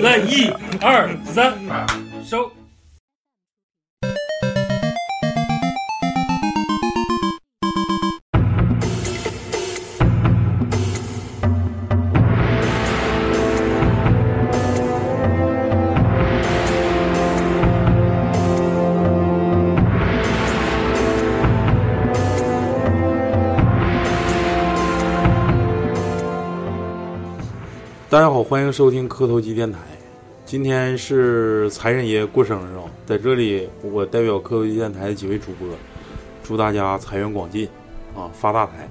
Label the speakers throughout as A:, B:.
A: 来一二三，收。
B: 大家好，欢迎收听磕头机电台。今天是财神爷过生日啊，在这里我代表磕头机电台的几位主播，祝大家财源广进啊，发大财。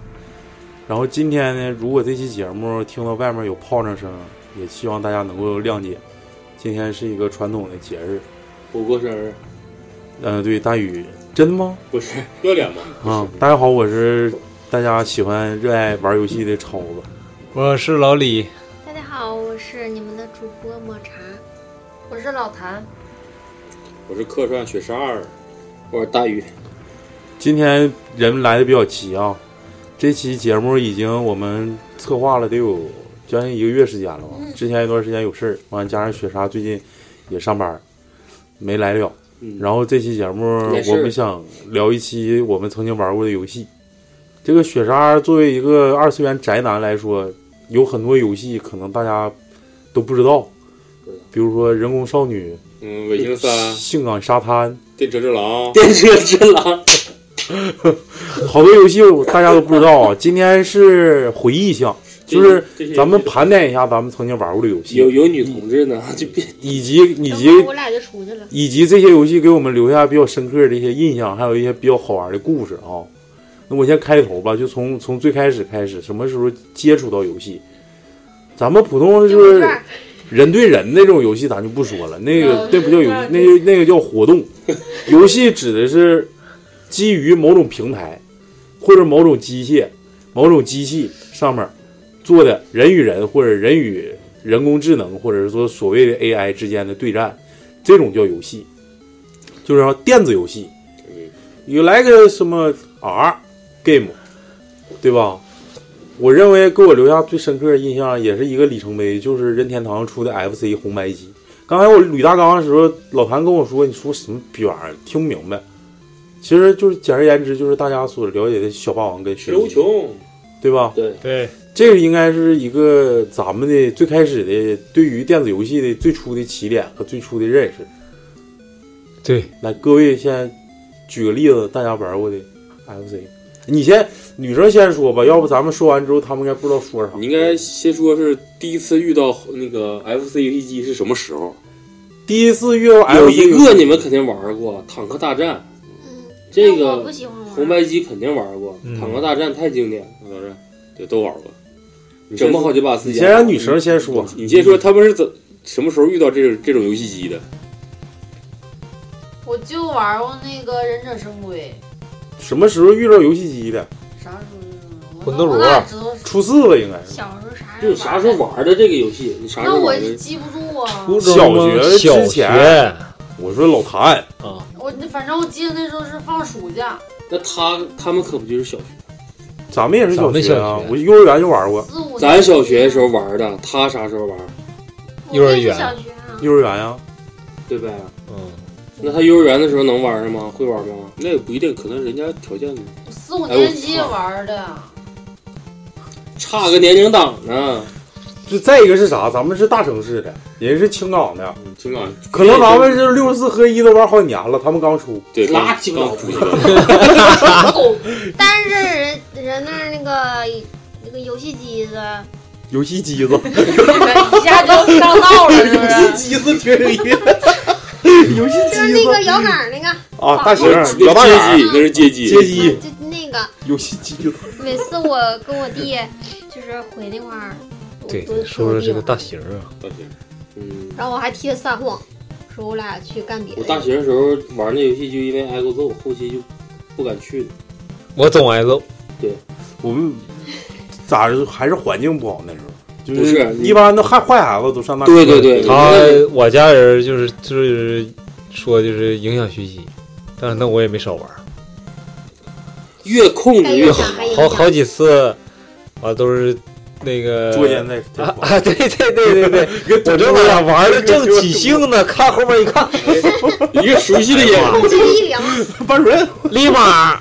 B: 然后今天呢，如果这期节目听到外面有炮仗声，也希望大家能够谅解。今天是一个传统的节日，
C: 我过生日，
B: 呃，对，大宇，真的吗？
C: 不是要脸吗？
B: 啊，大家好，我是大家喜欢热爱玩游戏的超子。
D: 我是老李，
E: 大家好，我是你们的主播抹茶。
F: 我是老谭，
C: 我是客串雪十二，我是大宇，
B: 今天人们来的比较齐啊，这期节目已经我们策划了得有将近一个月时间了吧。之前一段时间有事儿，完加上雪莎最近也上班，没来了。
C: 嗯
B: 然后这期节目
C: 也是
B: 我们想聊一期我们曾经玩过的游戏。这个雪莎作为一个二次元宅男来说，有很多游戏可能大家都不知道
C: 不知道，
B: 比如说《人工少女
C: 嗯，尾行》三、
B: 《性感沙滩》。
C: 电车之狼、电车之狼，
B: 好多游戏我大家都不知道 啊。今天是回忆项，就是
C: 这些
B: 咱们盘点一下咱们曾经玩过的游
C: 有
B: 戏，
C: 有女同志呢， 就别
B: 以及以及
F: 我俩就出去了。
B: 以及这些游戏给我们留下比较深刻的一些印象，还有一些比较好玩的故事啊。那我先开头吧，就从从最开始开始，什么时候接触到游戏？咱们普通就是人对人那种游戏，咱就不说了，那个
F: 嗯
B: 那不叫游戏，那个那个叫活动。游戏指的是基于某种平台或者某种机械、某种机器上面做的人与人或者人与人工智能，或者是说所谓的 AI 之间的对战，这种叫游戏，就是说电子游戏。有来个什么 R game，对吧？我认为给我留下最深刻的印象，也是一个里程碑，就是任天堂出的 FC 红白机。刚才我捋大纲的时候，老谭跟我说：“你说什么逼玩意儿？听不明白。”其实就是简而言之，就是大家所了解的小霸王跟雪
C: 学无
B: 无穷，
C: 穷，
B: 对吧？
C: 对，
D: 对，
B: 这个应该是一个咱们的最开始的对于电子游戏的最初的起点和最初的认识。
D: 对，
B: 来，各位先举个例子，大家玩过的 FC，你先女生先说吧，要不咱们说完之后，他们应该不知道说啥。
C: 你应该先说是第一次遇到那个 FC 游戏机是什么时候？
B: 第一次遇到 FC，
C: 有一个你们肯定玩过《坦克大战》，
E: 嗯，
C: 这
F: 但我
C: 个
F: 不喜欢玩。
C: 红白机肯定玩过，
D: 嗯
C: 《坦克大战》太经典了，我都是对都玩过，整不好几把时
B: 你
C: 间。
B: 先让女生先说。
C: 你先说他们是怎什么时候遇到这种这种游戏机的？
F: 我就玩过那个忍者神龟，
B: 什么时候遇到游戏机的？
F: 啥时候？
D: 魂斗罗
F: 我哪知道是？
B: 初四了，应该是。
F: 小时候啥时
C: 就
F: 候？
C: 啥时候？玩的这个游戏？你啥时
F: 那
C: 候
F: 我
C: 玩的？
F: 记不住啊。
B: 初
D: 小
B: 小学
D: 小
B: 之前，
D: 学
B: 我说老谭，
C: 啊，
F: 我那反正我记得那时候是放暑假，
C: 那他他们可不就是小学？
B: 咱们也是小学
D: 咱
B: 啊
D: 们小，学
B: 我幼儿园就玩过，
F: 四五年级。
C: 咱小学的时候玩的，他啥时候玩？
D: 幼儿园
E: 我也是小学啊，
B: 幼儿园呀。
C: 对呗？
D: 嗯，
C: 那他幼儿园的时候能玩吗？会玩吗？那也不一定，可能人家条件
F: 我四五年级
C: 哎
F: 玩的，
C: 差个年龄档呢。
B: 就再一个是啥？咱们是大城市的，人是青港的，
C: 青港
B: 可能咱们是六十四合一都玩好几年了，他们刚出。
C: 对
F: 垃
C: 圾吧，
E: 但是人人那儿那个那个游戏机子，
B: 游戏机子，
E: 啊
F: 一下就上道了，是不是？
B: 机子挺有意思。 游戏
E: 就是那个摇杆儿那个，
B: 啊，大型儿老大眼
C: 那是街机，那是
B: 街
C: 街机。
B: 机
E: 就那个。
B: 游戏机子，
E: 每次我跟我弟就是回那块儿，我
D: 对
E: 都，
D: 说说这个大型啊，
C: 嗯，
E: 然后我还踢了撒谎，说我俩去干别
C: 我
E: 的。
C: 大学的时候玩那游戏，就因为挨过揍，后期就不敢去了。
D: 我总挨揍，
B: 我们咋是还是环境不好那时候，就
C: 不是你
B: 一般都害坏孩子都上那
C: 对对对
D: 他我家人就是就是说就是影响学习，但是那我也没少玩，
C: 越控制
E: 哎
C: 越
E: 呀
C: 好，
E: 还影
D: 好
E: 响
D: 好几次，完都是那个
B: 捉奸在在
D: 啊啊，对对对对对，
B: 跟
D: 我正哪玩的正起兴呢，看后面一看，哎
C: 一个熟悉的眼
E: 控制力量，
B: 班主任
D: 立马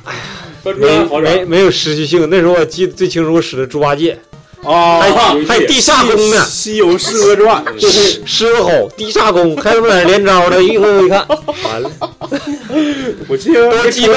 C: 翻出来
D: 没
C: 好
D: 没
C: 点。
D: 没有失去性。那时候我记得最清楚，我使的猪八戒，
B: 啊，
D: 还
C: 游戏
D: 还地下功呢，
B: 《西游释厄 传》
D: 狮狮子吼地下功，看他们俩连招的，一回头一看，完了，
B: 我记得
D: 我鸡巴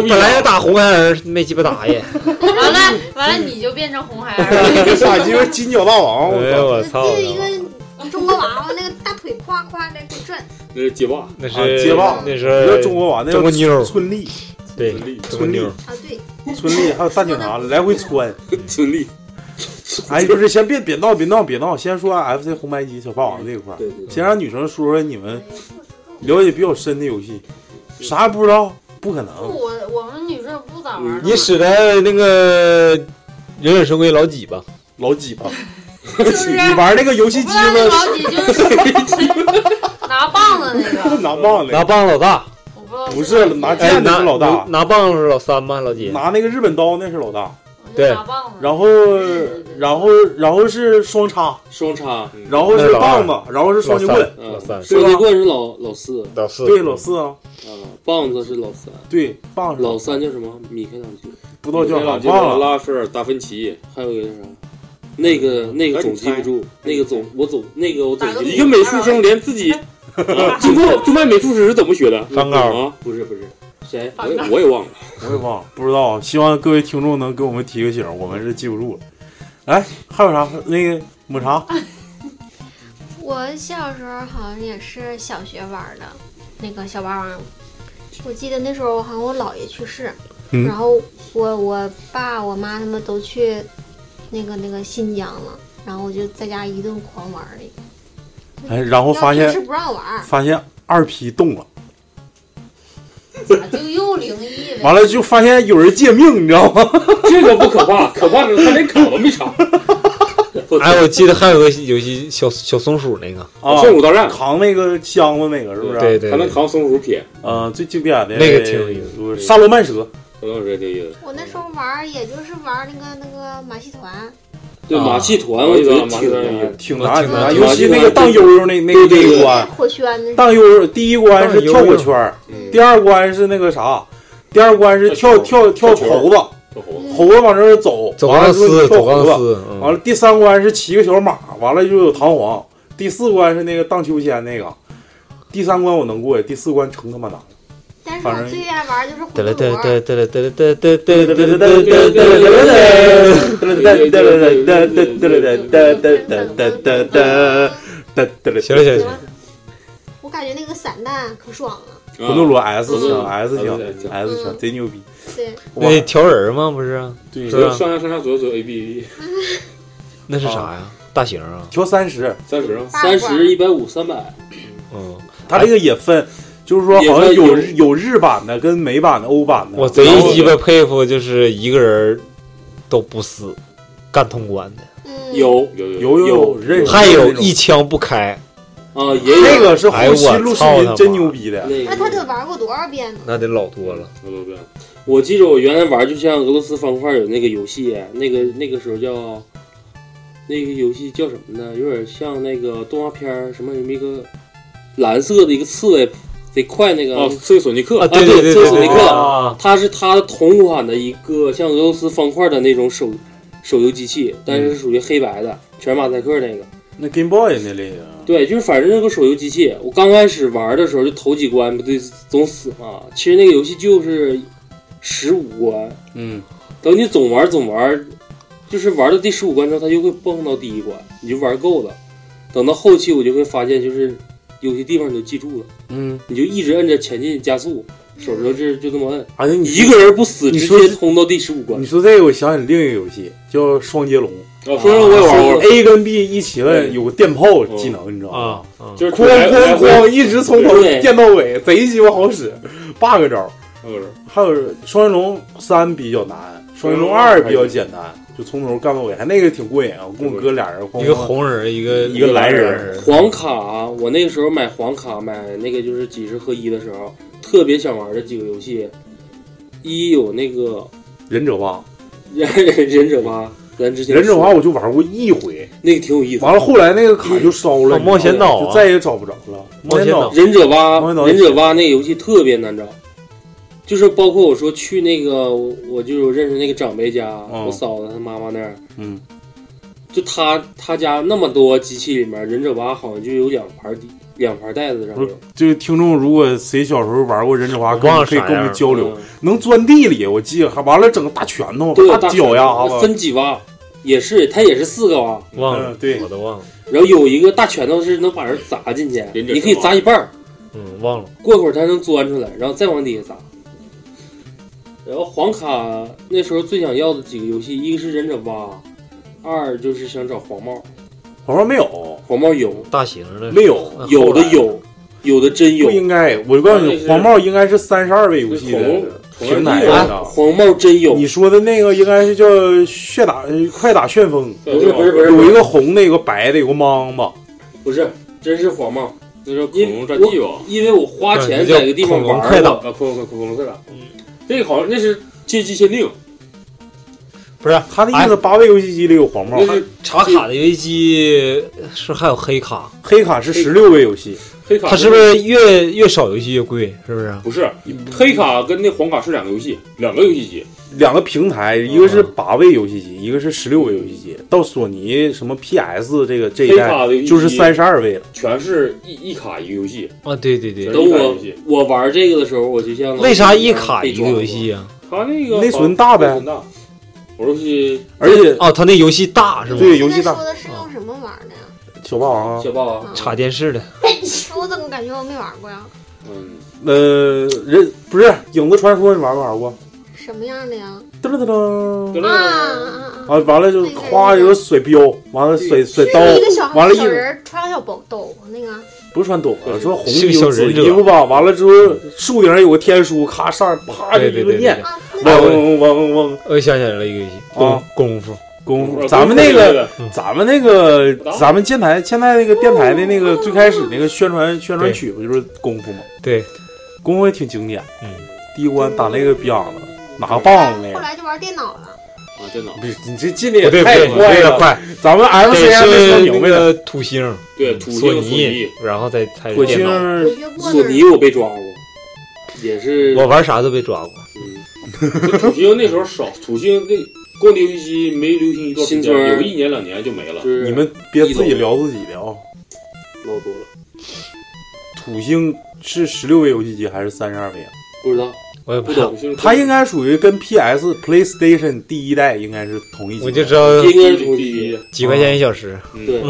D: 本来要打红孩儿，没鸡巴打 也，
F: 完了完了，你就变成红孩儿了。
B: 打鸡巴金角大王，
D: 哎
B: 我
D: 呦
E: 我
B: 操！
D: 我
E: 记！
D: 操
E: 得一个中国娃娃，那个大腿夸夸在这转，
C: 那是街霸，
D: 那
B: 啊
D: 是
B: 街霸
D: 那
B: 一个
D: 是
B: 中国娃，那
D: 呃中国妞
B: 叫
D: 儿
B: 春丽，
D: 对
C: 村里，
D: 中国妞儿，
E: 啊对，
B: 春丽还有大警察 来回窜。
C: 村里，
B: 哎，不是，先别别闹，别闹，别闹， 先说 FC 红白机小霸王这一块儿，
C: 对对，
B: 先让女生说说你们了解比较深的游戏，啥也不知道，不可能。
F: 我我们女生不咋玩儿的
D: 你使的那个忍者神龟老几吧？
B: 老鸡巴，你玩那个游戏
F: 我不
B: 机
F: 知道那
B: 吗？
F: 老几就是拿棒子那个，
B: 拿棒子
D: 拿，棒老大，
F: 我不知道
B: 不是拿
D: 哎，
B: 剑的
D: 拿
B: 是老大，
D: 拿棒是老三吧？老几？
B: 拿那个日本刀那是老大，
F: 我
D: 对
F: 就拿棒子。
B: 然后然后然后是双叉，
C: 双叉，嗯
B: 然后是棒子，然后是双截棍，
C: 嗯
D: 老三
C: 双截棍是老老四
D: 老四
B: 对老四啊，
C: 啊，棒子是老三，
B: 对棒是
C: 老三叫什么？米开朗基罗，
B: 不知道哦叫啊啥，
C: 罗
B: 忘了。
C: 拉斐尔、达芬奇，嗯还有一个叫啥？那个那个总记不住，那个总我总那个我总记不住一个美术生连 自己啊中国中外美术史是怎么学的？
D: 梵高
C: 啊？不是不是，谁？我
F: 梵
C: 也
F: 高
C: 我也忘了。
B: 我也忘了，不知道。希望各位听众能给我们提个醒，我们是记不住了。哎，还有啥？那个抹茶，
E: 我小时候好像也是小学玩的，那个小霸王。我记得那时候好像我姥爷去世，
B: 嗯
E: 然后我我爸我妈他们都去那个那个新疆了，然后我就在家一顿狂玩儿那个。
B: 哎，然后发
E: 要平时
B: 现
E: 不让玩儿，
B: 发现二批动了，
F: 咋就又灵异了？
B: 完了就发现有人借命，你知 道吗？
C: 这个不可怕，可怕的是他连卡都没 插。
D: 哎，我记得还有个游戏小小松鼠那个，
B: 啊，
C: 圣武大战，
B: 扛那个箱子那个是不是？
D: 对对
C: 还哦能
D: 对，
C: 扛松鼠撇，
B: 嗯，最经典的
D: 那个挺有意
B: 思，沙罗曼蛇，
C: 我当时这个
E: 我那时候玩儿也就是玩儿那个那个马戏团，
C: 对
D: 啊
C: 马戏团，我觉得马戏团有
B: 挺难挺难，
D: 挺难
B: 尤其那个荡悠悠那那个那
C: 对对对
B: 一
E: 那
B: 关，
E: 火圈子。
B: 荡悠悠第一关是跳火圈儿，
C: 嗯
B: 第二关是那个啥，第二关是跳跳跳猴子。
C: 小猴子
B: 猴子往这儿走，
D: 走
B: 完
D: 钢
B: 了之后
D: 丝，
B: 你跳
D: 走钢
B: 猴子，
D: 丝，
B: 完
D: 嗯，
B: 了第三关是骑个小马，完了就有弹簧，第四关是那个荡秋千那个，第三关我能过，第四关成他妈难。
E: 但是
B: 反
E: 我
B: 正
E: 最爱玩儿就是火
D: 得了
E: 车
D: 得
E: 轮儿，
D: 了得了得了得了得了得了得了得了得了得了得了。行了行了，行了
E: 我感觉那个散弹可爽了。
C: 啊
B: 魂斗罗 S 枪
C: 嗯
B: S 枪
C: 嗯
B: S 枪贼牛逼，
E: 对，
D: 那得调人吗？不是，啊
B: 对
D: 是吧
C: 上下上下左右左右 A B B
D: 那是啥呀？大型啊，
B: 调三十，
C: 三十啊
E: 八啊
C: 三
E: 卦
C: 十一百五三百，
D: 嗯，
B: 它
C: 哎
B: 这个也分，就是说好像有有日版的跟美版的欧版的。
D: 我贼鸡巴佩服，就是一个人都不死，干通关的，
E: 嗯，
C: 有有
B: 有有有
C: 有
B: 认识
D: 还有一枪不开，
C: 啊也有
B: 那个是后期
D: 哎
B: 陆世民真牛逼的，
C: 那
E: 那他得玩过多少遍呢？
D: 那得老多了。
C: 不不不，我记着我原来玩，就像俄罗斯方块有那个游戏，那个那个时候叫那个游戏叫什么呢？有点像那个动画片儿，什么有一个蓝色的一个刺猬贼快那个
G: 哦，刺猬索尼克
D: 啊，
C: 啊
D: 对
C: 对
D: 对
C: 刺
D: 对
C: 猬索尼
D: 对
C: 克，
D: 啊，
C: 它是它同款的一个像俄罗斯方块的那种手手游机器，但是属于黑白的，全是马赛克那个。
B: 那 Game Boy 那类的。
C: 对，就是反正那个手游机器，我刚开始玩的时候就头几关不对总死嘛。其实那个游戏就是十五关，
B: 嗯，
C: 等你总玩总玩，就是玩到第十五关之后，它就会蹦到第一关，你就玩够了。等到后期我就会发现，就是有些地方你就记住了，
B: 嗯，
C: 你就一直摁着前进加速，手指头就是就这么摁，
B: 啊而且你
C: 一个人不死
B: 你
C: 直
B: 说
C: 接
B: 是
C: 通到第十五关
B: 啊你。说这个，我想起另一个游戏叫《双截龙》，
C: 哦，说说我也玩过，
B: A 跟 B 一起了，有个电炮技能，你知道吗？
D: 啊啊！
C: 就是
B: 哐
C: 来
B: 哐
C: 来回
B: 哐，一直从头
C: 对
B: 电到尾，贼鸡巴好使，bug 招。
C: 来回
B: 还有《双人龙三》比较难，《双人龙二》比较简单，就从头干到尾，还那个挺过瘾啊！我跟我哥俩人哐
D: 一个
B: 哐
D: 红人，一个
B: 一个蓝人
D: 人，
C: 黄卡，我那个时候买黄卡，买那个就是几十合一的时候，特别想玩的几个游戏，一有那个
B: 忍者吧，
C: 忍者吧，咱之前
B: 忍者吧
C: 吧
B: 我就玩过一回，
C: 那个挺有意思的。
B: 完了后来那个卡就烧了，
D: 哦冒险岛啊
B: 就再也找不着了。
D: 冒险岛
C: 忍者吧
B: 王一，导
C: 忍者吧那个游戏特别难找，就是包括我说去那个，我我就认识那个长辈家，
B: 嗯
C: 我嫂子她妈妈那儿，
B: 嗯，
C: 就他他家那么多机器里面，忍者吧好像就有两盘底两盘袋子上
B: 不
C: 面
B: 是，这个听众如果谁小时候玩过忍者吧，
D: 我忘了
B: 可以
D: 啥
B: 跟我们
D: 样
B: 交流
C: 嗯，
B: 能钻地里，我记得还完了整个大拳头，
C: 对，大
B: 脚
C: 拳
B: 丫
C: 头
B: 子，
C: 分几挖，也是他也是四个挖，
D: 忘了
B: 嗯，对
D: 我都忘了，
C: 然后有一个大拳头是能把人砸进去，
H: 忍者
C: 你可以
H: 神话
C: 砸一半儿，
D: 嗯，忘了，
C: 过会儿它能钻出来，然后再往底下砸。然后黄卡那时候最想要的几个游戏，一个是忍者蛙，二就是想找黄帽，
B: 我说没有，
C: 黄帽有，
D: 大型的
B: 没有，
D: 那后来
C: 有的有，有的真有
B: 不。应该。我就告诉
D: 啊
C: 那
B: 你，
C: 是
B: 黄帽应该是三十二位游
C: 那
B: 戏
C: 恐
B: 的
C: 龙
B: 平台
C: 啊
B: 上的。
C: 黄帽真 有，
B: 你说的那个应该是叫血打呃快打旋风，
C: 不是不是不是
B: 有
C: 不
B: 一
C: 是
B: 个红的，有个白的，有个莽子。
C: 不是，真是黄帽。
A: 那叫恐
C: 因为
A: 龙战记
C: 我
A: 吧？
C: 因为我花钱
D: 叫
C: 在个地方
D: 恐龙
C: 玩嗯
D: 快打
C: 过，
A: 啊，恐龙恐龙快打。这个好像那是街机限定，
D: 不是哎
B: 他的意思，八位游戏机里有黄帽，
A: 哎那是
D: 查卡的游戏机是还有黑卡，
B: 黑卡是十六位游戏，
A: 黑卡。
D: 它是不是越越少游戏越贵？是啊不是？
A: 不是黑卡跟那黄卡是两个游戏，两个游戏机。
B: 两个平台，
A: 嗯
B: 一个是八位游戏机，一个是十六位游戏机。到索尼什么 PS 这个这一
A: 黑卡
B: 代
A: 的游戏机
B: 就是三十二位了，
A: 全是一一卡一个游戏，
D: 啊，对对对
A: 全，是
C: 等
A: 一卡一个
C: 我
A: 游戏。
C: 我玩这个的时候，我就像
D: 为啥一卡一个游戏啊？
A: 他那个
B: 内存大呗
A: 内存大。我游戏
B: 而且
D: 哦，它那游戏大是吗？
B: 对游戏
F: 现在
B: 大
F: 说的是用什么玩的呀？
B: 小霸王啊，
C: 小霸王，
F: 啊
D: 插电视的，
F: 我怎么感觉我没玩过呀？
A: 嗯，
B: 呃，人不是影子传说，你玩没玩过？
F: 什么样的呀？
B: 噔噔噔
A: 就那
F: 啊
B: 噔，
A: 个
F: 啊啊！
B: 啊，完了就夸有个甩镖，完了甩甩
C: 哦
B: 刀
F: 是一个小，
B: 完了一
F: 小人儿穿个小斗斗那个，
B: 不是穿斗篷，说红
D: 是
B: 衣
D: 个小
B: 服、紫
D: 忍者
B: 衣服吧。完了之后，树顶上有个天书，咔上啪就
D: 对
B: 一
D: 对
B: 个
D: 对对
B: 念，
F: 啊，
D: 对
F: 那
B: 嗡
F: 个
B: 嗡嗡嗡。
D: 我想起来了一个游戏，
B: 啊
D: 功功夫，
B: 功
A: 我
B: 夫，咱们那个，嗯咱们那个，咱们电台现在那个电台的那个最开始那个宣传宣传曲不就是功夫吗？
D: 对，
B: 功夫也挺经典。
D: 嗯，
B: 第一关打那个彪子，拿个棒子那
F: 后
B: 个。
F: 来就玩电脑了。
A: 啊电脑
B: 不是你这进的
D: 不
B: 也
D: 对
B: 太
D: 不对，
B: 快
D: 有点
B: 了，
D: 快，
B: 咱们 M C
D: 对
B: M 没说
D: 是
B: 明
D: 那
B: 白了。
D: 个土星，嗯
A: 对土星
D: 索
A: 索尼
D: 尼，然后再才
B: 火
D: 是电
B: 星
D: 脑。
F: 我学过
C: 索尼
F: 呢，
C: 我被抓过，也是
D: 我玩啥都被抓过，
A: 土星那时候少，土星那光碟游戏机没流行一段时
C: 新村
A: 间，
C: 儿
A: 有一年两年就没了
C: 就。是
B: 你们别自己聊自己的啊。
C: 老多了，
B: 土星是十六位游戏机还是三十二位啊？
C: 不知道
D: 我也
C: 不
D: 不
C: 懂，
B: 它应该属于跟 PS、PlayStation 第一代应该是同一级别，
D: 我就知道
C: 应
A: 该
C: 该
A: 是
C: 是同
A: 同
C: 级
A: 级，
D: 几块钱一小时，
C: 对，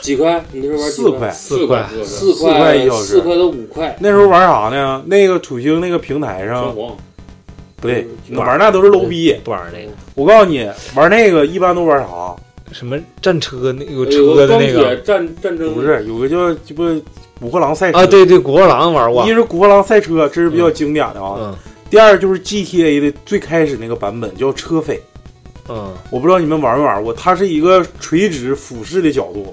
C: 几块？你那时候玩几
B: 嗯四块。
A: 四
D: 块
A: 四块
C: 哦四
B: 四块一小时
C: 四块到五块，
B: 那时候玩啥呢？那个土星那个平台
A: 拳
B: 上
A: 皇，
B: 不对，
C: 拳皇
B: 玩那都是 low 逼。
D: 不玩那个
B: 我告诉你，玩那个一般都玩啥？
D: 什么战车那有
C: 哎呃
A: 有
D: 车的
A: 钢
D: 那个
A: 铁战战争
B: 不
C: 啊
B: 是有个叫鸡巴古惑狼赛车
D: 啊，，对对，古惑狼玩过
B: 一，是古惑狼赛车，这是比较经典的啊。
D: 嗯
B: 第二就是 GTA 的最开始那个版本叫车匪，
D: 嗯，
B: 我不知道你们玩没玩过，它是一个垂直俯视的角度，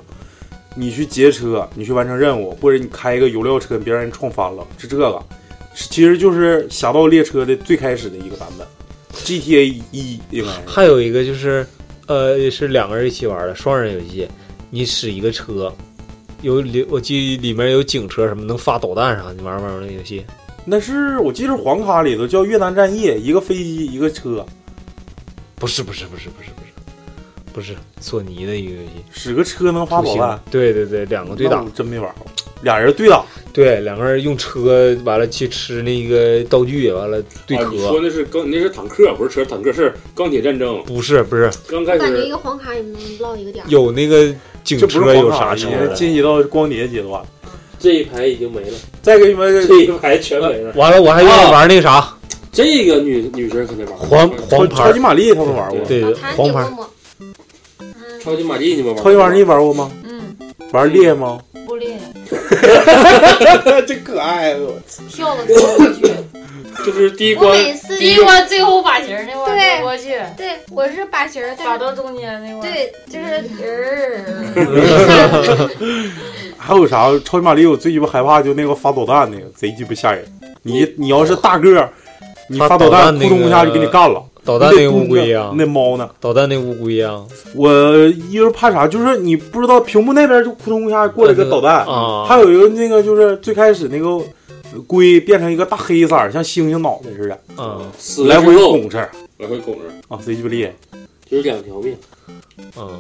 B: 你去劫车，你去完成任务，或者你开一个油料车，别让人撞翻了，是这个，是其实就是《侠盗猎车》的最开始的一个版本，GTA 一应该是。
D: 还有一个就是，呃，是两个人一起玩的双人游戏，你使一个车，有里我记得里面有警车什么能发导弹啥，你玩没玩那游戏？
B: 那是我记得黄卡里头叫越南战役，一个飞机一个车，
D: 不是不是不是不是不是不是索尼的一个游戏，
B: 使个车能发
D: 土
B: 导
D: 星
B: 弹。
D: 对对对，两个对打
B: 那我，真没玩过，俩人对打，
D: 对，两个人用车完了去吃那个道具，完了对
A: 啊你说
D: 磕，
A: 那是钢，那是坦克，不是车，坦克是钢铁战争。
D: 不是不是，
A: 刚
F: 我
A: 开
F: 感觉一
A: 始
F: 个黄卡也能落一个点儿。
D: 有那个警
B: 这不
D: 车
B: 是黄
D: 有
B: 卡
D: 啥
B: 了
D: 车
B: 已经
D: 的
B: 晋级到光碟阶段。
C: 这一排已经没了，
B: 再给你们
C: 这一排全没了。
D: 完了，我还愿意玩那个啥
C: 这个女女生肯定玩
D: 黄
C: 黄
D: 黄
B: 超
D: 牌
B: 级，玛丽，他们玩过。
D: 对
F: 老
D: 对
F: 谭，
D: 黄
F: 你
D: 牌
F: 摸摸。嗯
C: 超级玛丽你们玩？
B: 超级玛丽你玩过吗？
F: 嗯，
B: 玩厉害吗？
F: 不厉害，
I: 真可爱，我操！
F: 跳的过不去。
C: 就是第一
F: 我
C: 关，
F: 每次
C: 第
F: 第
C: 一
F: 一
C: 关
F: 关最后把型那块
E: 对
F: 儿过不去，
E: 对，我是把型儿，
F: 打到中间那块儿。
E: 对，就是 人
B: 还有啥？超级玛丽我最鸡巴害怕就那个发导弹那个，贼鸡巴吓人。你你要是大个儿，你发导弹扑通一下就给你干了。
D: 导弹那个乌龟啊呀
B: 你得那猫呢？
D: 导弹那乌龟呀、
B: 我一是怕啥，就是你不知道屏幕那边就扑通一下过来个导弹，
D: 啊
B: 还有一个那个就是最开始那个龟变成一个大黑色儿，像猩猩脑袋似的，
D: 嗯，
B: 来回拱着，
C: 来回拱着，
B: 啊，贼鸡巴厉害。
C: 就是两条命。
D: 嗯，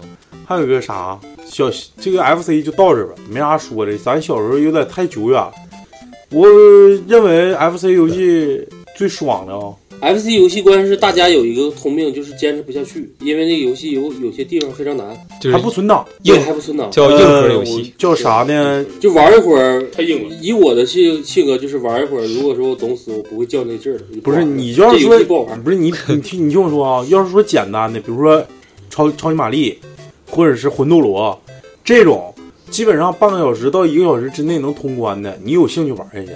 B: 还有一个啥小这个 FC 就到这吧，没啥说的。咱小时候有点太久远，我认为 FC 游戏最爽的啊、
C: FC 游戏关是大家有一个通病，就是坚持不下去，因为那个游戏有有些地方非常难，
B: 还不存档，
C: 硬还不存档，
B: 呃叫啥呢？
C: 就玩一会儿，太硬了。以我的性性格，就是玩一会儿，如果说我总死，我不会较那劲儿。我就
B: 不是
C: 玩了
B: 你就要
C: 这游
B: 说
C: 戏不好玩，
B: 不是你你听你听我说啊，要是说简单的，比如说超超级玛丽，或者是魂斗罗这种，基本上半个小时到一个小时之内能通关的，你有兴趣玩下去。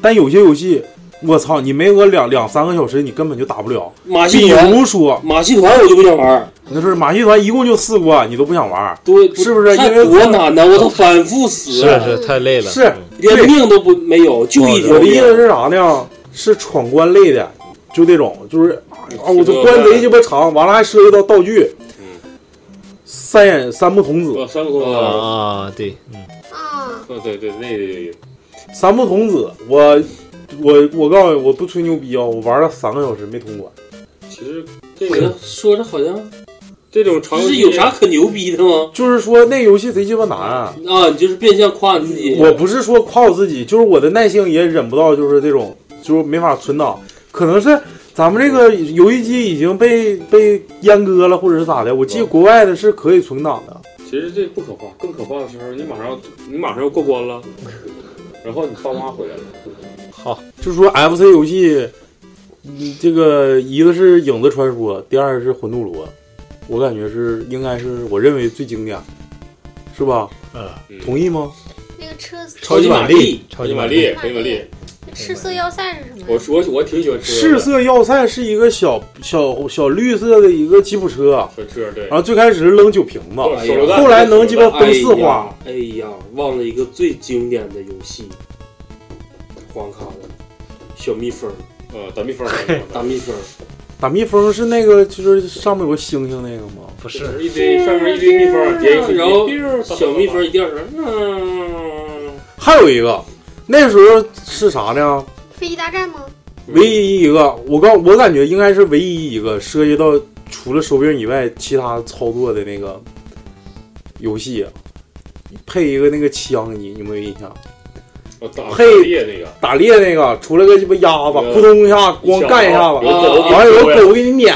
B: 但有些游戏，我操，你没个两两三个小时，你根本就打不了。
C: 马戏
B: 比
C: 团
B: 如说
C: 马戏团，我就不想玩。
B: 那是马戏团，一共就四关，你都不想玩，
C: 对，
B: 是不是？
C: 太
B: 因为
C: 多难呢，我都反复死。
B: 是
D: 太累
B: 了是
C: 连
B: 对
C: 命都不没有，就一条
B: 我的意
C: 命。
B: 思是啥呢？是闯关类的，就这种，就是啊，我这关贼鸡巴长，完了还涉及到道具，三眼三木童子，
A: 三个多
D: 啊，对，
E: 啊
A: 嗯，对对，那个有
B: 三木童子，我我我告诉你，我不吹牛逼啊，我玩了三个小时没通关，
A: 其实
C: 这个说着好像
A: 这种常
C: 是
A: 规
C: 有啥可牛逼的吗？
B: 就是说那游戏贼鸡巴难啊、
C: 啊，你就是变相夸你自己。
B: 我不是说夸我自己，就是我的耐性也忍不到，就是这种，就是没法存档，可能是咱们这个游戏机已经被被阉割了，或者是咋的？我记得国外的是可以存档的，
A: 其实这不可怕，更可怕的时候，你马上要你马上要过关 了，然后你爸妈回来 了，
D: 好，
B: 就是说 FC 游戏，嗯这个一个是《影子传说》，第二是《魂斗罗》，我感觉是应该是我认为最经典，是吧？
A: 嗯
B: 同意吗？
E: 那个车
B: 超级玛丽
A: 超级玛丽，超级玛丽，
E: 赤色要塞是什么？
A: 我说我挺喜欢吃
B: 赤色要塞是一个小小小绿色的一个吉普车，
A: 小车，对
B: 然，后最开始是扔酒瓶子，
C: 哎呀
B: 后来能鸡巴分四花。。
C: 哎呀哎呀，忘了一个最经典的游戏，黄卡的小蜜蜂，
A: 呃，打蜜蜂，
C: 打蜜蜂，
B: 打蜜蜂是那个，就是上面有个星星那个吗？
D: 不
A: 是一堆上面一堆蜜蜂，叠一个
C: 然后 小蜜蜂一掉绳，嗯，
B: 还有一个，那时候是啥呢？
E: 飞机大战吗？
B: 唯一一个，我告我感觉应该是唯一一个涉及到除了手柄以外其他操作的那个游戏，配一个那个枪，你你有没有印象？
A: 我打
B: 配
A: 猎那个，
B: 打猎那个，除了个鸡巴鸭子，扑通一下光干一下子，
A: 有狗
B: 完了有狗给你撵，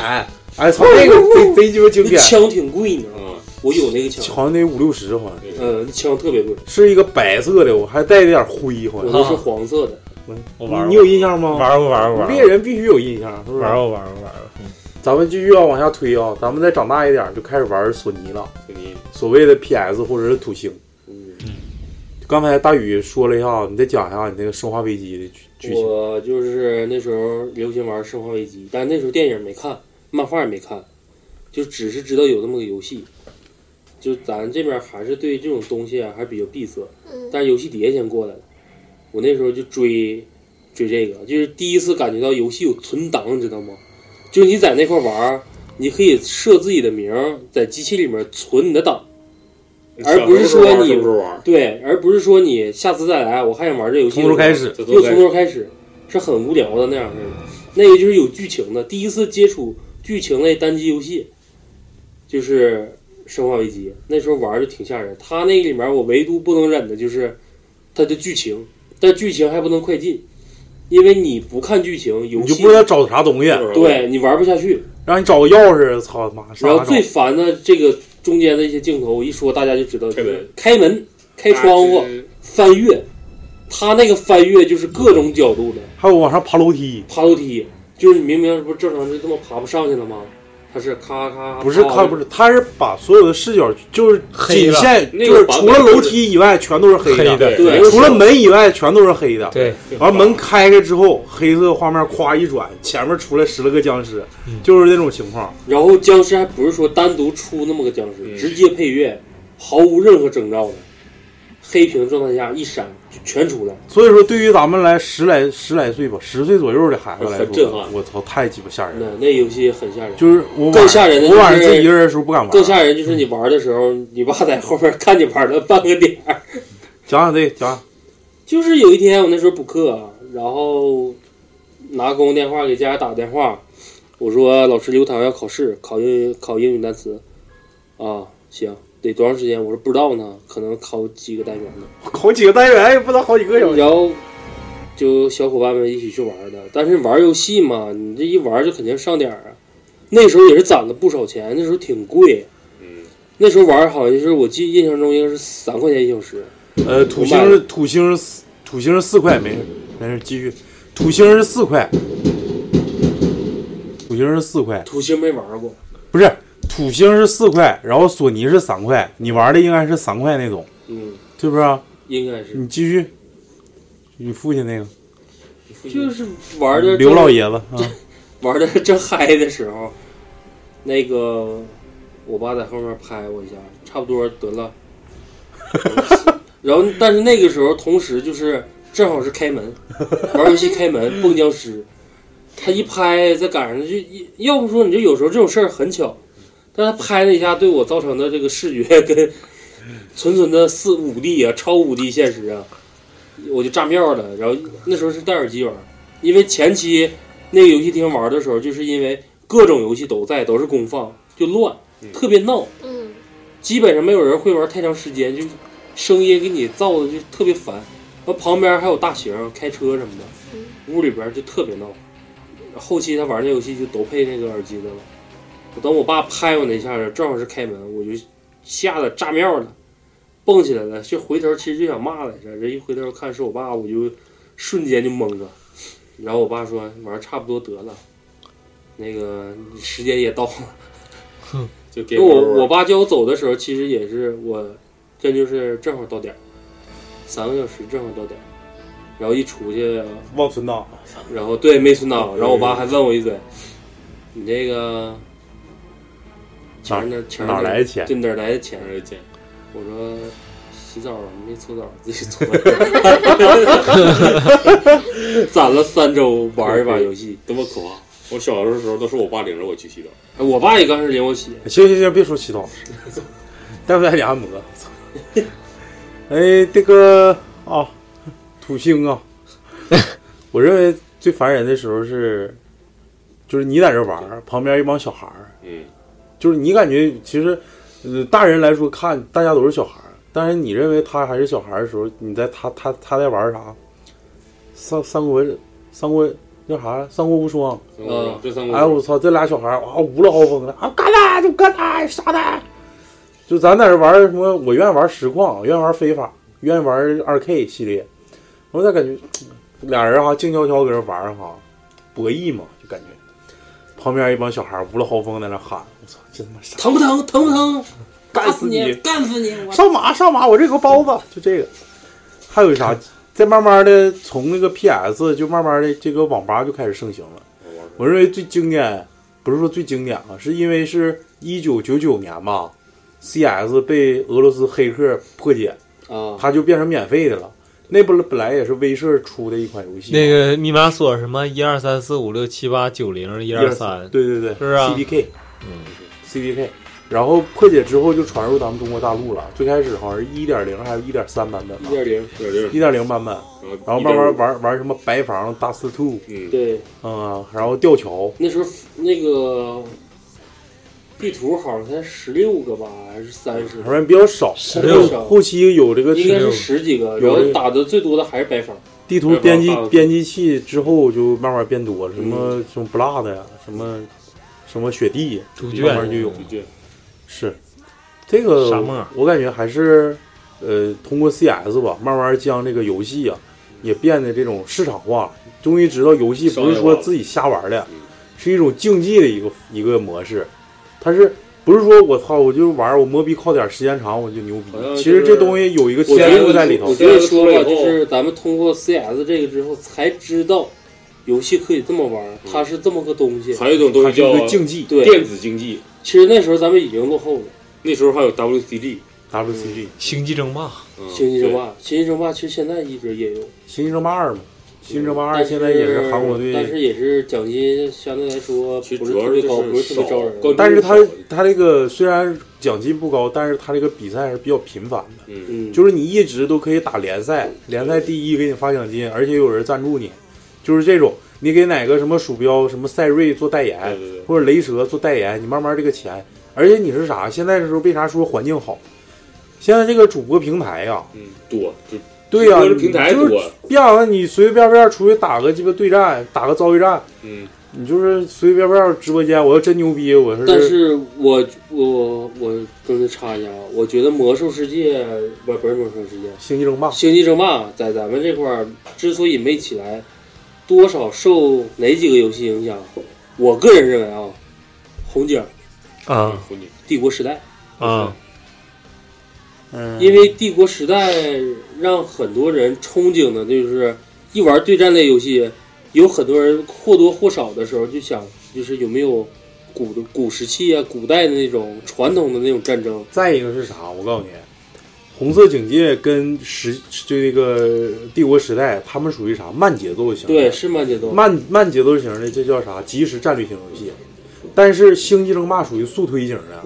B: 哎操，那 个贼贼鸡巴经典，
C: 枪挺贵呢，
A: 嗯
C: 我有那个枪，
B: 好像得五六十，好像是
C: 嗯，枪特别贵，
B: 是一个白色的，我还带着点灰，好
C: 我
B: 像
C: 那是黄色的，
D: 啊我
B: 你你有印象吗？
D: 玩过玩过玩过
B: 猎人必须有印象，是不是？
D: 玩过玩过玩过，
B: 咱们继续要往下推啊，咱们再长大一点就开始玩索尼了，
A: 索尼
B: 所谓的 PS 或者是土星。
C: 嗯
B: 刚才大宇说了一下，你再讲一下你那个《生化危机》的剧剧情。
C: 我就是那时候流行玩《生化危机》，但那时候电影没看，漫画也没看，就只是知道有这么个游戏。就咱这边还是对这种东西啊还比较闭塞，但是游戏底下先过来了。我那时候就追追这个，就是第一次感觉到游戏有存档，你知道吗？就是你在那块玩儿，你可以设自己的名儿，在机器里面存你的档，而不是说你
A: 小时候玩
C: 对，而不是说你下次再来，我还想玩这游戏，
A: 从头开始
C: 又从头开始，是很无聊的那样式的。那个就是有剧情的，第一次接触剧情类单机游戏，就是《生化危机》，那时候玩的挺吓人。它那个里面我唯独不能忍的就是它的剧情，但剧情还不能快进，因为你不看剧情，游
B: 你
C: 戏
B: 就不知道找啥东西，啊
C: 对你玩不下去。
B: 让你找个钥匙，操他妈！上
C: 然
B: 哪
C: 后最烦的这个中间的一些镜头，我一说大家就知道，就是开门、开
A: 开
C: 窗户、翻越，他那个翻越就是各种角度的，
B: 找还有往上爬楼梯，
C: 爬楼梯，就是你明明不是正常就这么爬不上去了吗？它是咔咔，
B: 不是看不是，他是把所有的视角就是
C: 黑
B: 仅
C: 了
B: 限，
C: 那
B: 就
C: 个
B: 是
C: 版
B: 除
C: 本
B: 了
C: 就是
B: 楼梯以外全都是黑
D: 黑的对
B: 对除了门以外全都是黑的。
D: 对，
B: 完门开开之后，黑色画面咵一转，前面出来十来个僵尸，
C: 嗯
B: 就是那种情况。
C: 然后僵尸还不是说单独出那么个僵尸，直接配乐，毫无任何征兆的，黑屏状态下一闪就全出来，
B: 所以说，对于咱们来十来十来岁吧，十岁左右的孩子来
C: 很震
B: 说
C: 撼，
B: 我操，太鸡巴吓人
C: 那
B: 了。
C: 那游戏很吓人。
B: 就是我晚
C: 更吓人的、就是，
B: 我晚上自己一个人的时候不敢玩
C: 更吓人就是你玩的时候，你爸在后面看你玩了半个点儿。
B: 讲讲这，讲讲
C: 就是有一天我那时候补课，啊然后拿公用电话给家里打电话，我说老师刘唐要考试，考英考英语单词，啊行，得多长时间？我说不知道呢，可能考几个单元呢。
B: 好几个单元，也不知道好几个小时。
C: 然后就小伙伴们一起去玩的。但是玩游戏嘛，你这一玩就肯定上点儿啊。那时候也是攒了不少钱，那时候挺贵。那时候玩好像是我记印象中应该是三块钱一小时。
B: 呃，土星是土星是四土星是四块，没事没事，继续。土星是四块，土星是四块，
C: 土星没玩过，
B: 不是土星是四块，然后索尼是三块，你玩的应该是三块那种，
C: 嗯，
B: 对不是啊？
C: 应该是
B: 你继续，你父亲那个
C: 就是玩的
B: 刘老爷子啊，
C: 玩的正嗨的时候，那个我爸在后面拍我一下，差不多得了。然后， 但是那个时候，同时就是正好是开门，玩游戏开门 蹦僵尸，他一拍再赶上就一，要不说你就有时候这种事儿很巧，但他拍了一下对我造成的这个视觉 跟纯纯的四五 D 啊，超五 D 现实啊，我就炸庙了。然后那时候是戴耳机玩，因为前期那个游戏厅玩的时候，就是因为各种游戏都在，都是公放，就乱，特别闹，
E: 嗯，
C: 基本上没有人会玩太长时间，就声音给你造的就特别烦。然后旁边还有大型开车什么的，屋里边就特别闹。后期他玩那游戏就都配那个耳机的了。我等我爸拍我那一下子，正好是开门，我就吓得炸庙了，蹦起来了，就回头其实就想骂来着，这一回头看是我爸，我就瞬间就懵了。然后我爸说：“玩儿差不多得了，那个时间也到了。”
A: 就给
C: 因为我我爸叫我走的时候，其实也是我，这就是正好到点儿，三个小时正好到点儿，然后一出去
B: 忘存档，
C: 然后对没存档，然后我爸还问我一嘴，你这个钱儿呢？钱儿呢
B: 哪儿来的钱
C: 对，哪儿来的钱？我说洗澡啊没搓澡， 自己搓。攒了三周玩一把游戏，多么可怕！
A: 我小的时候都是我爸领着我去洗澡，
C: 哎我爸也刚开始领我洗，
B: 行行行，别说洗澡， 待会儿还得按摩。操 哎，这个啊，土星啊， 我认为最烦人的时候是，就是你在这玩儿，旁边一帮小孩儿，
A: 嗯，
B: 就是你感觉其实，呃，大人来说看大家都是小孩儿，但是你认为他还是小孩儿的时候，你在他他他在玩儿啥？三三国三国叫啥？三国无双。
A: 三国无
C: 嗯
A: 双对三国无
B: 哎，
A: 双
B: 我操，这俩小孩儿啊，无了豪风的啊，干啦就干啦，啥的。就咱在这玩儿什么？我愿意玩儿实况，愿意玩儿非法，愿意玩儿二 K 系列。我咋感觉嗯俩人哈静悄悄搁这玩儿哈，博弈嘛，就感觉旁边一帮小孩儿无了豪风在那喊，我操，真他妈傻！
C: 疼不疼？疼不疼？
B: 干
C: 打死
B: 你
C: 干死你！我
B: 上马上马，我这有个包子，就这个。还有啥？再慢慢的从那个 PS 就慢慢的这个网吧就开始盛行了。我认为最经典，不是说最经典啊，是因为是一九九九年吧，CS 被俄罗斯黑客破解，
C: 啊，
B: 它就变成免费的了。那不本来也是威社出的一款游戏，
D: 那个密码锁什么一二三四五六七八九零一二三，
B: 对对对，
D: 是啊
B: ，CDK，
D: 嗯，
B: CDK，然后破解之后就传入咱们中国大陆了。最开始好像是一点零还是一点三版本吧？
C: 1.0
B: 一点零版本，然后慢慢玩玩什么白房、大四兔，
C: 对，
B: 嗯，然后吊桥，
C: 那时候那个地图好像才十六个吧，还是三十？
B: 反正比较少。
C: 16
B: 后后期有这个
C: 应该是十几个，然
B: 有
C: 后
B: 这个
C: 打的最多的还是白方。
B: 地图编辑
C: 白方大
B: 编辑器之后就慢慢变多了，什
C: 嗯
B: 么什么不辣的呀，什么什么雪地，
D: 猪
B: 慢慢
D: 圈
B: 就有了。
A: 卷
B: 是，这个
D: 沙漠
B: 我感觉还是呃，通过 CS 吧，慢慢将这个游戏啊也变得这种市场化了。终于知道游戏不是说自己瞎玩的，是一种竞技的一个一个模式。它是不是说我操，我就是玩儿，我摸逼靠点儿时间长我就牛逼
C: 好像？
B: 其
C: 就
B: 实这
C: 是
B: 东西有一个
C: 我觉
B: 天
C: 得
B: 赋在里头。
C: 我觉得说吧，就是咱们通过 CS 这个之后才知道，游戏可以这么玩，它是这么个东西。
A: 还有一种东西叫
C: 对
A: 电子。竞技。
C: 其实那时候咱们已经落后了。
A: 那时候还有 WCG、
B: WCG、
D: 星际争霸、
C: 星际争霸、星际争霸，其实现在一直也有。
B: 星际争霸二嘛，星际争霸二
C: 嗯但是
B: 现在也是韩国
C: 但
B: 队，
C: 是也是奖金相对来说不是
A: 主要
C: 特
A: 是
C: 别高，
A: 就是
C: 不是特别
A: 少
C: 招人。
B: 但是他他这个虽然奖金不高，但是他这个比赛还是比较频繁的。
C: 嗯，
B: 就是你一直都可以打联赛，联赛第一给你发奖金，而且有人赞助你，就是这种。你给哪个什么鼠标、什么赛睿做代言，或者雷蛇做代言，你慢慢这个钱，而且你是啥？现在的时候为啥说环境好？现在这个主播平台啊呀、
A: 嗯，多，就
B: 对呀、
A: 主播平台
B: 你就是
A: 多，
B: 变了，你随随便便出去打个鸡巴对战，打个遭遇战，
A: 嗯，
B: 你就是随随便便直播间，我要真牛逼，我是。
C: 但是我我我跟他插一下，啊，我觉得魔兽世界不不是魔兽世界，
B: 星际争霸，
C: 星际争霸在咱们这块儿之所以没起来，多少受哪几个游戏影响？我个人认为啊，红警、
D: 啊
C: 帝国时代，
D: 啊，
B: 嗯
C: 因为帝国时代让很多人憧憬的就是一玩对战类游戏，有很多人或多或少的时候就想，就是有没有古的古时期啊、古代的那种传统的那种战争。
B: 再一个是啥？我告诉你，红色警戒跟时就这个帝国时代，他们属于啥？慢节奏型的，
C: 对，是慢节奏，
B: 慢慢节奏型的，这叫啥？即时战略型游戏。但是星际争霸属于速推型的，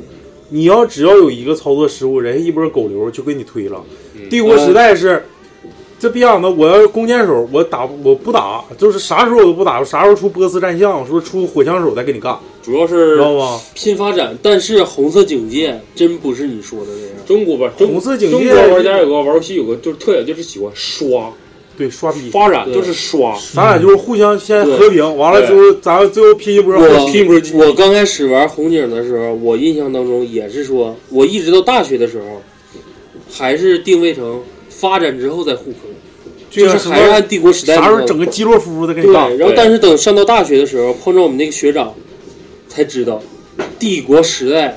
B: 你要只要有一个操作失误，人家一波狗流就给你推了。帝国时代是。这逼样子，我要弓箭手，我打我不打，就是啥时候我都不打，啥时候出波斯战象，说出火枪手再给你干，
A: 主要是
B: 知道吗？
C: 拼发展。但是红色警戒真不是你说的这样。
A: 中国吧，中
C: 红色警戒
A: 中国玩家有个玩游戏有个就是特点就是喜欢刷，
B: 对，刷逼
A: 发展就是刷，
B: 咱俩就是互相先和平，完了之后咱们最后拼一波，
C: 我
B: 拼一波。
C: 我刚开始玩红警的时候，我印象当中也是说，我一直到大学的时候，还是定位成发展之后再互坑，
B: 就
C: 就
B: 像
C: 是
B: 啊什
C: 还是
B: 么
C: 按帝国时代
B: 啥时
C: 那
B: 候
C: 个
B: 整个基洛夫的跟
C: 对，
B: 你干？
C: 然后但是等上到大学的时候，碰着我们那个学长，才知道帝国时代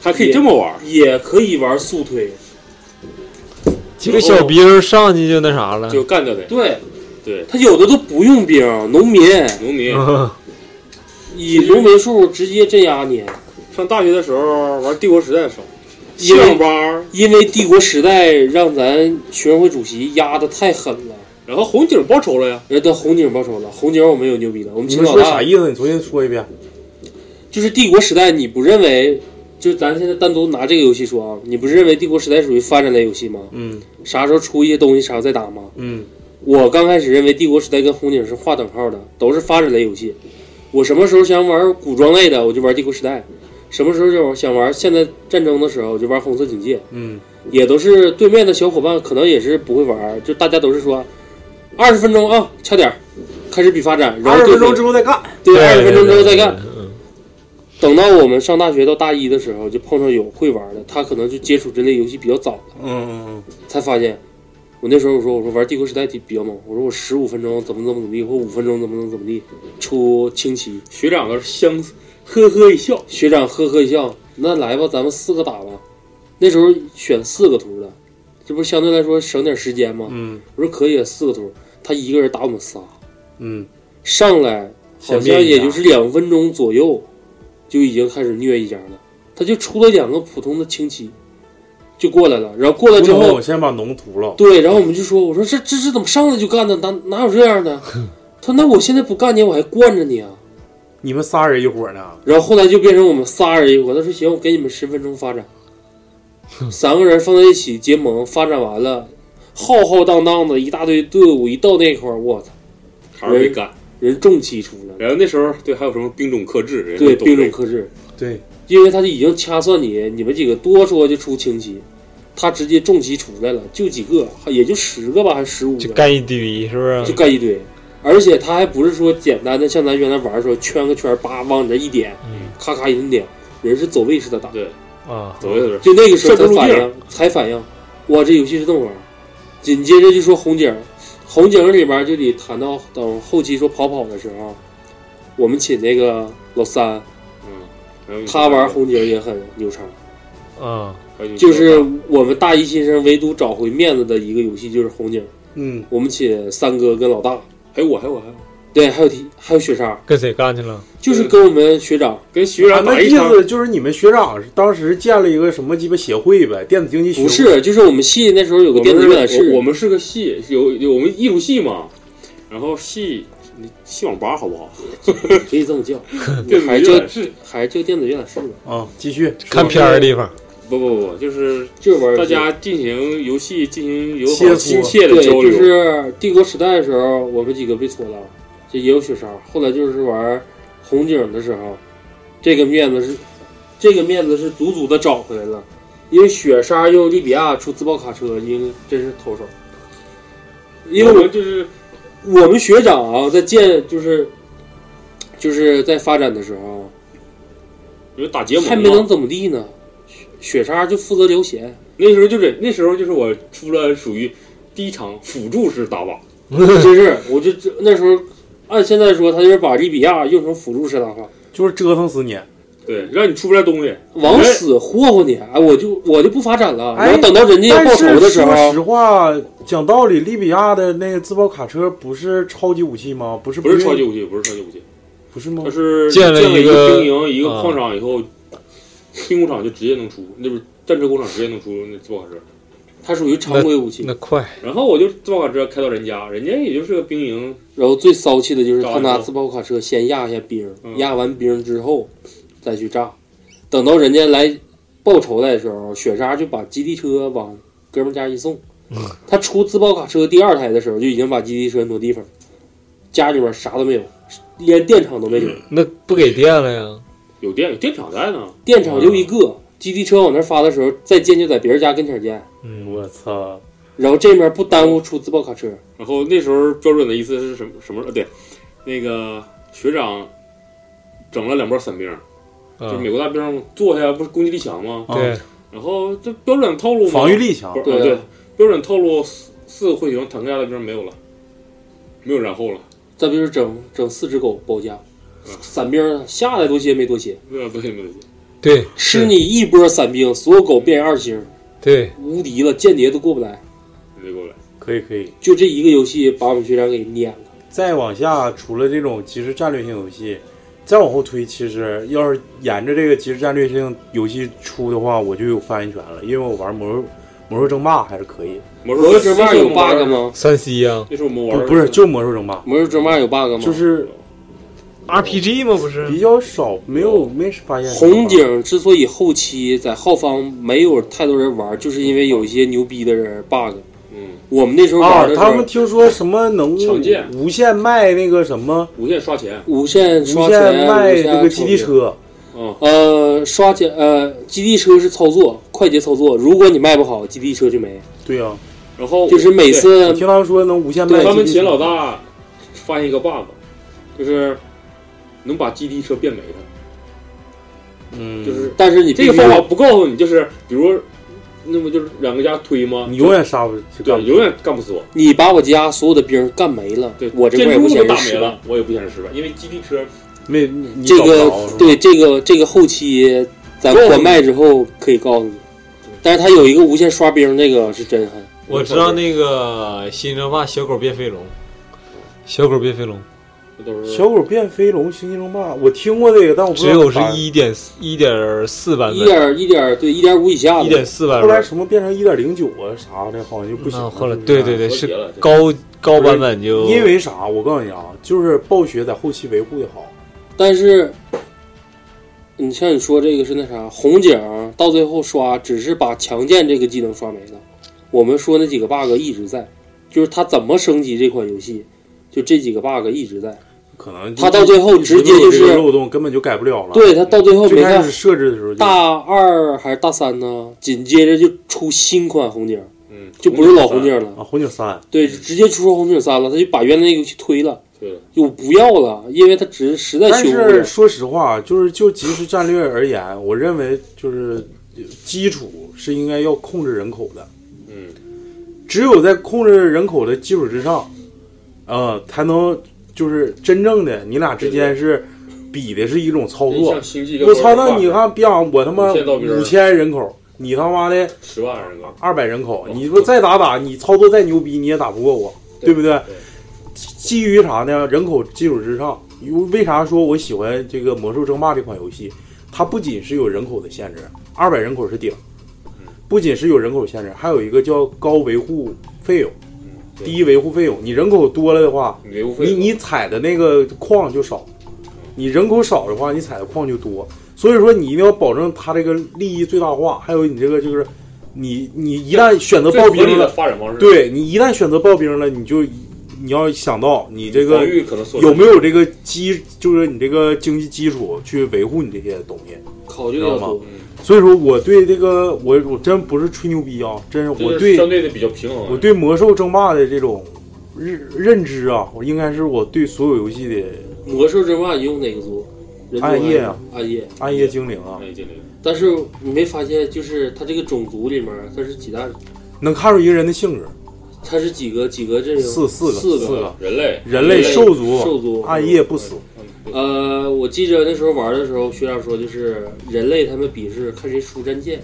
A: 还可以这么玩，
C: 也可以玩速推，
D: 几个小兵上去就那啥了，
A: 就干掉他。
C: 对
A: 对，
C: 他有的都不用兵，农民，
A: 农民
B: 嗯
C: 以农民数直接镇压你。
A: 上大学的时候玩帝国时代的时候，
C: 因
A: 象
C: 为
A: 吧，
C: 因为帝国时代让咱学生会主席压的太狠了，
A: 然后红警报仇了呀，
C: 人家红警报仇了，红警我们有牛逼的，我们
B: 你
C: 秦
B: 们
C: 老
B: 说
C: 大
B: 啥意思？你重新说一遍。
C: 就是帝国时代，你不认为？就咱现在单独拿这个游戏说啊，你不是认为帝国时代属于发展类游戏吗？
B: 嗯
C: 啥时候出一些东西，啥时候再打吗？
B: 嗯，
C: 我刚开始认为帝国时代跟红警是划等号的，都是发展类游戏。我什么时候想玩古装类的，我就玩帝国时代；什么时候就想玩现代战争的时候，我就玩红色警戒。
B: 嗯，
C: 也都是对面的小伙伴可能也是不会玩，就大家都是说二十分钟啊，掐点儿开始比发展，然
B: 二
C: 后
B: 十
C: 对
B: 分钟
C: 面
B: 之后再干。
C: 对，
B: 对
C: 二十分钟之后再
B: 对
C: 干。等到我们上大学到大一的时候，就碰上有会玩的，他可能就接触这类游戏比较早了。
B: 嗯
C: 才发现，我那时候我说我说玩帝国时代比比较猛，我说我十五分钟怎么怎么怎么地，或五分钟怎么怎么怎么地出清奇。
A: 学长都是相呵呵一笑，
C: 学长呵呵一笑，那来吧，咱们四个打吧。那时候选四个图的，这不相对来说省点时间吗？
B: 嗯
C: 我说可以，四个图，他一个人打我们仨，
B: 嗯，
C: 上来好
B: 先灭
C: 像
B: 一家
C: 也就是两分钟左右，就已经开始虐一家了。他就出了两个普通的清奇，就过来了。然后过来之
B: 不能
C: 后
B: 我，先把农屠了。
C: 对，然后我们就说，我说这这是怎么上来就干的？哪哪有这样的？他说那我现在不干你，我还惯着你啊。
B: 你们仨人一伙呢？
C: 然后后来就变成我们仨人一伙。他说行，我给你们十分钟发展，三个人放在一起结盟，发展完了，浩浩荡荡的一大堆队伍一到那块儿，我操，
A: 还是没干。
C: 人重骑出来了。
A: 然后那时候对还有什么兵种克制，人
C: 对
A: 家懂
C: 兵种
A: 这个
C: 克制，
B: 对，
C: 因为他就已经掐算你，你们几个多说就出轻骑，他直接重骑出来了，就几个，也就十个吧，还是十五个，
D: 干一堆是不是？
C: 就干一堆。而且他还不是说简单的像咱原来玩的时候圈个圈儿，叭往你这一点，咔咔一顿点，人是走位式的打。
A: 对，
D: 嗯啊，
A: 走有点
C: 就那个时候才
A: 射不入
C: 反
A: 地
C: 应
A: 儿，
C: 才反应，哇，这游戏是这么玩儿。紧接着就说红警儿，红警儿里边儿就得谈到等后期说跑跑的时候，我们请那个老三，
A: 嗯，
C: 他玩红警也很牛叉。
D: 啊，
A: 嗯
C: 就是我们大一新生唯独找回面子的一个游戏就是红警。
B: 嗯，
C: 我们请三哥跟老大，
A: 还哎有我，还有我，还有
C: 对，还有提还有雪莎，
D: 跟谁干去了？
C: 就是跟我们学长
A: 跟学
B: 啊那意思就是你们学长当时建了一个什么鸡巴协会呗？电子竞技学会
C: 不是，就是我们系那时候有个
A: 我们
C: 电子
A: 是
C: 阅览室，
A: 我我们是个系，有有我们艺术系嘛，然后系系网吧好不好？
C: 可以这么叫，
A: 电子
C: 还
A: 阅
C: 叫
A: 览室
C: 还是叫电子阅览室吧。
B: 啊，继续
D: 看片儿的地方。
A: 不不不，就是
C: 就是玩
A: 大
C: 游戏
A: 家进行游戏进行友
C: 切
A: 好
C: 磋
A: 亲切的交
C: 对，就
A: 流。
C: 是帝国时代的时候，我们几个被搓了，就也有雪莎。后来就是玩红警的时候，这个面子是这个面子是足足的找回来了，因为雪莎用利比亚出自爆卡车，应真是投手。因为
A: 我
C: 我
A: 们就是
C: 我们学长啊，在建就是就是在发展的时候，
A: 有打结盟嘛，
C: 还没能怎么地呢，雪雪莎就负责留闲。
A: 那时候就是那时候就是我出了属于第一场辅助式打靶，
C: 真是，我就这那时候，按现在说，他就是把利比亚用成辅助式大炮，
B: 就是折腾死你，
A: 对，让你出不来东西，
C: 往死霍霍你，哎，我就我就不发展了。然后等到人家
B: 哎但
C: 报仇
B: 是
C: 的时
B: 说
C: 候，
B: 实话，讲道理，利比亚的那个自爆卡车不是超级武器吗？不是，
A: 不是超级武器，不是超级武器，
B: 不
C: 嗯
B: 是吗？
A: 它是
D: 建了
A: 了
D: 一
A: 一
D: 个
A: 兵营，一个
D: 啊
A: 矿场以后，兵工厂就直接能出，那不是战车工厂直接能出那自爆卡车。
C: 它属于常规武器。
D: 那快，
A: 然后我就自爆卡车开到人家，人家也就是个兵营，
C: 然后最骚气的就是
A: 找
C: 他
A: 人
C: 拿
A: 揍
C: 自爆卡车先压一下兵，
A: 嗯
C: 压完兵之后再去炸。等到人家来报仇来的时候，雪莎就把基地车往哥们家一送。
B: 嗯
C: 他出自爆卡车第二台的时候，就已经把基地车挪地方了，家里面啥都没有，连电厂都没
B: 嗯
C: 有。
D: 那不给电了呀？
A: 有电有电厂在呢，
C: 电厂就一个，基地车往那儿发的时候，再建就在别人家跟前建，
B: 嗯我操！
C: 然后这面不耽误出自爆卡车。
A: 然后那时候标准的意思是什么什么？呃对，那个学长整了两波伞兵，
B: 嗯
D: 啊
A: 就是美国大兵坐下不是攻击力强吗？
D: 对，
A: 然后这标准套路嘛，
B: 防御力强
A: 不是
C: 对啊
A: 呃对，标准套路四四个会型坦克大兵没有了，没有然后了，
C: 再不就是整整四只狗包夹，
B: 嗯
C: 伞兵下来多些没多些，
A: 没有不行没有不行。
D: 对，
C: 吃你一波伞兵，所有狗变二星，
D: 对，
C: 无敌了，间谍都过不来。
A: 没过来，
B: 可以可以。
C: 就这一个游戏把我们学长给撵了。
B: 再往下，除了这种即时战略性游戏，再往后推，其实要是沿着这个即时战略性游戏出的话，我就有发言权了，因为我玩魔兽魔兽争霸还是可以。
A: 魔
C: 魔兽争霸有
A: 我们玩
C: bug？吗？
D: 三 C 呀
A: 那时候我们玩
B: 不
A: 的
B: 不是就魔兽争霸，
C: 魔兽争霸有 bug 吗？
B: 就是
D: ，RPG 吗？不是
B: 比较少，没有没发现
C: 红警之所以后期在浩方没有太多人玩，就是因为有一些牛逼的人 bug。
A: 嗯，
C: 我们那时候
B: 啊
C: 玩的，时候，
B: 他们听说什么能
A: 抢劫
B: 无限卖那个什么，
A: 无限刷钱，
C: 无限
B: 无
C: 刷
B: 限
C: 钱，
B: 卖
C: 无限
B: 那个基地
C: 抽
B: 车，
A: 嗯，
C: 呃，刷钱呃，基地车是操作快捷操作，如果你卖不好，基地车就没。
B: 对呀、
A: 然后
C: 就是每
A: 对
B: 我
C: 次
B: 听他们说能无限卖
A: 对
B: 基地车。
A: 他们秦老大发现一个 bug，就是能把基地车变没的，
B: 嗯，
A: 就是
C: 但是你
A: 这
C: 必须
A: 个方法不告诉你，就是比如那么就是两个家推吗？
B: 你永远杀不
A: 对，永远干不死我。
C: 你把我家所有的兵干没了，
A: 对，
C: 我这块
A: 建
C: 也
A: 筑
C: 不
A: 物
C: 显
A: 都
C: 示
A: 打
C: 失
A: 没
C: 败
A: 了，我也不显示失败，因为基地车
B: 没你
C: 这
B: 找不
C: 个
B: 着是吧
C: 对这个这个后期咱关麦之后可以告诉你，但是他有一个无限刷兵，那个是真狠。
D: 我知道那个新争霸小狗变飞龙，小狗变飞龙，
A: 这都是
B: 小狗变飞龙，星际争霸，我听过这个，但我不
D: 只
B: 知道
D: 有是
B: 啥
D: 一点一点四版
C: 一
D: 本，
C: 点一点对一点五以下
D: 啊一
C: 的
D: 点四版
B: 后来
D: 本。
B: 什么变成一点零九啊啥的，好像就不行
D: 那
B: 了。
D: 后来
B: 是不是啊
D: 对对对，
A: 和
D: 是
A: 谐了这
D: 高高版本就
B: 因为啥？我告诉你啊，就是暴雪在后期维护的好，
C: 但是，你像你说这个是那啥，红警到最后刷，只是把强健这个技能刷没了。我们说那几个 bug 一直在，就是他怎么升级这款游戏，就这几个 bug 一直在。
B: 可能
C: 他到最后直接就
B: 一直
C: 是
B: 有这个漏洞，根本就改不了了。
C: 对他到最后
B: 最
C: 没
B: 开
C: 看
B: 始设置的时候就，
C: 大二还是大三呢，紧接着就出新款红警，
A: 嗯，
C: 就不是老红警了。
B: 啊，红警三
C: 对，直接出红警三了，他就把原来那个游戏推了，
A: 对了，
C: 就不要了，因为他只实在
B: 但
C: 修不了
B: 是。说实话，就是就即时战略而言，我认为就是呃基础是应该要控制人口的，
A: 嗯，
B: 只有在控制人口的基础之上，呃，才能就是真正的你俩之间是比的是一种操
J: 就
B: 作
J: 像星际。跟
B: 我
J: 火
B: 操，
J: 影
B: 那你看，别想我他妈
J: 无限道兵
B: 五千人口，你他妈的
J: 十万人口，
B: 二百人口，你说再咋打，你操作再牛逼，你也打不过我，哦对不对？基于啥呢？人口基础之上，为啥说我喜欢这个《魔兽争霸》这款游戏？它不仅是有人口的限制，二百人口是顶，嗯不仅是有人口限制，还有一个叫高维护费用，低维护费用。你人口多了的话，
J: 你维护费
B: 你你采的那个矿就少，你人口少的话，你采的矿就多。所以说，你一定要保证它这个利益最大化。还有你这个就是，你你一旦选择
J: 最
B: 刨
J: 合理
B: 冰
J: 的
B: 了，
J: 发展方式，
B: 对你一旦选择刨冰了，你就你要想到你这个
J: 防御可能缩水
B: 有没有这个基，就是你这个经济基础去维护你这些东西，
J: 考虑
B: 知道
J: 要
A: 嗯
B: 吗
J: 多，？
B: 所以说，我对这个我我真不是吹牛逼啊，真是
J: 就
B: 我
J: 是
B: 对
J: 相对的比较平
A: 啊
J: 衡
B: 我对魔兽争霸的这种认认知啊，我应该是我对所有游戏的
C: 魔兽争霸你用哪个族？人族
B: 暗夜啊，
C: 暗夜，
B: 暗夜精灵啊，
C: 但是你没发现，就是它这个种族里面，它是几大，
B: 能看出一个人的性格。
C: 它是几个几个阵营？
B: 四四
C: 四
B: 个
C: 个
B: 四个
J: 人类
B: 人类兽族啊
C: 兽族
B: 暗夜不死。
C: 呃，我记着那时候玩的时候，学长说就是人类他们比是看谁出战舰，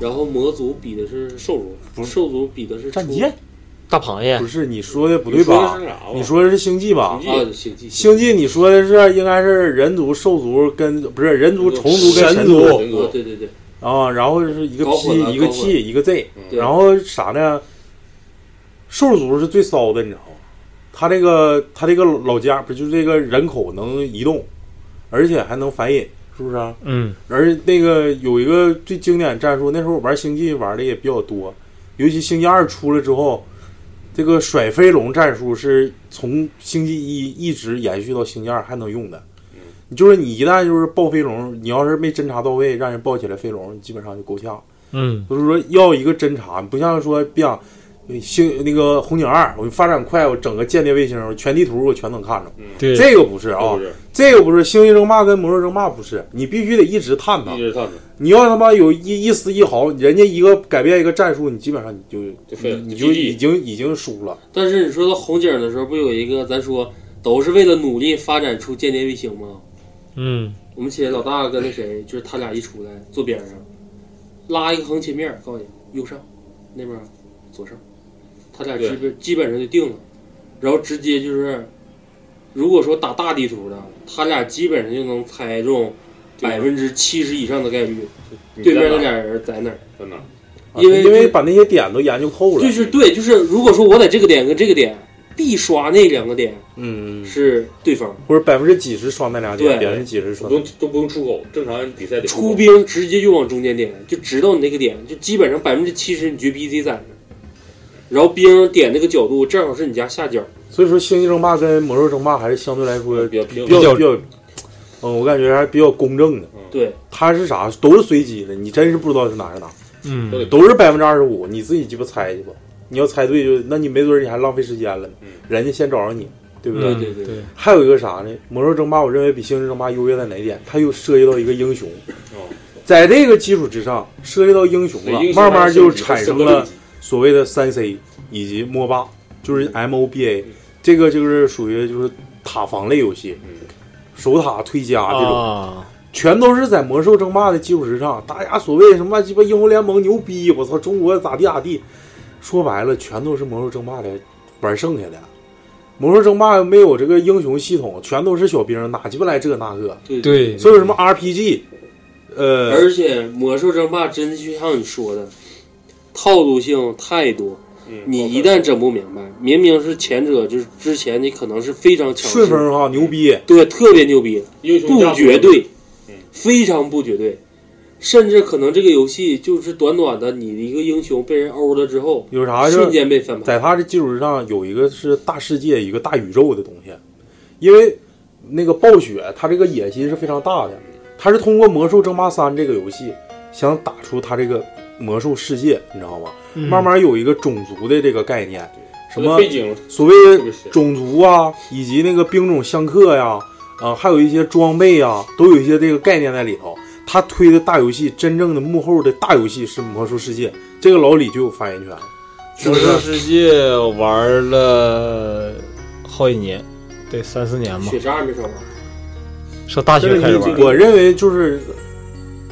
C: 然后魔族比的是兽族，兽族比的是战舰。
D: 大螃蟹
B: 不是你说的不对
C: 你说
B: 吧
C: 的是啥吧？
B: 你说的是星际吧？
C: 星际啊星际
B: 星际，你说的是应该是人族、兽族跟不是人族、虫族跟
C: 神
B: 族
C: 族神族对对对
B: 啊，然后是一个
C: 搞
B: P
C: 混了
B: 一个
C: 搞
B: T
C: 混
B: 一个 Z，
C: 对
B: 然后啥呢？兽族是最骚的，你知道吗？他这个他这个老家不就是这个人口能移动，而且还能繁衍，是不是、啊？
D: 嗯，
B: 而那个有一个最经典的战术，那时候我玩星际玩的也比较多，尤其星际二出了之后，这个甩飞龙战术是从星际一一直延续到星际二还能用的。你就是你一旦就是爆飞龙，你要是没侦查到位，让人爆起来飞龙，你基本上就够呛。
D: 嗯，
B: 就是说要一个侦查，不像说别想星那个红警二，我发展快，我整个间谍卫星，我全地图我全能看着。
D: 对
B: 这个不是啊
D: 这不是，
B: 这个不是星际争霸跟魔兽争霸不是，你必须得一直探它。
J: 一直探索。
B: 你要他妈有一一丝一毫，人家一个改变一个战术，你基本上你就
C: 废了
B: 你
C: 就
B: 就
C: GG
B: 已经已经输了。
C: 但是你说到红警的时候，不有一个咱说都是为了努力发展出间谍卫星吗？
D: 嗯，
C: 我们且老大跟那谁，就是他俩一出来坐边上，拉一个横切面，告诉你右上，那边左上，他俩基本基本上就定了，然后直接就是，如果说打大地图的，他俩基本上就能猜中百分之七十以上的概率，
J: 你
C: 对面
J: 在哪
C: 那俩人在哪儿。
J: 在哪儿？
B: 啊
C: 因为
B: 因为把那些点都研究透了，
C: 就是对，就是如果说我在这个点跟这个点必刷那两个点
B: 嗯，
C: 是对方，
B: 或者百分之几十双那俩点，
C: 对
B: 百分之几十双
J: 不。用都不用出口，正常比赛得
C: 出兵直接就往中间点，就知道你那个点，就基本上百分之七十你绝逼得在那儿。然后兵点那个角度正好是你家下角，
B: 所以说，星际争霸跟魔兽争霸还是相对来说比较
C: 平
B: 比较
C: 衡
B: 比较，嗯，我感觉还是比较公正的。
C: 对，
B: 它是啥都是随机的，你真是不知道是哪是哪。
D: 嗯
B: 都是百分之二十五，你自己鸡巴猜去吧。你要猜对就，那你没准你还浪费时间了呢。人家先找着你，对不对？
C: 嗯对对对对
B: 还有一个啥呢？魔兽争霸，我认为比星际争霸优越在哪一点？它又涉及到一个英雄，在这个基础之上，涉及到英雄了
J: 对英，雄
B: 慢慢
J: 还
B: 就
J: 是
B: 产生
J: 升格
B: 了
J: 论级
B: 所谓的三 C 以及 MOBA，就是 MOBA，这
J: 嗯
B: 个就是属于就是塔防类游戏，
J: 嗯
B: 守塔推加这种。
D: 啊
B: 全都是在魔兽争霸的基础之上，大家所谓什么鸡巴英雄联盟牛逼，我操，中国咋地咋地，说白了，全都是魔兽争霸的玩剩下的。魔兽争霸没有这个英雄系统，全都是小兵，哪鸡巴来这那个？
C: 对
D: 对
B: 所以有什么 RPG，呃，
C: 嗯而且魔兽争霸真的就像你说的，套路性太多。你一旦整不明白，明明是前者，就是之前你可能是非常强势，
B: 顺风哈牛逼，
C: 对，特别牛逼，
J: 英
B: 雄
C: 不
B: 架构
C: 绝对，非常不绝对，甚至可能这个游戏就是短短的，你的一个英雄被人欧了之后，
B: 有啥就是
C: 瞬间被翻盘。
B: 在它的基础之上，有一个是大世界，一个大宇宙的东西。因为那个暴雪，它这个野心是非常大的，它是通过《魔兽争霸三》这个游戏，想打出它这个魔兽世界，你知道吗？
J: 嗯
B: 慢慢有一个种族的这个概念，什
J: 它
B: 么
J: 的背景
B: 所谓的种族啊，以及那个兵种相克呀、啊，还有一些装备啊，都有一些这个概念在里头。他推的大游戏，真正的幕后的大游戏是《魔兽世界》，这个老李就有发言权。
D: 魔兽世界玩了好几年，得三四年吧。
C: 雪莎还没少玩，
D: 上大学开始玩。
B: 我认为就是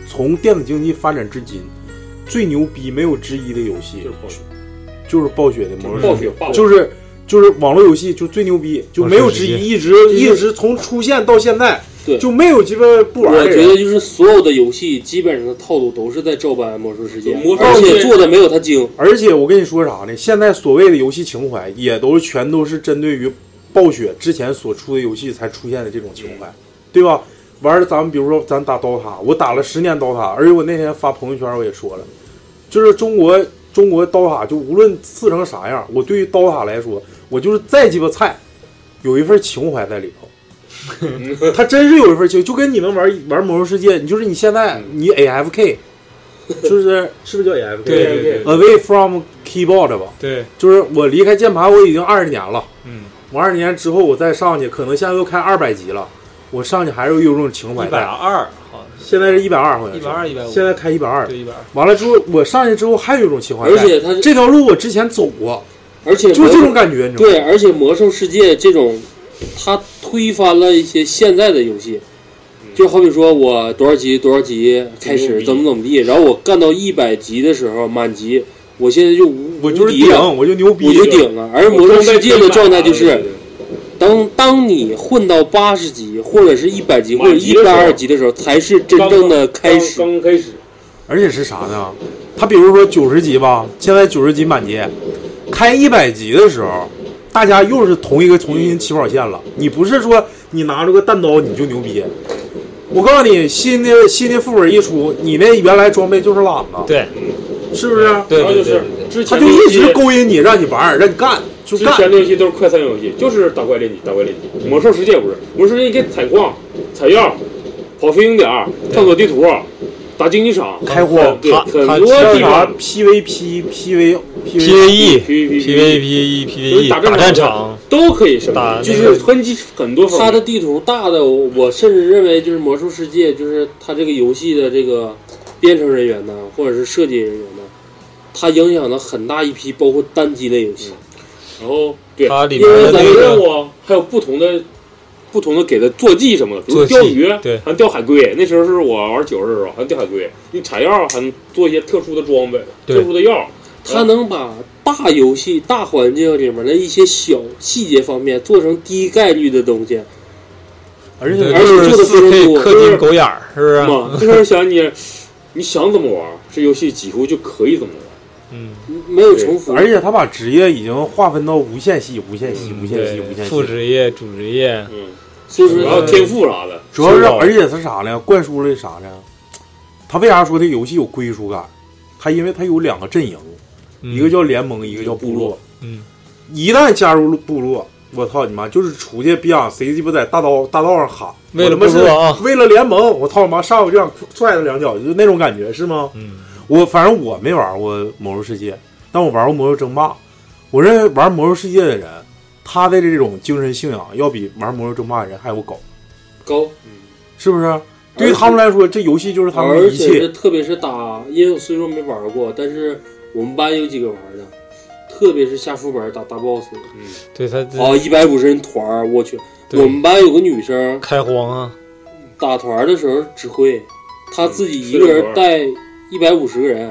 B: 从电子竞技发展至今，最牛逼没有之一的游戏就是暴雪的魔兽世界，就是就是网络游戏就最牛逼，就没有之一，一直一直从出现到现在，
C: 对，
B: 就没有鸡巴不玩的
C: 我
B: 人。
C: 觉得就是所有的游戏基本上的套路都是在照搬《魔兽世界》，
B: 魔兽
C: 而
B: 世
C: 且
B: 界
C: 做的没有它精。
B: 而且我跟你说啥呢？现在所谓的游戏情怀，也都全都是针对于暴雪之前所出的游戏才出现的这种情怀，对吧？玩咱们比如说咱打刀塔，我打了十年刀塔，而且我那天发朋友圈我也说了，就是中国中国刀塔就无论刺成啥样，我对于刀塔来说，我就是再鸡巴菜，有一份情怀在里头。他真是有一份情，就跟你们玩玩魔兽世界，你就是你现在你 AFK，就是是不是叫 E AFK？
D: 对对对
B: Away from keyboard 吧？
D: 对，
B: 就是我离开键盘我已经二十年了，
D: 嗯，
B: 我二十年之后我再上去，可能现在都开二百级了，我上去还是有种情怀在。
D: 120好像
B: 现在是一百二好像是。
D: 120 150
B: 现在开一百二，
D: 对120
B: 完了之后我上去之后还有一种情怀在，
C: 而且它是
B: 这条路我之前走过，
C: 而且
B: 就是这
C: 魔
B: 种感觉，你知道吗？
C: 对，而且《魔兽世界》这种，它推翻了一些现在的游戏，就好比说我多少级多少级开始怎么怎么地，然后我干到一百级的时候满级，我现在就无
B: 我就是
C: 无敌了
B: 顶我就牛逼
C: 我就顶了。而《魔兽世界》的状态就是。当当你混到八十级，或者是一百级，或者
B: 满级
C: 一
B: 的时
C: 百
B: 候
C: 二级的时候，才是真正的开始。
B: 刚开始。而且是啥呢？他比如说九十级吧，现在九十级满级，开一百级的时候，大家又是同一个重新起跑线了。你不是说你拿着个弹刀你就牛逼。我告诉你，新的新的副本一出，你那原来装备就是懒子，
D: 对，
B: 是不是？
D: 对对对对
J: 之
B: 他
J: 前
B: 就
J: 的游
B: 一
J: 戏
B: 直勾引你，让你玩儿，让你干，就
J: 之
B: 干。
J: 前的游戏都是快餐游戏，就是打怪练级，打怪练级。魔兽世界不是，魔兽世界你给采矿、采药、跑飞行点儿、探索地图、打竞技场、
B: 开荒，
J: 对，很
B: 他
J: 多地
B: 啥
J: 方
B: PVP、PV、
D: E，
J: PVE
D: PVE、
J: 就是打战场都可以升级，就是很几很多方面
C: 它的地图大的，我我甚至认为就是《魔兽世界》，就是它这个游戏的这个编程人员呢，或者是设计人员呢，它影响了很大一批包括单机类游戏。
B: 嗯
J: 然后对，
D: 它里
J: 因为
D: 面的
J: 咱
D: 那
J: 们
D: 个
J: 任务还有不同的不同的给的坐骑什么的，比如
D: 坐骑
J: 钓鱼，
D: 对
J: 还能钓海龟。那时候是我玩九十的时候，还能钓海龟。你采药还能做一些特殊的装备、
C: 对
J: 特殊的药。
C: 它能把大游戏、大环境里面的一些小细节方面做成低概率的东西，
B: 而
C: 且而
D: 而
C: 且
D: 且
C: 做的
D: 四
C: 非
D: K
C: 常多，
D: 氪金狗眼儿，是不是？
J: 嘛，这时候想你，你想怎么玩，这游戏几乎就可以怎么玩。
D: 嗯，
C: 没有重
J: 复
B: 而且他把职业已经划分到无限系、无限系、无限系、
D: 嗯对
B: 无限，系。
D: 副职业、主职业，
J: 嗯，
C: 所以
B: 说还有天赋
J: 啥的
B: 主要是，而且是啥呢？灌输了啥呢？他为啥说这游戏有归属感？他因为他有两个阵营，一个叫联盟，一个叫部落。
D: 嗯，
B: 一旦加入部落，我操你妈，就是出去逼养谁鸡巴在大道大道上喊，
D: 为了
B: 我他妈
D: 部落啊
B: 是为了联盟，我操你妈上我就想踹他两脚，就那种感觉是吗？
D: 嗯，
B: 我反正我没玩过魔兽世界，但我玩过魔兽争霸。我认为玩魔兽世界的人，他的这种精神信仰要比玩魔兽争霸的人还要高。
C: 高，
B: 是不是？对于他们来说，这游戏就是他们的
C: 而
B: 一
C: 且是
B: 切。
C: 特别是打，因为我虽说没玩过，但是我们班有几个玩的，特别是下副本打大 boss，嗯，
D: 对他
C: 哦，一百五十人团儿，我去，
D: 对
C: 我们班有个女生
D: 开荒啊，
C: 打团儿的时候指挥，她自己一个人带一百五十个人，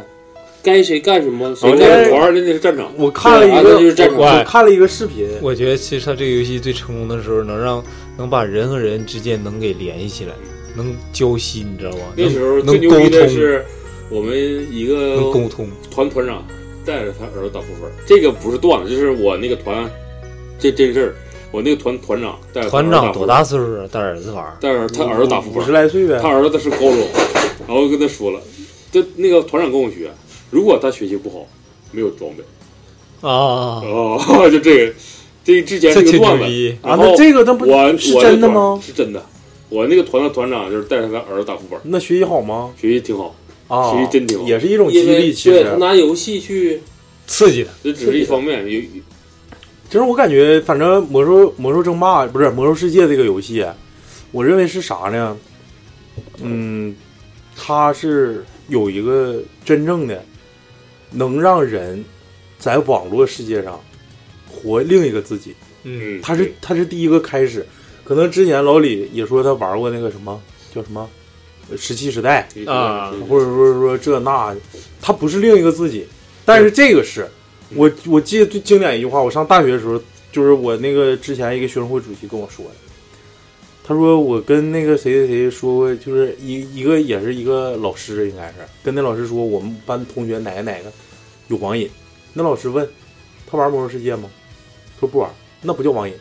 C: 该谁干什么，谁
J: 我
C: 干什
J: 那
C: 么。
J: 玩的那是战场，
B: 我
C: 看了一个对啊那就是战场
D: 我
C: 我看
B: 了一个视频。
D: 我觉得其实他这个游戏最成功的时候，能让能把人和人之间能给联系起来，能交心，你知道吧？
J: 那时候
D: 能
J: 最
D: 能
J: 牛
D: 沟
J: 逼的
D: 通，
J: 是我们一个
D: 能沟通
J: 团团长带着他儿子打部分，这个不是段子，就是我那个团这真事儿。我那个团团长带着他儿
D: 团
J: 子
D: 长
J: 打
D: 多
J: 副本
D: 大岁数啊？带儿子玩儿？
J: 但是他儿子打副本，
B: 十来岁呗啊
J: 他儿子是高中，然后跟他说了，这那个团长跟我学，如果他学习不好，没有装备。
D: 啊
J: 哦，就这个，这之前是
D: 这
J: 个
D: 挺
J: 段
D: 牛
J: 子
D: 逼
J: 然
B: 啊那
J: 后
B: 这个那不
J: 我
B: 是
J: 我
B: 真的
J: 那团
B: 吗
J: 是真的。我那个团的团长就是带着他儿子打副本，
B: 那学习好吗？
J: 学习挺好
B: 啊
J: 学习真挺好，
B: 也是一种
C: 因为
D: 啊
C: 对他拿游戏去
D: 刺激的，
J: 这只是一方面，有
B: 其实我感觉，反正魔兽魔兽争霸不是魔兽世界这个游戏，我认为是啥呢？嗯，它是有一个真正的能让人在网络世界上活另一个自己。
D: 嗯
B: 它是它是第一个开始，可能之前老李也说他玩过那个什么叫什么《石器时代》
D: 啊
B: 或者说说这那，他不是另一个自己，但是这个是我我记得最经典一句话，我上大学的时候，就是我那个之前一个学生会主席跟我说的，他说我跟那个谁谁谁说过，就是一一个也是一个老师，应该是跟那老师说我们班同学哪个哪个有网瘾，那老师问他玩魔兽世界吗？说不玩，那不叫网瘾。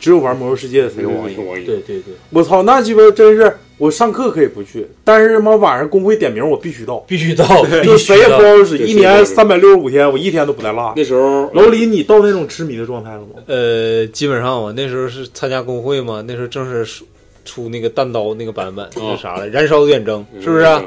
B: 只有玩魔兽世界的才有网瘾。
D: 对对对，
B: 我操，那鸡巴真是，我上课可以不去，但是他妈晚上工会点名我必须到，
D: 必须到
B: 就谁也不好使，
D: 必须到
B: 一年三百六十五天，我一天都不带落。
D: 那时候
B: 老李，你到那种痴迷的状态了吗？
D: 呃，基本上我那时候是参加工会嘛，那时候正是出出那个弹刀那个版本，那啥了，燃烧远征是不是啊？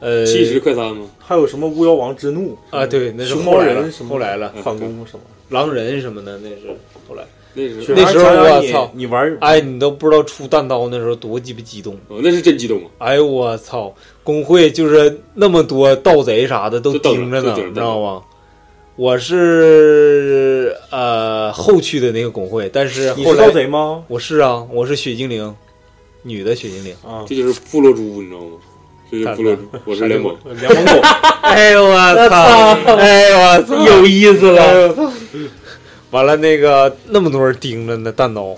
D: 呃，
C: 七十快餐吗？
B: 还有什么巫妖王之怒
D: 啊？对，那是
B: 熊
D: 后
B: 猫
D: 来
B: 人
D: 了
B: 什，么嗯
D: 后来了，
B: 反攻什么
D: 狼人什么的，那是后来。
B: 是
D: 嗯那时候我
B: 你
D: 操，
B: 你玩
D: 哎，你都不知道出弹刀那时候多鸡巴激动，
C: 那是真激动啊！
D: 哎呦我操，工会就是那么多盗贼啥的都
C: 等着
D: 盯着呢，
C: 就等着
D: 你知道吗？我是呃后去的那个工会，但是
B: 你
D: 后
B: 是
D: 来
B: 盗贼吗？
D: 我是啊，我是雪精灵，女的雪精灵
B: 啊
C: 这就是部落猪，你知道吗？这就是部落猪，我是联盟，
B: 联盟狗。
D: 哎呦我操！哎呦我操！有意思了。完了，那个那么多人盯着呢，弹刀，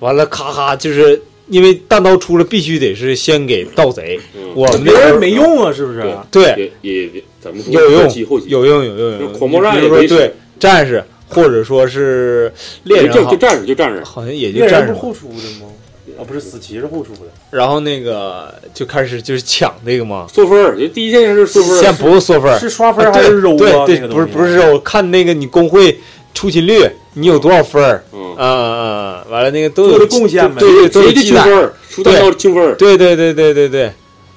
D: 完了咔咔，就是因为弹刀出了，必须得是先给盗贼。我们
B: 别
D: 那时
B: 人
D: 候
B: 没用啊，是不是？
D: 对，
C: 嗯也也咱们
D: 有用
C: 后期后期，
D: 有用有用有用。
C: 狂暴战
D: 比如
C: 也
D: 说
C: 没
D: 对战士，或者说是猎人
C: 就
D: 好，
C: 就战士就战士
D: 好像也就
B: 猎
D: 战
B: 人不
D: 士
B: 是。后出的吗？啊，不是，死骑是后出的。
D: 然后那个就开始就是抢这个嘛，
C: 缩分儿，就第一件事是缩分儿，
D: 先不是缩分儿，
C: 是
B: 刷
C: 分儿还是揉啊
D: 对对
C: 那个
D: 对，
C: 东
D: 不
C: 西
D: 是不是揉，看那个你工会出勤率，你有多少分儿？
C: 嗯
D: 啊啊，嗯完了那个都
C: 做
D: 有
C: 的贡献呗谁
D: 对对，都有
C: 的
D: 记
C: 清
D: 载
C: 分儿出蛋糕的清分儿
D: 对对对对对对，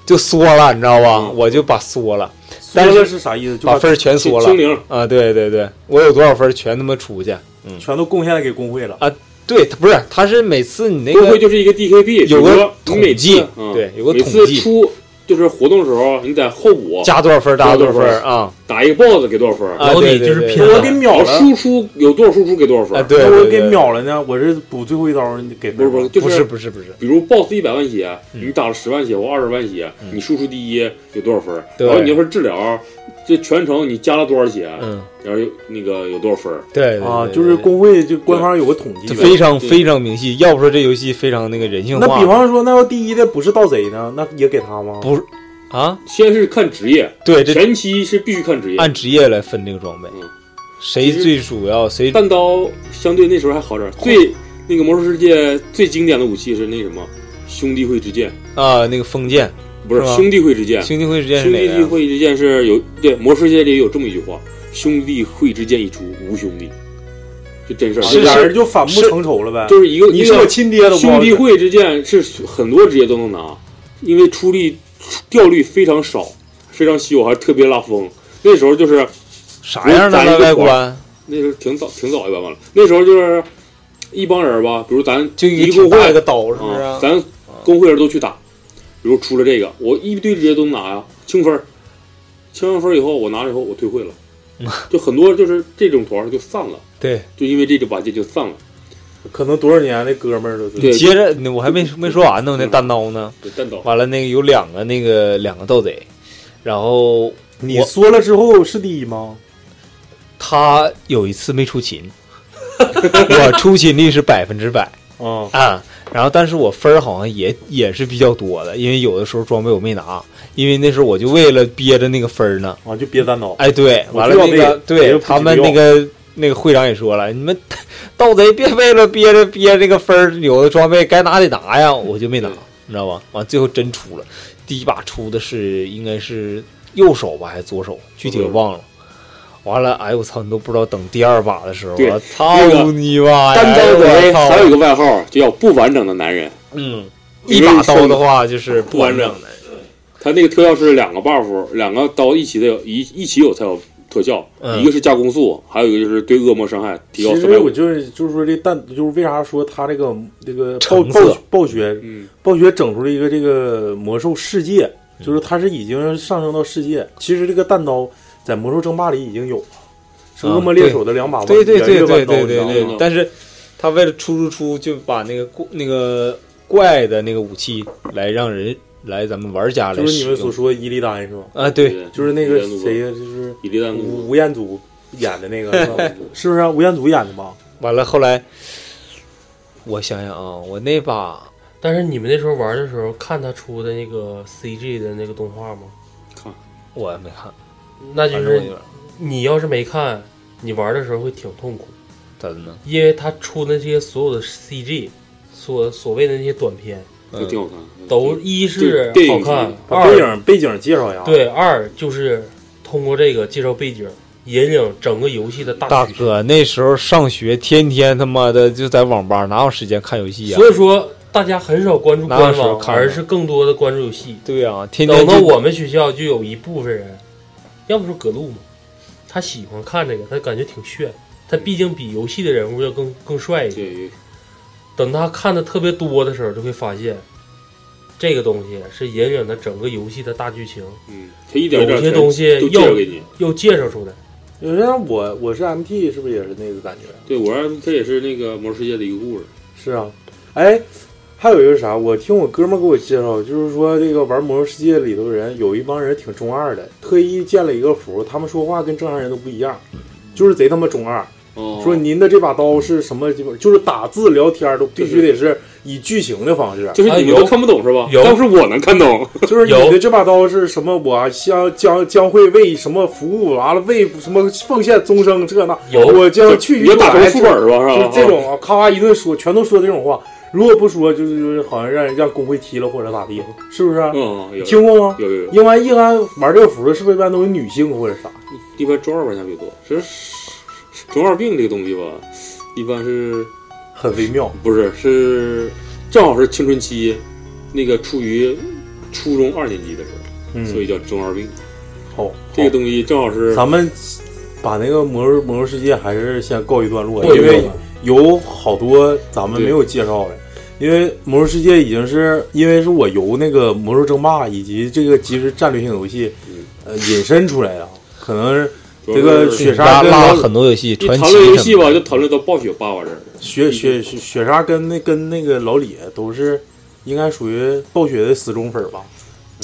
D: 就缩了，你知道
C: 嗯
D: 吧？我就把缩了，
B: 缩
D: 但
B: 了是啥意思？就
D: 把分儿全缩
B: 缩
D: 了，啊，对对对，我有多少分儿全他妈出去，嗯，
B: 全都贡献给工会了
D: 啊。对，他不是，他是每次你那
C: 工
D: 个
C: 会就是一个 DKB，
D: 有
C: 比如说
D: 个
C: 你
D: 统
C: 每
D: 计
C: 次，嗯
D: 对，有个
C: 每
D: 统
C: 次
D: 计，
C: 出就是活动的时候，你在后补
D: 加多少分儿
C: 加
D: 打
C: 多
D: 多
C: 少
D: 少
C: 分儿
D: 分儿啊？
C: 打一个 BOSS 给多少分儿？
D: 啊老李对对就是对拼啊了
C: 我给秒了，输出有多少输出给多少分儿？
B: 那我给秒了呢，我是补最后一刀，你给
C: 不是不是，就是
D: 不是，
C: 比如 BOSS 一百万血，你打了十万血或二十万血，你输出第一有多少分儿？
D: 对
C: 然后你要是治疗，这全程你加了多少血？
D: 嗯，
C: 然后有那个有多少分儿？
D: 对
B: 啊，就是工会就官方有个统计
D: 这
B: 呗，
D: 非常非常明细。要不说这游戏非常那个人性化。
B: 那比方说，那要第一的不是盗贼呢，那也给他吗？
D: 不是啊，
C: 先是看职业，
D: 对，这
C: 前期是必须看职业，
D: 按职业来分这个装备，谁最主要谁
C: 弹刀相对那时候还好点儿，
D: 哦
C: 最那个魔兽世界最经典的武器是那什么兄弟会之剑，
D: 啊？那个封建
C: 不是
D: 吧
C: 兄弟会之剑，
D: 兄弟会之剑是
C: 兄
D: 哪个呀
C: 弟会之剑是有对魔兽世界里有这么一句话：兄弟会之剑一出无兄弟，就真事儿，
B: 是
C: 俩
B: 是
C: 人
B: 就反目成仇
D: 啊
B: 了呗
C: 就是一个
B: 你是
C: 一个
B: 我亲爹都不好使
C: 兄弟会之剑是很多职业都能拿，因为出力掉率非常少，非常稀有，还特别拉风。那时候就是
D: 啥样
C: 咱
D: 的
C: 一个
D: 外
C: 团
D: 观？
C: 那时候挺早，挺早一般了。那时候就是一帮人吧，比如咱
D: 就一
C: 一个
D: 个
C: 工
D: 挺大
C: 会
D: 一个刀是不是
C: 啊咱工会人都去打，比如出了这个，我一堆直接都拿呀，清分儿，清完分儿以后我拿了以后我退会了，就很多就是这种团儿就散了，
D: 对，
C: 就因为这个把这就散了。
B: 可能多少年的哥们儿都是。
D: 你接着，那我还没没说完呢，我那单刀呢？
C: 单刀
D: 完了，那个有两个那个两个盗贼，然后
B: 你
D: 我
B: 说了之后是第一吗？
D: 他有一次没出勤， 我出勤率是百分之百
B: 啊
D: 啊，然后但是我分儿好像也也是比较多的，因为有的时候装备我没拿，因为那时候我就为了憋着那个分儿呢，
B: 啊，就憋单刀。
D: 哎，对，
B: 我
D: 完
B: 知
D: 了
B: 道
D: 那
B: 这个
D: 个对
B: 我就不
D: 他们
B: 急着
D: 那个那个会长也说了，你们盗贼别为了憋着憋这个分儿，有的装备该拿得拿呀，我就没拿，你知道吧？完最后真出了，第一把出的是应该是右手吧还是左手，具体我忘了。完了，哎呦我操！你都不知道等第二把的时候，
C: 对
D: 我操
C: 那个
D: 你妈呀！
C: 单刀
D: 哎
C: 贼
D: 呦我操
C: 还有一个外号就叫不完整的男人，
D: 嗯，一把刀的话就是不完整的。
C: 他那个特效是两个 buff，两个刀一起的有一一起有才有特效，
B: 嗯
C: 一个是加攻速，还有一个就是对恶魔伤害提高
B: 其
C: 三
B: 实
C: 百
B: 我
C: 五。
B: 就是就是说这蛋，就是为啥说他这个这个暴
C: 成
B: 暴
C: 色
B: 暴雪，暴雪整出了一个这个魔兽世界，就是它是已经上升到世界。其实这个弹刀在魔兽争霸里已经有了，是恶魔猎手的两把
D: 对对对
B: 圆月
D: 对
B: 弯刀
D: 对对
B: 你知道吗
D: 对，但是他为了出出出，就把那个怪那个怪的那个武器来让人来咱们玩家来
B: 就是你们
D: 使
B: 所
D: 用
B: 说的伊利丹是吗？
D: 啊对
B: 就是那个谁呀，就是
A: 伊利丹
B: 吴吴彦祖演的那个，是吧是不是吴彦祖演的吧？
D: 完了后来，我想想啊，我那把
C: 但是你们那时候玩的时候，看他出的那个 CG 的那个动画吗？
A: 看，
D: 我没看。
C: 那就
D: 反正我
C: 是
D: 有点
C: 你要是没看，你玩的时候会挺痛苦。
D: 咋的呢？
C: 因为他出的那些所有的 CG，所所谓的那些短片，
A: 都挺好看
C: 都一是
A: 电
C: 好
A: 影
C: 看，
B: 把
C: 二
B: 背景背景介绍一下啊
C: 对，二就是通过这个介绍背景，引领整个游戏的大
D: 大
C: 趋势。
D: 哥那时候上学，天天他妈的就在网吧，哪有时间看游戏呀、啊
C: 所以说，大家很少关注
D: 哪
C: 官
D: 有时候
C: 网，
D: 看
C: 而
D: 呢
C: 是更多的关注游戏。
D: 对呀、天天
C: 等到
D: 就
C: 我们学校就有一部分人，要不说葛路嘛，他喜欢看这个，他感觉挺炫，他毕竟比游戏的人物要更更帅一
A: 些。
C: 等他看的特别多的时候，就会发现。这个东西是引领的整个游戏的大剧情，
A: 嗯，他一点一点
C: 有些东西
A: 都介
C: 要
A: 绍给你
C: 要介绍出来，
B: 有些我我是 MT，是不是也是那个感觉？
A: 对，我让这也是那个《魔兽世界》的一个故事。
B: 是啊，哎，还有一个啥？我听我哥们儿给我介绍，就是说这个玩《魔兽世界》里头的人，有一帮人挺中二的，特意建了一个服，他们说话跟正常人都不一样，就是贼他妈中二。
A: 哦
B: 说您的这把刀是什么？就是打字聊天都必须得是以剧情的方式，
A: 就是你们都看不懂是吧？但是我能看懂，
B: 就是你的这把刀是什么？我将将将会为什么服务？完了为什么奉献终生？这那
A: 有
B: 我将去
A: 有
B: 与
A: 打成
B: 来
A: 副本儿吧是吧
B: 就是这种啊，咔咔一顿说，全都说这种话。如果不说，就是就是好像让人让工会踢了或者咋地，是不是？
A: 嗯有
B: 你听过吗？
A: 有有有
B: 因为一般玩这个服是不是一般都是女性或者啥？
A: 一般中二玩家比较多。其实中二病这个东西吧，一般是
B: 很微妙，
A: 不是是正好是青春期，那个处于初中二年级的时候，
B: 嗯
A: 所以叫中二病。
C: 哦
B: 好，
A: 这个东西正好是
B: 咱们把那个魔兽魔兽世界还是先告一段落，
A: 告一
B: 因
A: 段落
B: 为有好多咱们没有介绍的。因为魔兽世界已经是因为是我由那个魔兽争霸以及这个即时战略性游戏，
A: 嗯
B: 呃引申出来的啊，可能是这个雪
D: 拉
B: 莎跟
D: 拉了很多游戏，
A: 一
D: 传
A: 谈
D: 奇
A: 论游
D: 什
A: 戏
D: 么
A: 吧，
D: 的。
A: 就讨论到暴雪霸王这儿。
B: 雪雪雪雪莎跟那跟那个老李都是应该属于暴雪的死忠粉儿吧？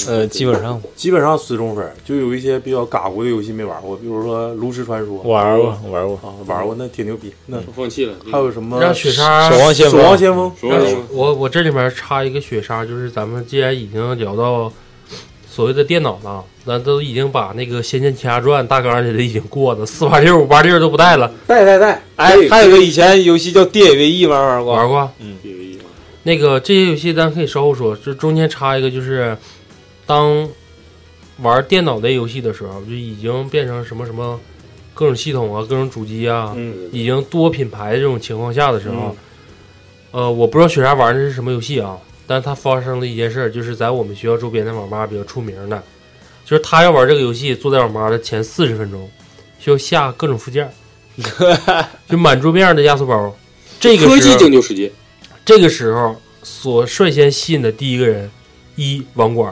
D: 呃基本上
B: 基本上死忠粉儿，就有一些比较嘎咕的游戏没玩过，比如说《炉石传说》
D: 玩过玩过
B: 啊，玩过那挺牛逼。那
A: 放弃了。
B: 还有什么
C: 让雪莎
B: 守望先锋，嗯
C: 让雪嗯我我这里面插一个雪莎，就是咱们既然已经聊到所谓的电脑了，咱都已经把那个《仙剑奇侠传》大纲里的已经过了，四八六五八六都不带了。
B: 带带带，
D: 哎，还有个以前游戏叫《电影卫艺》，玩玩过，
C: 玩过，
D: 嗯，
C: 那个这些游戏咱可以稍后说，就中间插一个，就是当玩电脑类游戏的时候，就已经变成什么什么各种系统啊、各种主机啊，
B: 嗯
C: 已经多品牌这种情况下的时候
B: 嗯，
C: 呃，我不知道雪莎玩的是什么游戏啊，但它发生了一件事儿，就是在我们学校周边的网吧比较出名的，就是他要玩这个游戏，坐在网吧的前四十分钟需要下各种附件儿，就满桌面的压缩包。这个
A: 科技拯救
C: 界。
A: 世界，
C: 这个时候所率先吸引的第一个人，一网管，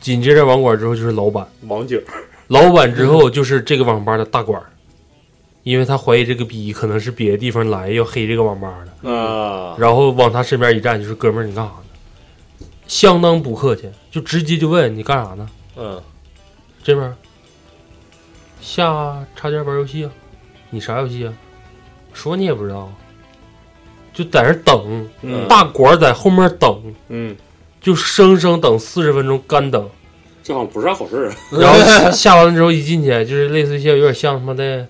C: 紧接着网管之后就是老板，
B: 网警，
C: 老板之后就是这个网吧的大管儿，因为他怀疑这个逼可能是别的地方来要黑这个网吧的，
D: 啊
C: 然后往他身边一站，就是哥们儿，你干啥呢？相当不客气，就直接就问你干啥呢？
D: 嗯，
C: 这边儿下插件玩游戏啊？你啥游戏啊？说你也不知道啊，就在那儿等，
A: 嗯
C: 大管儿在后面等，
B: 嗯，
C: 就生生等四十分钟，干等。
A: 这好像不是啥好事儿啊。
C: 然后下下完了之后一进去，就是类似于像有点像他妈的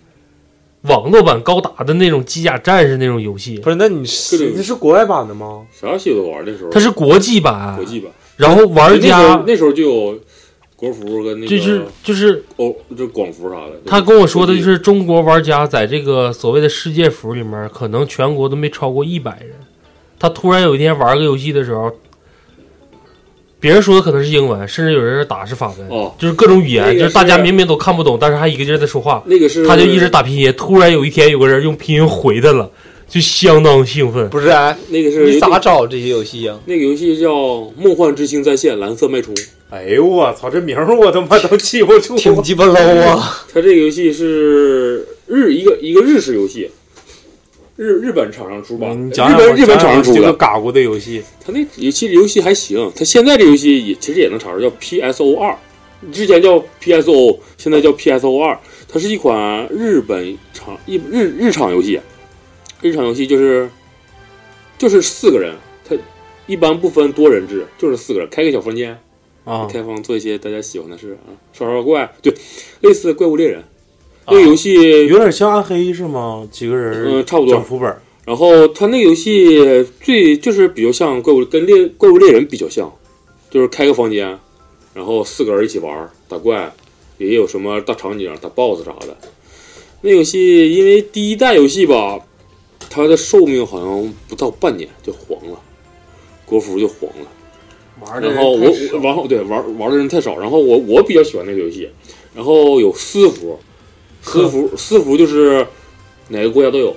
C: 网络版高达的那种机甲战士那种游戏。
D: 不是，那你
B: 你是国外版的吗？
A: 啥游戏都玩那时候。
C: 它是国际版
A: 国际版。
C: 然后玩家
A: 那时候那时候就有国服跟那个，
C: 就是就是
A: 哦，就广服啥的。
C: 他跟我说的就是中国玩家在这个所谓的世界服里面，可能全国都没超过一百人。他突然有一天玩个游戏的时候，别人说的可能是英文，甚至有人打是法文，
A: 哦
C: 就是各种语言，
A: 那个
C: 就是大家
A: 是
C: 明明都看不懂，但是还一个劲儿在说话。
A: 那个是
C: 他就一直打拼音，突然有一天有个人用拼音回他了，就相当兴奋。
D: 不是、哎
A: 那个是
D: 你咋找这些游戏啊 呀、
A: 那个游戏叫《梦幻之星再现蓝色脉冲》。
B: 哎呦我操，这名儿我他妈都记不住，
D: 挺 鸡巴 low 啊！
A: 它这个游戏是日一个一个日式游戏，日日本厂商出吧，
B: 你
A: 日
B: 讲讲吧
A: 本日本厂商出
B: 这个
A: 的。
B: 嘎咕的游戏，
A: 他那游戏游戏还行，他现在这游戏也其实也能查出叫 PSO 二，之前叫 PSO，现在叫 PSO 二。它是一款日本厂一日日常游戏，日常游戏就是就是四个人，它一般不分多人制，就是四个人开个小房间
B: 嗯
C: 啊
A: 开放做一些大家喜欢的事啊，刷刷怪，对，类似怪物猎人。那个游戏
B: 有点像暗黑是吗？几个人
A: 嗯差不多
B: 整副本，
A: 然后它那个游戏最就是比较像怪物跟猎怪物猎人比较像，就是开个房间，然后四个人一起玩儿打怪，也有什么大场景打 BOSS 啥的。那游戏因为第一代游戏吧，它的寿命好像不到半年就黄了，国服就黄了。
K: 玩的
A: 然后我我然后对玩玩的人太少，然后我我比较喜欢那个游戏，然后有私服，私服私服就是哪个国家都有，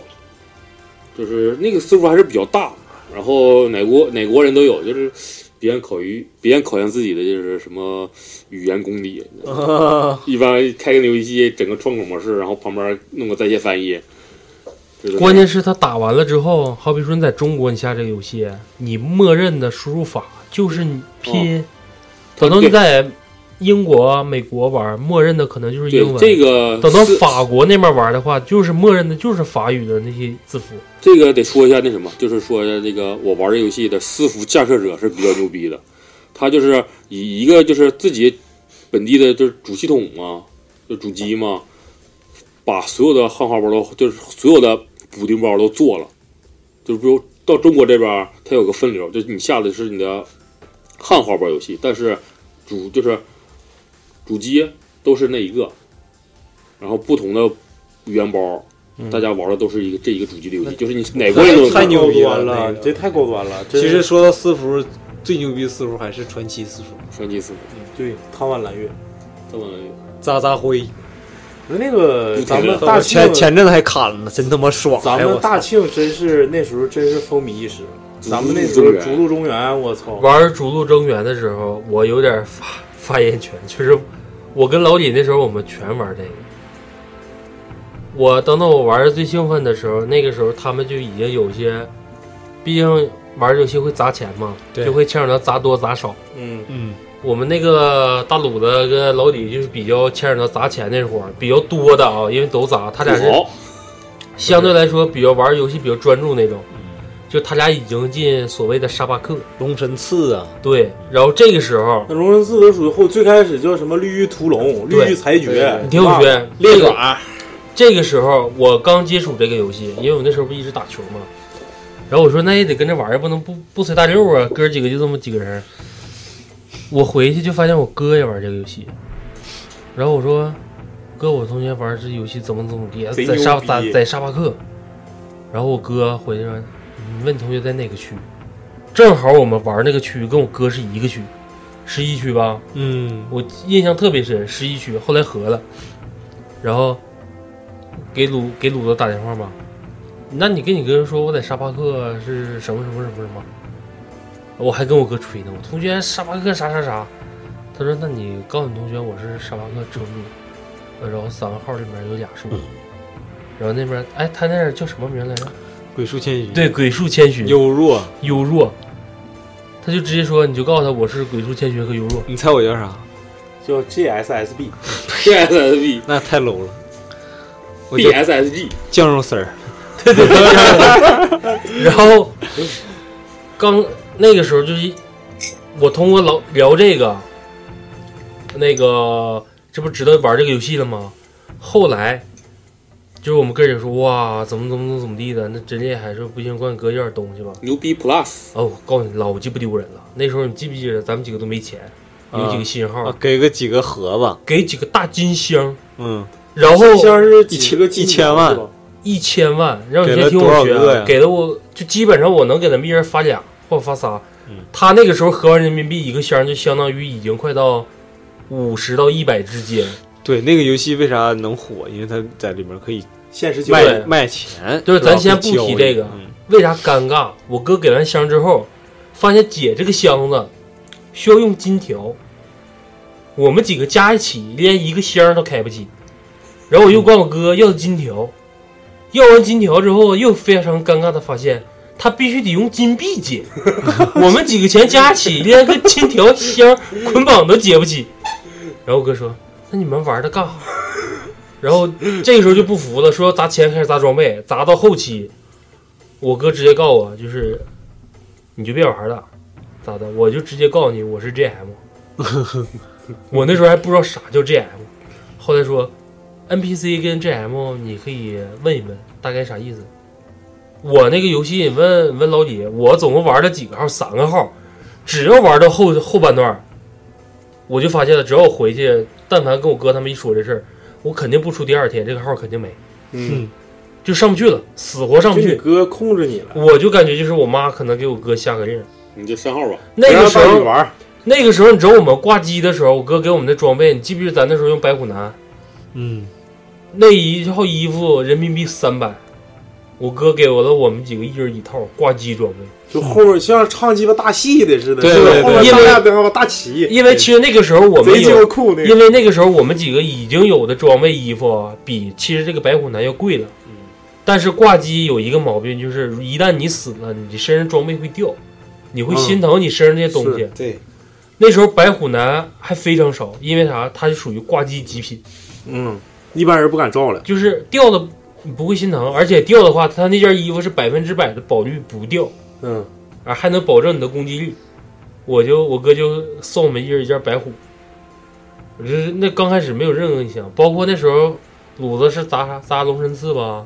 A: 就是那个私服还是比较大，然后哪国哪国人都有，就是别人考于别人考验自己的就是什么语言功底，
K: 啊
A: 一般开个游戏整个窗口模式，然后旁边弄个在线翻译，就是
C: 关键是他打完了之后，好比说你在中国你下这个游戏，你默认的输入法就是你拼，
A: 嗯
C: 等到你在英国、美国玩，默认的可能就是英文。
A: 对这个
C: 等到
A: 是
C: 法国那边玩的话，就是默认的就是法语的那些字符。
A: 这个得说一下那什么，就是说一下这个我玩这游戏的私服架设者是比较牛逼的，他就是以一个就是自己本地的就是主系统嘛，就主机嘛，把所有的汉化包都就是所有的补丁包都做了，就是比如到中国这边儿它有个分流，就是你下的是你的汉化包游戏，但是主就是主机都是那一个，然后不同的语言包。大家玩的都是一个这一个主机的游戏，就是你哪国人都能
B: 太
A: 玩
B: 牛逼
A: 那个
B: 了，这太高端了。
D: 其实说到私服，最牛逼的私服还是传奇私服。
A: 传奇私服，
B: 对，贪玩蓝月，
A: 这么
D: 渣渣灰。
B: 那个咱们大
D: 我
B: 庆
D: 前前阵子还砍了，真他妈爽！
B: 咱
D: 哎我
B: 们
D: 操
B: 大庆真是那时候真是风靡一时，咱们那时
C: 逐
B: 候
C: 鹿中原
B: 逐鹿中原，我操，
C: 玩逐鹿中原的时候，我有点发发言权， 就是我跟老李那时候我们全玩这个。我等到我玩的最兴奋的时候，那个时候他们就已经有些，毕竟玩游戏会砸钱嘛，
D: 对
C: 就会牵扯到砸多砸少。
B: 嗯
D: 嗯，
C: 我们那个大鲁子跟老李就是比较牵扯到砸钱那会儿比较多的啊，因为都砸，他俩是
A: 土豪
C: 相对来说比较玩游戏比较专注那种。就他俩已经进所谓的沙巴克
D: 龙神刺啊，
C: 对，然后这个时候
B: 那荣神寺都属于后最开始叫什么绿玉屠龙、绿
C: 对
B: 玉裁决、
D: 嗯
C: 你听我
B: 是
C: 学
B: 吧，
C: 这个。这个时候我刚接触这个游戏，因为我那时候不一直打球嘛，然后我说那也得跟着玩儿，不能不不随大溜啊，哥几个就这么几个人。我回去就发现我哥也玩这个游戏，然后我说哥，我同学玩这游戏怎么怎么地，啊
D: 贼
C: 在沙
D: 牛逼
C: 在在沙巴克。然后我哥回去说，你问你同学在哪个区？正好我们玩那个区跟我哥是一个区，十一区吧。
D: 嗯，
C: 我印象特别深，十一区后来合了，然后给鲁给鲁子打电话嘛，那你跟你哥说我在沙巴克是什么什么什么什么，我还跟我哥吹呢，我同学沙巴克啥啥啥，他说那你告诉你同学我是沙巴克之路，呃然后三个号里面有俩数，然后那边哎他那叫什么名来着？
D: 鬼畜千寻，
C: 对，鬼畜千寻，
D: 幽若，
C: 幽若，他就直接说你就告诉他我是鬼畜千寻和幽若，
D: 你猜我叫啥？
B: 叫 GSSB，
A: PSSB，
D: 那太 low 了。我叫
A: PSSG，
D: 酱肉丝儿，
C: 然后刚那个时候就是一我通过老聊这个，那个这不知道玩这个游戏了吗？后来就是我们哥也说哇，怎么怎么怎么地的，那真厉害，说不行，管你哥要点东西吧。
A: 牛逼 Plus，
C: 哦，我告诉你，老鸡巴丢人了。那时候你记不记得，咱们几个都没钱，有几个信号，
D: 啊给个几个盒子，
C: 给几个大金箱，
D: 嗯，
C: 然后
D: 像是几一千个一千万，
C: 一千万，让你
D: 给了
C: 先听
D: 多
C: 我
D: 少
C: 学
D: 个
C: 啊
D: 呀，
C: 给了我就基本上我能给他们一人发俩或发仨。
D: 嗯
C: 他那个时候合完人民币一个箱就相当于已经快到五十到一百之间，
D: 对，那个游戏为啥能火？因为它在里面可以
B: 限时
D: 卖卖钱，
C: 就是咱
D: 吧
C: 先不
D: 可以
C: 提
D: 交
C: 这
D: 易
C: 个，为啥尴尬？我哥给完箱之后，发现姐这个箱子需要用金条，我们几个加一起连一个箱都开不起，然后我又管我哥要金条，要完金条之后，又非常尴尬的发现，他必须得用金币解。我们几个钱加起，连个金条箱捆绑都解不起。然后我哥说：“那你们玩的干啥？”然后这个时候就不服了，说砸钱开始砸装备，砸到后期，我哥直接告我，就是你就别玩了，咋的？我就直接告诉你，我是 GM。我那时候还不知道啥叫 GM，后来说 NPC 跟 GM 你可以问一问，大概啥意思。我那个游戏问问老李，我总共玩了几个号？三个号，只要玩到后后半段，我就发现了，只要我回去，但凡跟我哥他们一说这事儿，我肯定不出第二天，这个号肯定没，
B: 嗯，
C: 就上不去了，死活上不
B: 就你
C: 去。
B: 哥控制你了，
C: 我就感觉就是我妈可能给我哥下个令儿，
A: 你就上号吧。
C: 那个时
B: 不让大
C: 候
B: 宇玩，
C: 那个时候你知道我们挂机的时候，我哥给我们的装备，你记不记得咱那时候用白虎男？
L: 嗯，
C: 那一套衣服人民币三百，我哥给我了我们几个一人一套挂机装备。
B: 就后面像唱鸡巴大戏的似的，
C: 对
B: 是吧
C: 对对
B: 后面
C: 因
B: 大
C: 为
B: 家等吧大旗，
C: 因为其实那个时候我们
B: 贼鸡巴
C: 有，
B: 酷那个
C: 因为那个时候我们几个已经有的装备衣服啊，比其实这个白虎男要贵了。
B: 嗯
C: 但是挂机有一个毛病，就是一旦你死了，你身上装备会掉，你会心疼你身上这些东西
B: 嗯是。对，
C: 那时候白虎男还非常少，因为啥？它就属于挂机极品，
B: 嗯，一般人不敢照了，
C: 就是掉的你不会心疼，而且掉的话，他那件衣服是百分之百的保率不掉，
B: 嗯，
C: 啊，还能保证你的攻击力。我就我哥就送我们一人一件白虎，我就是那刚开始没有任何印象，包括那时候鲁子是砸啥砸龙神刺吧，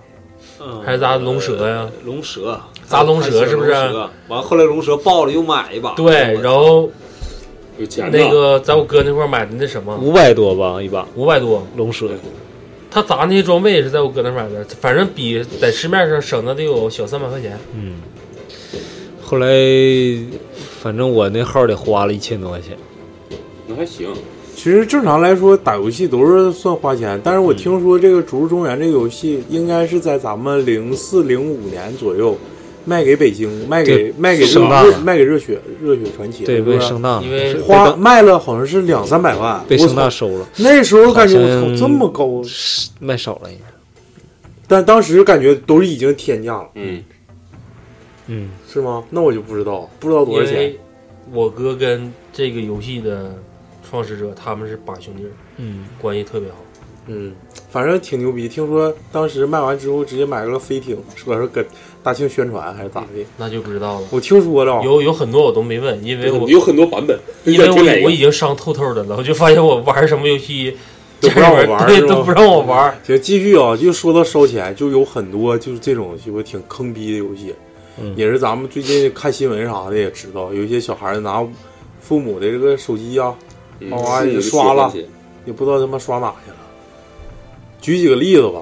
C: 嗯还是砸龙蛇呀、
M: 龙蛇，
C: 砸龙蛇是不是
M: 还龙蛇完后来龙蛇爆了又买一把，
C: 对，然后
M: 钱
C: 那个在我哥那块儿买的那什么
D: 五百多吧一把，
C: 五百多
D: 龙蛇，
C: 他砸那些装备也是在我哥那买的，反正比在市面上省的得有小三百块钱。
D: 嗯。后来反正我那号得花了一千多块钱，
A: 那还行。
B: 其实正常来说打游戏都是算花钱，但是我听说这个《逐鹿中原》这个游戏应该是在咱们零四零五年左右卖给北京，卖给
D: 对
B: 卖给热
D: 盛大了
B: 卖给热血热血传奇了，
D: 对
B: 是不是啊
D: 被盛大了因为被
B: 花
D: 当
B: 卖了好像是两三百万，
D: 被
B: 我
D: 盛大
B: 操
D: 收了。
B: 那时候感觉
D: 好
B: 我
D: 像
B: 操这么高啊，
D: 卖少了应该。
B: 但当时感觉都是已经天价了，
A: 嗯
D: 嗯，
B: 是吗？那我就不知道，不知道多少
C: 因
B: 钱
C: 为。我哥跟这个游戏的创始者他们是把兄弟，
D: 嗯，
C: 关系特别好。
B: 嗯，反正挺牛逼。听说当时卖完之后，直接买了个飞艇，说是搁大庆宣传还是咋的？
C: 那就不知道了。
B: 我听说了，
C: 有有很多我都没问，因为我
A: 有很多版本，
C: 因为
A: 你想听哪
C: 我
A: 个
C: 我已经伤透透的了，我就发现我玩什么游戏
B: 都不让我玩，
C: 对
B: 是吧
C: 都不让我玩。。
B: 行，继续啊，就说到烧钱，就有很多就是这种就挺坑逼的游戏，
D: 嗯
B: 也是咱们最近看新闻啥的也知道，有一些小孩儿拿父母的这个手机呀、
A: 嗯
B: 啊，哇、
A: 父母
B: 也
A: 的
B: 刷
A: 血
B: 了
A: 汗钱，
B: 也不知道他妈刷哪去了。举几个例子吧，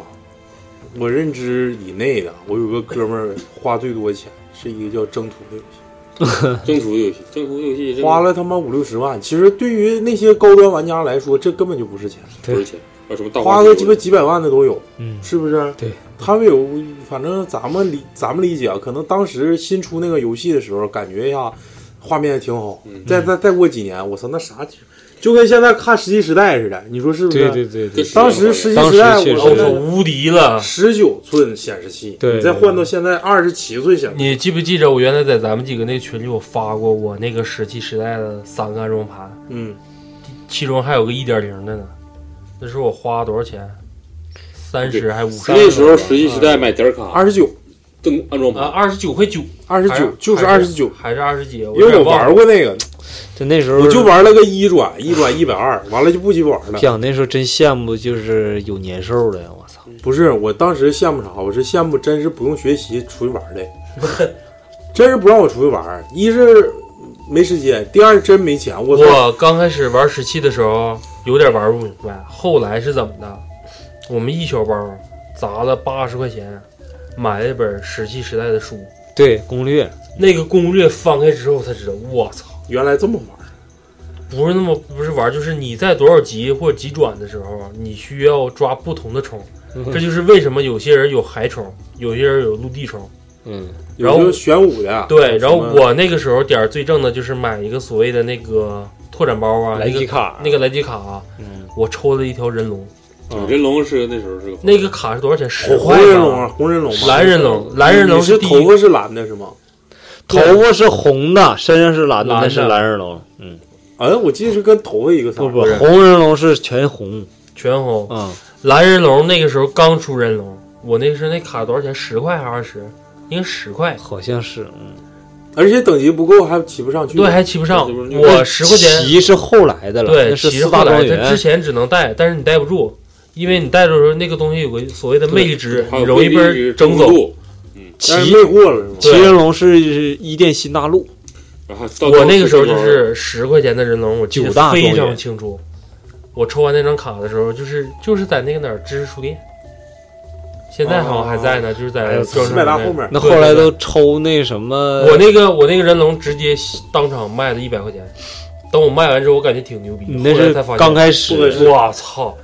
B: 我认知以内的，我有个哥 们儿花最多钱是一个叫征途的游戏。
A: 征途游戏，征途游戏这个
B: 花了他妈五六十万。其实对于那些高端玩家来说，这根本就不是钱，
A: 不是钱，啊什么大
B: 花
A: 哥
B: 个鸡巴几百万的都有，
D: 嗯，
B: 是不是？
D: 对，
B: 他们有，反正咱们理咱们理解啊，可能当时新出那个游戏的时候，感觉一下画面挺好，
C: 嗯
B: 再再再过几年，我操，那啥。就跟现在看《石器时代》似的，你说是不是？
D: 对对对对
B: 当时《石器
D: 当
B: 时
D: 时
B: 代》
D: 确
B: 我
D: 实
B: 操
C: 无敌了
B: 啊十九寸显示器，
C: 对
B: 你再换到现在二十七寸显示器，
C: 你记不记着我原来在咱们几个那个群里我发过我那个石器时代的三个安装盘，
B: 嗯，
C: 其中还有个一点零的呢，那时候我花多少钱？三十还五十？
A: 那时候《石器时代》买点卡
B: 二十九，
A: 登安装
C: 啊，二十九块九，
B: 二十
C: 还
B: 九就是
C: 还
B: 二十九，
C: 还是二十几？
B: 因为我玩过那
C: 个，
B: 个，
D: 就那时候
B: 我就玩了个一转，一转一百二，完了就不鸡巴玩了。
D: 想那时候真羡慕，就是有年兽的，我操！
B: 不是，我当时羡慕啥？我是羡慕真是不用学习出去玩的，真是不让我出去玩。一是没时间，第二是真没钱。我
C: 我
B: 操，
C: 刚开始玩石器的时候有点玩不明白，后来是怎么的？我们一小包砸了八十块钱，买了一本《石器时代》的书，
D: 对攻略，
C: 那个攻略翻开之后才知道，我操，
B: 原来这么玩！
C: 不是那么不是玩，就是你在多少级或者急转的时候啊，你需要抓不同的虫
D: 嗯，
C: 这就是为什么有些人有海虫，有些人有陆地虫。
D: 嗯，
C: 然后
B: 有些玄武的
C: 对，然后
B: 什么
C: 我那个时候点儿最正的就是买一个所谓的那个拓展包啊，
D: 莱
C: 那个
D: 基卡
C: 那个莱基卡啊，我抽了一条人龙，
A: 人龙是那时候是
D: 嗯
A: 个
C: 那个卡是多少钱？十块吧。
B: 红人龙啊红人龙吧
C: 蓝人龙，蓝人龙
B: 你是
C: 第
B: 头
C: 一
B: 发是蓝的是吗？
D: 头发是红的，身上是蓝的，那是蓝人龙。嗯，
B: 哎，我记得是跟头发一个色。
D: 不不，红人龙是全红，
C: 全红。
D: 嗯，
C: 蓝人龙那个时候刚出人龙，我那是那卡多少钱？十块还是二十？应该十块，
D: 好像是。嗯，
B: 而且等级不够还骑不上去。
C: 对，还骑不上。我十块钱
D: 旗是后来的了，
C: 对，
D: 那是
C: 骑
D: 四
C: 后
D: 大
C: 来
D: 庄
C: 它
D: 园。
C: 之前只能带，但是你带不住，因为你带的时候那个东西有个所谓的魅力值，你容易被人整走。
D: 骑
C: 但是没过了是吗
D: 骑人龙是伊甸新大陆，
C: 我那个时候就是十块钱的人龙，我记
D: 九
C: 得
D: 大
C: 非
D: 庄
C: 常
D: 园
C: 清楚。我抽完那张卡的时候，就是就是在那个哪儿知识书店，现在好像还在呢，就是在庄上那
D: 那
C: 对
D: 后来
C: 对
D: 都抽那什么，
C: 我那个我那个人龙直接当场卖了一百块钱，等我卖完之后，我感觉挺牛逼。
D: 你那是
C: 后来才发现
D: 刚开始
C: 我操，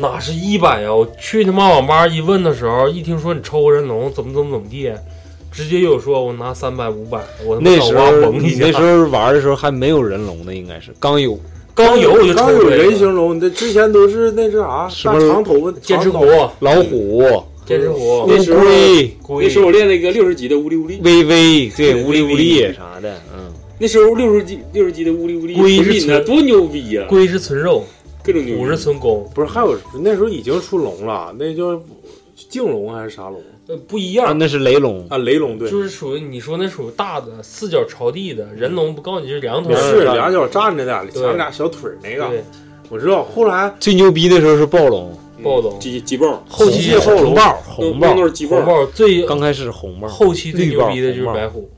C: 哪是一百啊呀？我去他妈网吧一问的时候，一听说你抽个人龙，怎么怎么怎么地，直接有说我拿三百五百，我他妈
D: 那
C: 脑
D: 时
C: 瓜
D: 候
C: 崩一
D: 你
C: 下。
D: 那时候玩的时候还没有人龙呢，应该是刚有
C: 刚有我就
B: 刚
C: 抽
B: 有
C: 这个
B: 人形龙，那之前都是那是啥？
D: 什
B: 大
D: 么
B: 长头发，
D: 剑齿
B: 长
D: 虎
B: 头发、
D: 老虎、
C: 剑齿虎
D: 乌
A: 那时候
D: 龟、
A: 那时候我练那个六十级的乌力乌力，
D: 微微对乌力乌力
A: 微
D: 啥的，嗯，
A: 那时候六十级六十级的乌力乌力，
C: 龟是
A: 你呢
C: 存
A: 多牛逼呀！
C: 龟是存肉，
A: 各种牛逼
C: 虎是存公，
B: 不是还有那时候已经出龙了，那叫镜龙还是啥龙？
C: 呃不一样。
D: 那是雷龙
B: 啊，雷龙对，
C: 就是属于你说那属于大的四脚朝地的人龙，不告诉你是
D: 嗯
C: 两腿
B: 也
C: 儿
B: 是
C: 的
B: 俩脚站着的，
C: 对
B: 前面俩小腿儿那
C: 对
B: 个，我知道。后来
D: 最牛逼的时候是暴龙，
A: 嗯
C: 暴龙
A: 鸡鸡爆，
D: 后期是红豹，红豹
C: 红豹最
D: 刚开始是红豹，
C: 后期最
D: 绿
C: 牛
D: 豹
C: 逼的就是
D: 红豹
C: 白虎，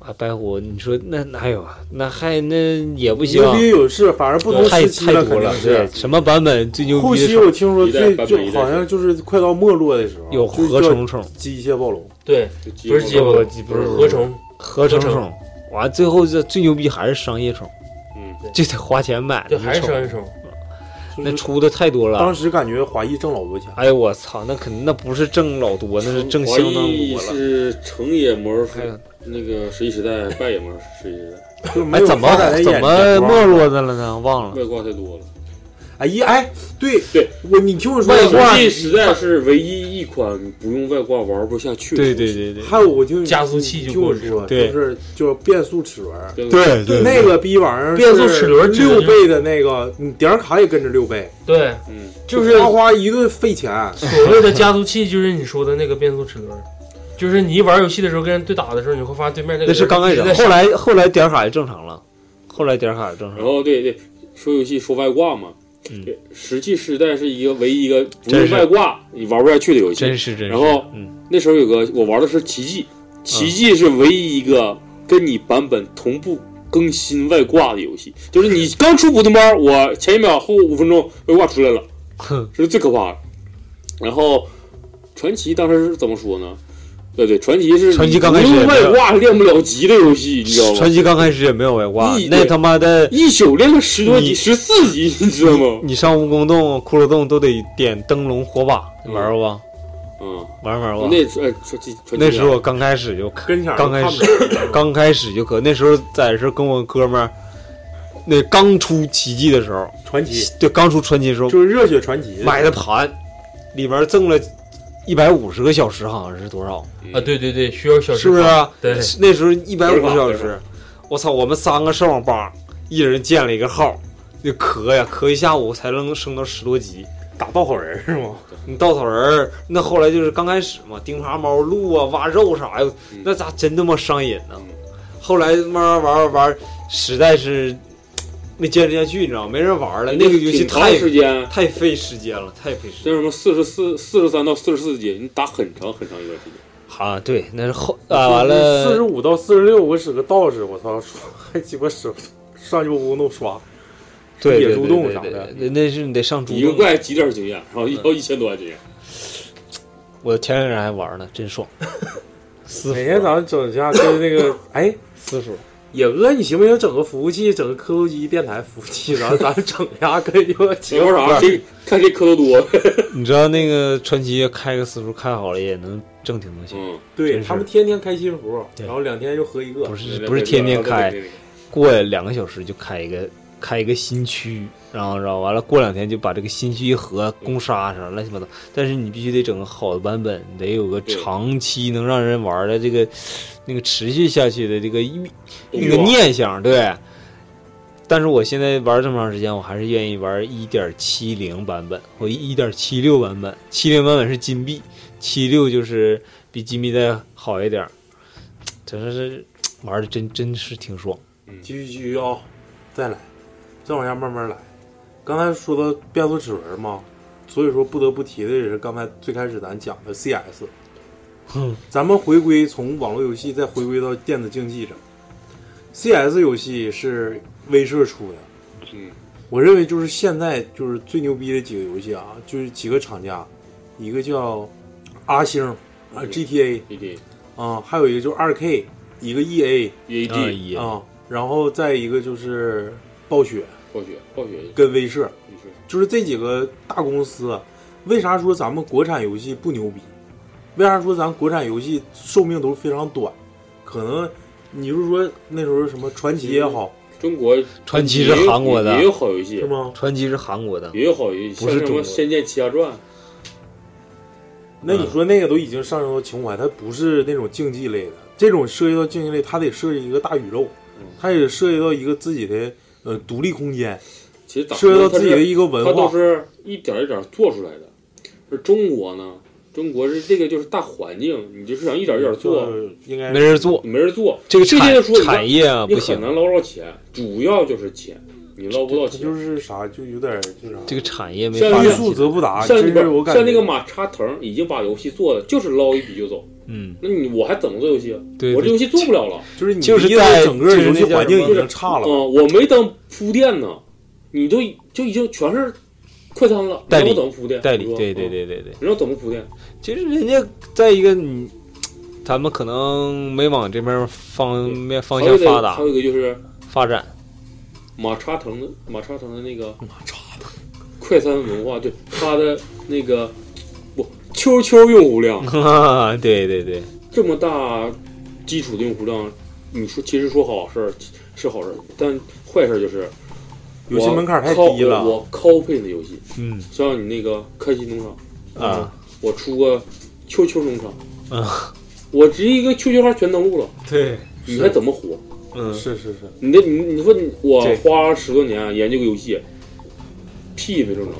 D: 啊，白虎，你说那那还有啊？那还那也不行
B: 牛，逼有是，反正不同
D: 太
B: 时期
D: 太
B: 了，
D: 多
B: 肯
D: 了
B: 定，
D: 对
B: 是。
D: 什么版本最牛逼的
B: 后期
D: 是
B: 我听说最
D: 一代版本一
B: 就
D: 代
B: 好像就是快到没落的时候，
D: 有
B: 就
D: 合
B: 叫
D: 成虫
B: 机械暴龙，
C: 对，不是
D: 结
C: 结
D: 巴
C: 巴，
D: 不是
C: 合成，
D: 合成
C: 合成
D: 虫。完最后这最牛逼还是商业虫，嗯，就得花钱买
C: 对，
D: 的，
C: 还是商业
D: 虫，
C: 虫，
D: 那出的太多了。
B: 当时感觉华谊挣老多钱。
D: 哎呦我操，那肯定那不是挣老多，那哎是挣
A: 华
D: 相当
A: 谊
D: 多了。
A: 是成也魔兽，那个十一时代，败也魔兽十一时代，
D: 哎，怎么怎么没落的了呢？忘了。
A: 外挂太多了。
B: 哎呀，哎，对
A: 对，
B: 我你听我说，
A: 外挂
B: 我记
A: 实在是唯一一款不用外挂玩不下去。
D: 对对对对
B: 还有我听
A: 加速器就
B: 听我
A: 过
B: 说，
A: 对
B: 就是就是变速齿轮，
A: 对对对
B: 那个逼玩意儿，
A: 变速齿轮指的
B: 六
A: 就是
B: 倍的那个，你点儿卡也跟着六倍，
C: 对，
A: 嗯，
C: 就是
B: 哗哗一顿费钱，
C: 所谓的加速器就是你说的那个变速齿轮，就是你一玩游戏的时候跟人对打的时候，你会发现对面那个
D: 那是
C: 人
D: 刚开始
C: 一直，在
D: 后来后来点卡也正常了，后来点卡也正常了。
A: 然后哦对对，说游戏说外挂嘛，
D: 嗯
A: 这石器时代是一个唯一一个不
D: 真
A: 用
D: 是
A: 外挂你玩不下去的游戏，
D: 真是真是
A: 然后那时候有个我玩的是奇迹，奇迹是唯一一个跟你版本同步。更新外挂的游戏，就是你刚出普通包，我前一秒后五分钟外挂出来了，这是最可怕的。然后传奇当时是怎么说呢？对对，传奇是
D: 传奇刚开始
A: 不用
D: 也没
A: 外
D: 有
A: 挂是练不了级的游戏，你知道吗？
D: 传奇刚开始也没有外挂
A: 一，
D: 那他妈的
A: 一宿练个十多
D: 嗯
A: 级、十四级，你知道吗？
D: 你上蜈蚣洞、骷髅洞都得点灯笼火把玩过吧？
A: 嗯，
D: 玩玩过。
A: 那时候哎传奇传奇
D: 那时候我刚开始就
A: 跟前儿
D: 刚开
A: 都看不
D: 始刚开始就可那时候在这跟我哥们儿，那刚出奇迹的时候，
B: 传奇
D: 对刚出传奇的时候，
B: 就是热血传奇
D: 买的盘，里边赠了一百五十个小时，好像是多少？
C: 啊，对对对，需要小时
D: 是不是啊？
C: 对，
D: 那时候一百五十小
C: 对
D: 时，我操，我们三个上网吧，一人建了一个号，就磕呀磕一下午才能升到十多级。
B: 打稻草人是 吗？
D: 你稻草人儿，那后来就是刚开始嘛，钉耙猫、鹿啊、挖肉啥呀，
B: 嗯
D: 那咋真他妈上瘾呢？ 后来慢慢玩玩玩，实在是没坚持下去，你知道吗？没人玩了，
B: 哎
D: 那个游戏
A: 挺长
D: 太
A: 时间
D: 太费时间了，太费时间。
A: 像什么四十四、四十三到四十四级，你打很长很长一段时间。
D: 啊，对，那是后啊，完了
B: 四十五到四十六，我使个道士，我操，还鸡巴使上去蜈蚣洞刷，
D: 对
B: 野
D: 对
B: 猪
D: 对
B: 洞
D: 对
B: 啥
D: 对
B: 的，
D: 对，那是你得上猪
A: 一个
D: 洞。
A: 怪几点经验，然后
D: 嗯
A: 要一千多万经验。
D: 我前两天还玩呢，真爽。私
B: 每天早上整一下跟那 个哎
D: 私服，
B: 野哥，你行不行？整个服务器，整个磕头机电台服务器，然后咱整一下跟就
A: 没有啥，这看谁磕头多。
D: 你知道那个传奇开个私服开好了也能挣挺多钱。
B: 对
D: 真是
B: 他们天天开新服，然后两天就合一个，不
D: 不是天天开，过两个小时就开一个开一个新区，然后然后完了过两天就把这个新区一合攻杀上，乱七八糟。但是你必须得整个好的版本，得有个长期能让人玩的这个那个持续下去的这个意那个念想，对。但是我现在玩这么长时间，我还是愿意玩一点七零版本或一点七六版本。七零版本是金币，七六就是比金币再好一点儿。真是玩的真真是挺爽。
B: 继续继续啊，再来，再往下慢慢来。刚才说到变速齿轮嘛，所以说不得不提的也是刚才最开始咱讲的 CS。
D: 嗯，
B: 咱们回归从网络游戏再回归到电子竞技上，CS 游戏是威社出的，
C: 嗯，
B: 我认为就是现在就是最牛逼的几个游戏啊，就是几个厂家，一个叫阿星啊 GTA，啊，还有一个就是二 K，一个 E EA
C: EAD
B: 啊，然后再一个就是暴雪
D: 啊
C: 暴雪暴雪
B: 跟威社，
C: 你说
B: 就是这几个大公司啊，为啥说咱们国产游戏不牛逼？为啥说咱国产游戏寿命都是非常短？可能你就是说那时候什么传奇也好，
A: 嗯
C: 中国
D: 传奇是韩国的，
C: 也有好游戏
B: 是吗？
D: 传奇是韩国的，
C: 也有好游戏，
D: 不
C: 像
D: 是
C: 什
D: 中
C: 么《
D: 国。
C: 仙剑奇侠传》
B: 那你说那个都已经上升到情怀，它不是那种竞技类的，这种涉及到竞技类，它得设计一个大宇宙，它也涉及到一个自己的呃独立空间，
C: 其实打
B: 涉及到自己的一个文
C: 它都
B: 化。
C: 是一点一点做出来的。而中国呢，中国是这个就是大环境，你就是想一点一点做，
B: 应该
D: 没人做
C: 没人做。
D: 这个
C: 这
D: 产
C: 些说你
D: 产业啊
C: 你
D: 不行
C: 很难捞着钱，主要就是钱，你捞不到钱。
B: 就是啥，就有点就是
D: 这个产业没
C: 像
D: 发
C: 那
D: 展
C: 个
D: 起来
C: 像
B: 真啊是我感觉
C: 像那个马叉腾已经把游戏做的就是捞一笔就走。
D: 嗯，
C: 那你我还怎么做游戏啊？
D: 对
C: 我这游戏做不了了，
B: 就是你
D: 就是意思在整个就是游戏那叫环境已经
B: 差了
C: 嗯、我没等铺垫呢，你就就已经全是快餐了，
D: 代理
C: 你让我怎么铺垫？
D: 代理
C: 是吧
D: 对对对对对
C: 你让我怎么铺垫？
D: 其实人家再一个你，咱们可能没往这边方面方
C: 还有
D: 向
C: 一个
D: 发达
C: 还有一个就是
D: 发展。
C: 马叉腾的马叉腾的那个马叉腾快餐文化，对它的那个不 QQ 用户量
D: 啊， 对对对，
C: 这么大基础的用户量，你说其实说好事儿是好事儿，但坏事儿就是
B: 游戏
C: 我
B: 门槛太
C: 靠
B: 低了
C: 我 copy 的游戏，
D: 嗯，
C: 像你那个开心农场
D: 啊，
C: 我出个 QQ 农场，
D: 啊，
C: 我直接一个 QQ 号全登录了，
D: 对
C: 你
D: 是
C: 还怎么活？
D: 嗯，
B: 是是是，
C: 你这你你说你我
D: 对
C: 花十多年研究个游戏，屁没挣着，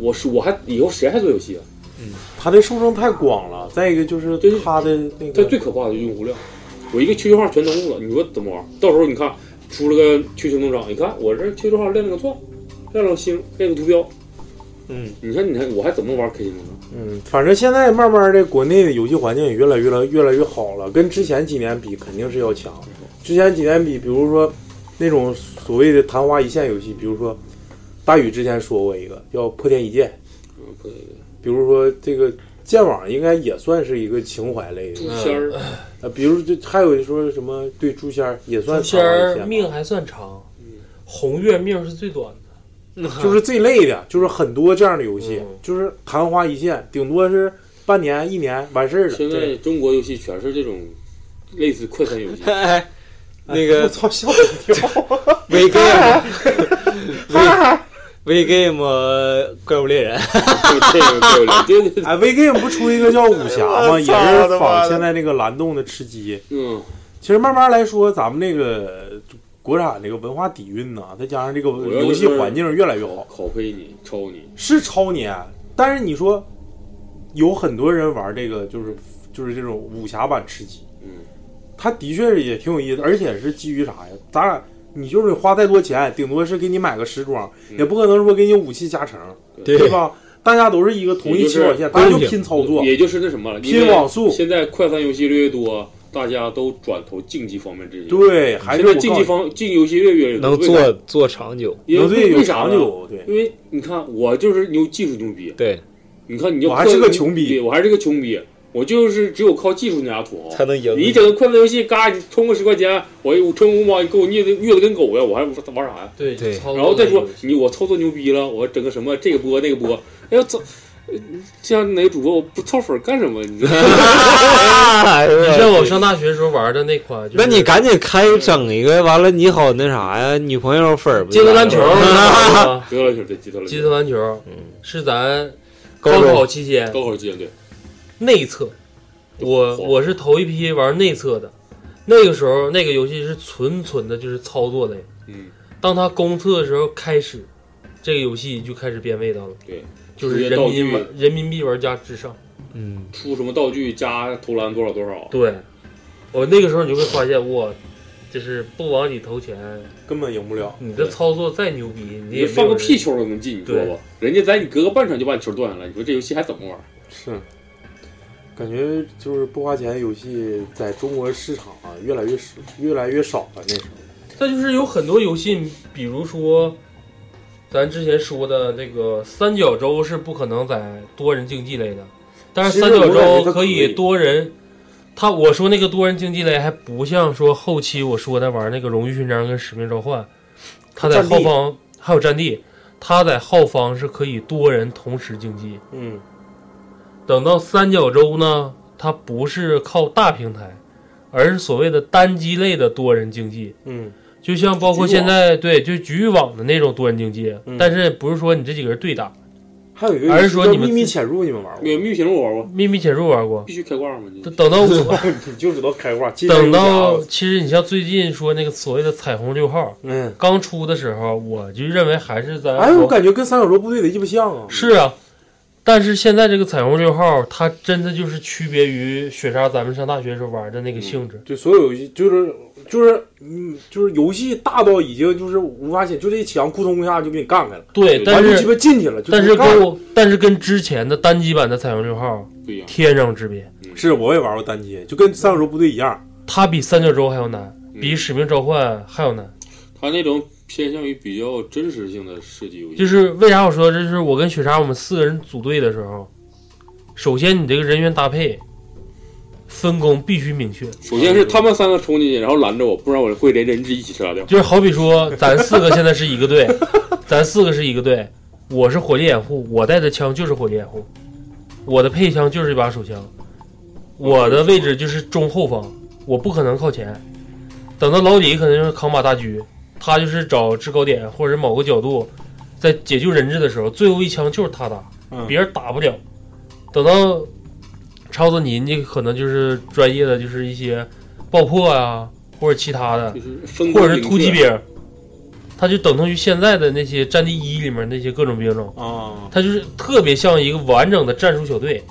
C: 我是我还以后谁还做游戏啊？
B: 它的受众太广了，再一个就是它的那个，
C: 这最可怕的就是用户量，我一个 QQ 号全登录了，你说怎么玩？到时候你看出了个 QQ 农场，你看我这 QQ 号亮了个钻，亮了个星，亮个图标，
B: 嗯，
C: 你看你看我还怎么玩 K 心农场？
B: 嗯，反正现在慢慢的国内的游戏环境也越来越来越来越好了，跟之前几年比肯定是要强。之前几年比，比如说那种所谓的昙花一现游戏，比如说大宇之前说过一个叫《破天一剑》，比如说这个剑网应该也算是一个情怀类的
J: 诛仙儿
B: 呃，比如就还有说什么对诛仙儿也算
J: 仙
B: 昙花一
J: 儿
B: 现
J: 命还算长，红月命是最短的，
B: 就是这类的，就是很多这样的游戏，
J: 嗯
B: 就是昙花一现，顶多是半年一年完事儿了。
C: 现在
B: 对
C: 中国游戏全是这种类似快餐游戏，
D: 哎，那
B: 我
D: 个
B: 操，吓我一跳！
D: V Game，V V Game 呃怪物猎人，
C: 对对对，
B: 哎，V Game 不出一个叫武 侠吗？
D: 我操
B: 也是
D: 我的妈
B: 仿
D: 的
B: 现在那个蓝洞的吃鸡。
C: 嗯，
B: 其实慢慢来说，咱们那个国产这个文化底蕴呐，再加上这个
C: 我要
B: 游戏环境
C: 哎
B: 越来越好，
C: 拷贝你，抄你，
B: 是超年。但是你说有很多人玩这个，就是就是这种武侠版吃鸡，
C: 嗯，
B: 它的确是也挺有意思，而且是基于啥呀？咱俩你就是花再多钱，顶多是给你买个时装，也不可能说给你武器加成，
C: 嗯对
B: 对吧？大家都是一个同一起跑线，大家就拼操作，
C: 也就是那什么了，
B: 拼网速。
C: 现在快餐游戏越来越多，大家都转投竞技方面这些。
B: 对还是
C: 现在
B: 我
C: 竞
B: 告
C: 技
B: 诉
C: 方竞技游戏越越
D: 能做做长久，
C: 因为为啥呢？嗯
B: 对
C: 因为你看我就是牛技术牛逼，
D: 对，
C: 你看你就
D: 我还是个
C: 穷逼，我还是个穷逼，我就是只有靠技术那家土豪
D: 才能赢
C: 你一整个快乐游戏，嘎，你充个十块钱，我我充五毛，你给我虐的虐的跟狗呀，我还玩啥呀？
J: 对对
C: 然后再说你我操作牛逼了，我整个什么这个播那个播，哎呦操！
J: 呃像哪个主播我不操粉干什么？你知道
D: 吗？
A: 你像我上大学时候玩的那款，就是
D: 那你赶紧开整一个，完了你好那啥呀，女朋友粉儿不
A: 街头篮球，
J: 街头篮球对街头篮球，
A: 街头篮球，是咱
D: 嗯高中
A: 考期间
J: 高考期间对
A: 内测，我我是头一批玩内测的，那个时候那个游戏是纯纯的就是操作类，
J: 嗯，
A: 当它公测的时候开始，这个游戏就开始变味道了，
J: 对，
A: 就是人民玩人民币玩家至上，
C: 哦
D: 嗯，
J: 出什么道具加投篮多少多少，
A: 对，我那个时候你就会发现，哇，就是不往里投钱，
B: 根本赢不了。
A: 你的操作再牛逼，你
J: 你
A: 也
J: 放个屁
A: 球
J: 球都能进，你说吧？人家在你隔个半场就把你球断下来，你说这游戏还怎么玩？
B: 是，感觉就是不花钱游戏在中国市场啊越来越少，越来越少了。那时候
A: 再就是有很多游戏，比如说咱之前说的这个三角洲是不可能在多人竞技类的，但是三角洲可以多人。他我说那个多人竞技类还不像说后期我说的玩那个荣誉勋章跟使命召唤，他在后方还有战地，他在后方是可以多人同时竞技。
B: 嗯，
A: 等到三角洲呢，它不是靠大平台，而是所谓的单机类的多人竞技。
B: 嗯，
A: 就像包括现在对，就局域网的那种多人竞技，
B: 嗯
A: 但是不是说你这几个人对打，
B: 还有一个
A: 而是说你们
B: 秘密潜入，你们玩过？
J: 没有秘密潜入我玩过，
A: 秘密潜入玩过
J: 必。须开挂吗？你
A: 等到 我
B: 你就知道开挂，进
A: 等
B: 游
A: 到
B: 戏啊
A: 其实你像最近说那个所谓的彩虹六号，
B: 嗯，
A: 刚出的时候，我就认为还是在
B: 哎，我感觉跟三角洲部队的一不像啊。
A: 哦是啊，但是现在这个彩虹六号，它真的就是区别于雪莎咱们上大学时候玩的那个性质。
B: 对，所有游戏就是就是嗯，就是游戏大到已经就是无法想，就这墙扑通一下就给你干开了。
A: 对，但
B: 完就是鸡巴进去了。就
A: 但是
B: 不干
A: 跟
B: 了
A: 我但是跟之前的单机版的彩虹六号
J: 不一样
A: 天壤之别。
B: 是我也玩过单机，就跟三角洲部队一样。
A: 它比三角洲还要难，
B: 嗯
A: 比使命召唤还要难。
J: 它那种偏向于比较真实性的设计游戏，
A: 就是为啥我说，这是我跟雪莎我们四个人组队的时候，首先你这个人员搭配分工必须明确。
J: 首先是他们三个冲进去，然后拦着我，不然我会连人质一起杀掉。
A: 就是好比说，咱四个现在是一个队，咱四个是一个队，我是火力掩护，我带的枪就是火力掩护，我的配枪就是一把手枪，我的位置就是中后方，我不可能靠前。等到老李可能就是扛把大狙，他就是找制高点或者某个角度，在解救人质的时候，最后一枪就是他打，
B: 嗯
A: 别人打不了。等到超子你，你可能就是专业的，就是一些爆破啊，或者其他的，
J: 分工
A: 或者是
J: 明
A: 突击
J: 确
A: 兵，他就等同于现在的那些《战地一》里面那些各种兵种
J: 哦
B: 啊，
A: 他就是特别像一个完整的战术小队。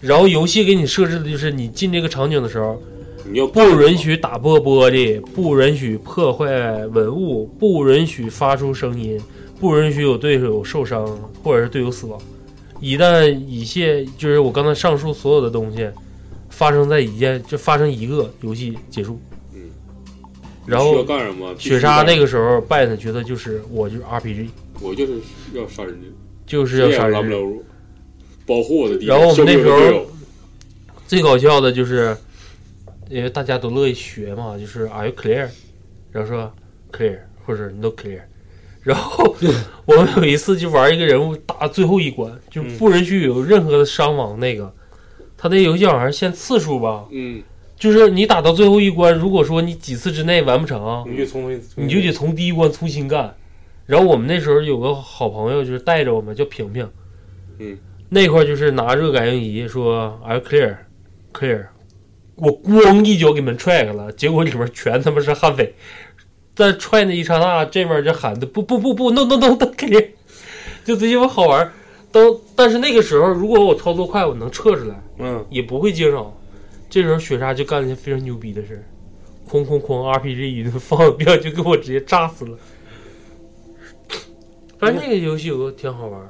A: 然后游戏给你设置的就是，你进这个场景的时候，
J: 你要
A: 不允许打破玻璃，不允许破坏文物，不允许发出声音，不允许有队友受伤或者是队友死亡。一旦一切就是我刚才上述所有的东西发生在一件，就发生一个游戏结束。
J: 嗯。
A: 然
J: 需
A: 后
J: 要干什么必须
A: 雪莎
J: 干什么
A: 那个时候扮演的角色就是我就是 RPG，
J: 我就是要杀人质，
A: 就是要杀人质
J: 拦不了我，保护我的敌人。
A: 然后我们那时
J: 消灭我的队
A: 候
J: 友
A: 最搞笑的就是，因为大家都乐意学嘛，就是 Are you clear？然后说 clear，或者你都 clear。然 后我们有一次就玩一个人物打最后一关，就不允许有任何的伤亡。那个，他那游戏好像是限次数吧？
J: 嗯，
A: 就是你打到最后一关，如果说你几次之内完不成，
B: 你就从
A: 你就得从第一关重新干。然后我们那时候有个好朋友，就是带着我们叫平平，
J: 嗯，
A: 那块儿就是拿热感应仪说 “I clear clear”，我咣一脚给门踹开了，结果里面全他妈是悍匪。在踹那一刹那，这边就喊的不不不不 no no no no clear，就贼鸡巴好玩儿。都但是那个时候，如果我操作快，我能撤出来，
B: 嗯，
A: 也不会惊扰。这时候雪莎就干了一件非常牛逼的事儿，哐哐哐 RPG 一顿放标就给我直接炸死了。反正那个游戏有个挺好玩儿，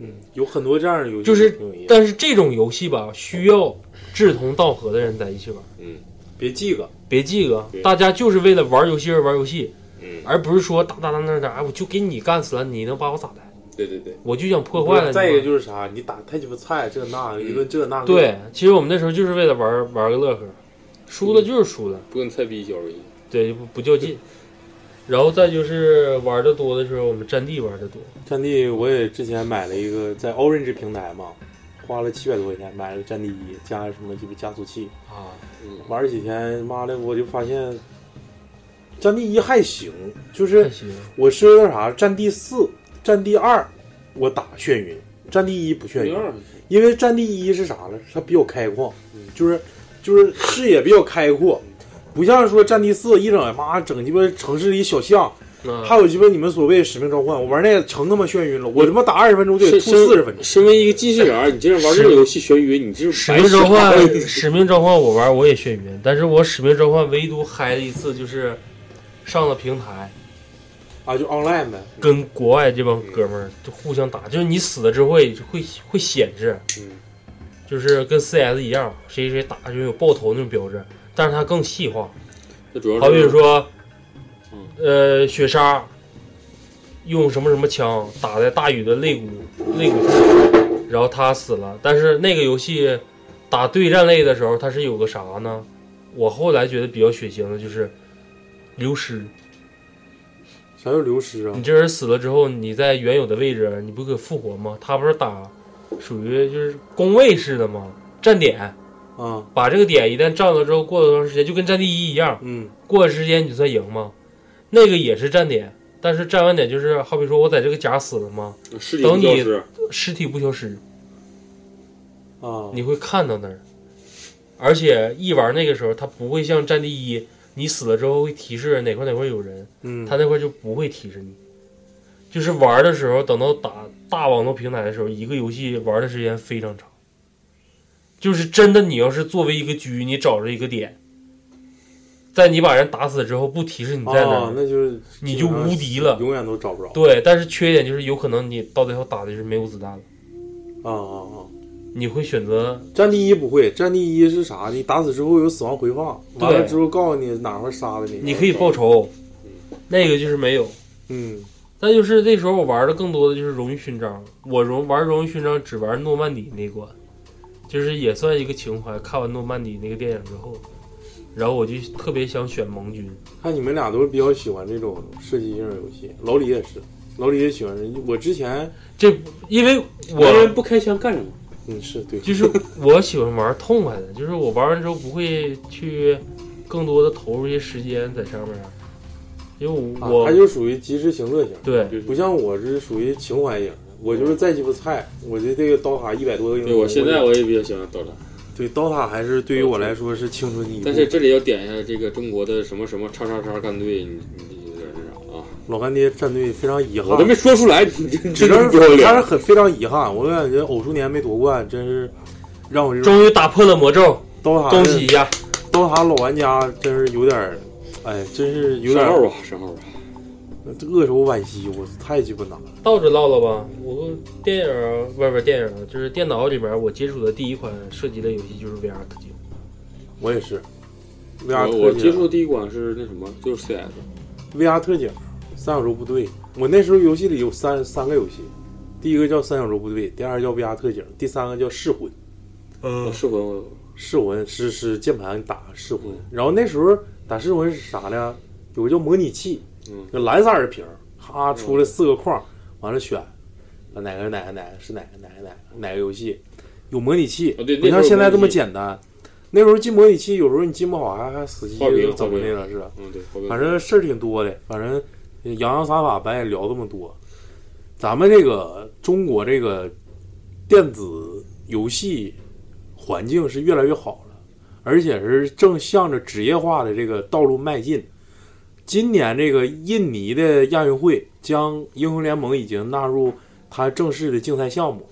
B: 嗯，有很多这样的游戏，
A: 就是
B: 挺有意思的
A: 但是这种游戏吧，需要志同道合的人在一起玩。
J: 嗯，
B: 别记个，
A: 别记个
B: 对，
A: 大家就是为了玩游戏而玩游戏，
J: 嗯，
A: 而不是说打打打打打，哎我就给你干死了，你能把我咋的？
J: 对对对，
A: 我就想破坏了你。
B: 再一个就是啥，你打太鸡巴菜，这那一顿这那个。
A: 对，其实我们那时候就是为了玩玩个乐呵，输了就是输了，
J: 不跟菜逼较劲。
A: 对，不不较劲。然后再就是玩的多的时候，我们战地玩的多。
B: 战地我也之前买了一个在 Orange 平台嘛，花了七百多块钱买了个战地一，加什么就是加速器
A: 啊，
B: 玩了几天，妈的我就发现战地一还行，就是
A: 嗯
B: 我是那啥，战地四、战地二我打眩晕，战地一不眩晕
C: 战地二不，
B: 因为战地一是啥呢？它比较开阔，就是就是视野比较开阔，不像说战地四一整妈整鸡巴城市里小巷。
A: 嗯
B: 还有鸡巴你们所谓使命召唤，我玩那成他妈眩晕了，我他妈打二十分钟就得吐四十分钟。
J: 身为一个技术员，你竟然玩这个游戏眩晕，你这是
A: 使命召唤，使命召唤我玩我也眩晕，但是我使命召唤唯独嗨的一次就是上了平台，
B: 啊，就 online 呗，
A: 跟国外这帮哥们儿就互相打，就是你死了之后会会会显示，就是跟 CS 一样，谁谁打就有爆头那种标志，但是它更细化，
J: 主要是嗯
A: 好比说，呃，雪莎用什么什么枪打在大禹的肋骨肋骨处，然后他死了。但是那个游戏打对战类的时候，它是有个啥呢？我后来觉得比较血腥的就是流失。
B: 啥叫流失啊？
A: 你这人死了之后，你在原有的位置，你不可复活吗？他不是打属于就是工位式的吗？站点，
B: 啊，
A: 把这个点一旦占了之后，过了多长时间就跟战地一一样，
B: 嗯，
A: 过了时间你就算赢吗？那个也是站点，但是站完点就是好比说我在这个甲死了吗？
J: 尸体不
A: 等
J: 消
A: 你
J: 失
A: 尸体不消失，
B: 啊，
A: 你会看到那儿，而且一玩那个时候，它不会像战地一，你死了之后会提示哪块哪块有人，
B: 嗯
A: 它那块就不会提示你。就是玩的时候，等到打大网络平台的时候，一个游戏玩的时间非常长。就是真的，你要是作为一个狙，你找着一个点，在你把人打死之后不提示你在哪儿，
B: 啊，那就是
A: 你就无敌了，
B: 永远都找不着。
A: 对，但是缺点就是有可能你到最后打的就是没有子弹了。
B: 啊啊啊！
A: 你会选择
B: 战地一不会，战地一是啥？你打死之后有死亡回放，完了
A: 对
B: 之后告诉你哪块杀的你，
A: 你可以报仇，那个就是没有。
B: 嗯，
A: 但就是那时候我玩的更多的就是荣誉勋章，我荣玩荣誉勋章只玩诺曼底那一关，就是也算一个情怀。看完诺曼底那个电影之后，然后我就特别想选盟军。
B: 看你们俩都是比较喜欢这种射击性游戏，老李也是，老李也喜欢。我之前
A: 这因为
B: 男
A: 我
B: 人
J: 不开枪干什么？
B: 嗯，是对，
A: 就是我喜欢玩痛快的，就是我玩完之后不会去更多的投入一些时间在上面，因为我、
B: 啊
A: 我
B: 他就属于及时行乐型，
A: 对，
B: 不像我是属于情怀型的，我就是再鸡巴菜，我的这个刀塔一百多个英雄，
J: 对，我现在我也比较喜欢刀塔。
B: 对刀塔还是对于我来说是青春的一部分。
J: 但是这里要点一下这个中国的什么什么叉叉叉干队，你你有点那啥啊？
B: 老干爹战队非常遗憾，
J: 我都没说出来你这这
B: 只能
J: 不要脸
B: 还是很非常遗憾。我感觉偶数年没夺冠，真是让我这种
A: 终于打破了魔咒，
B: 刀塔
A: 恭喜一下！
B: 刀塔老玩家真是有点儿，哎，真是有点
A: 上
B: 儿
A: 号吧上
B: 号吧，扼手惋惜，我太鸡巴难了。
A: 倒着唠唠吧，我电影儿不是不是电影儿，就是电脑里面我接触的第一款射击类游戏就是 VR 特技。
B: 我也是，VR
J: 我我
B: 特
J: 接
B: 警
J: 触第一款是那什么，就是 CS。
B: ，VR 特警，三角洲部队。我那时候游戏里有三三个游戏，第一个叫三角洲部队，第二个叫 VR 特警，第三个叫噬魂。
J: 嗯，噬魂我有。
B: 噬魂是是键盘打噬魂，然后那时候打噬魂是啥呢？有个叫模拟器，
J: 嗯，
B: 个蓝色儿的屏儿，咔出来四个框，完了选，啊哪个是哪个哪个是哪个哪个哪个哪个游戏，有模拟器，
J: 啊对那
B: 不
J: 时候
B: 像
J: 有
B: 现在这
J: 模
B: 么
J: 拟器
B: 简单。那时候进模拟器，有时候你进不好还还死机
J: 画饼
B: 怎么的
J: 画
B: 了
J: 饼
B: 是？
J: 嗯对画饼
B: 反正事儿挺多的，反正洋洋洒洒咱也聊这么多。咱们这个中国这个电子游戏环境是越来越好了，而且是正向着职业化的这个道路迈进。今年这个印尼的亚运会将英雄联盟已经纳入它正式的竞赛项目，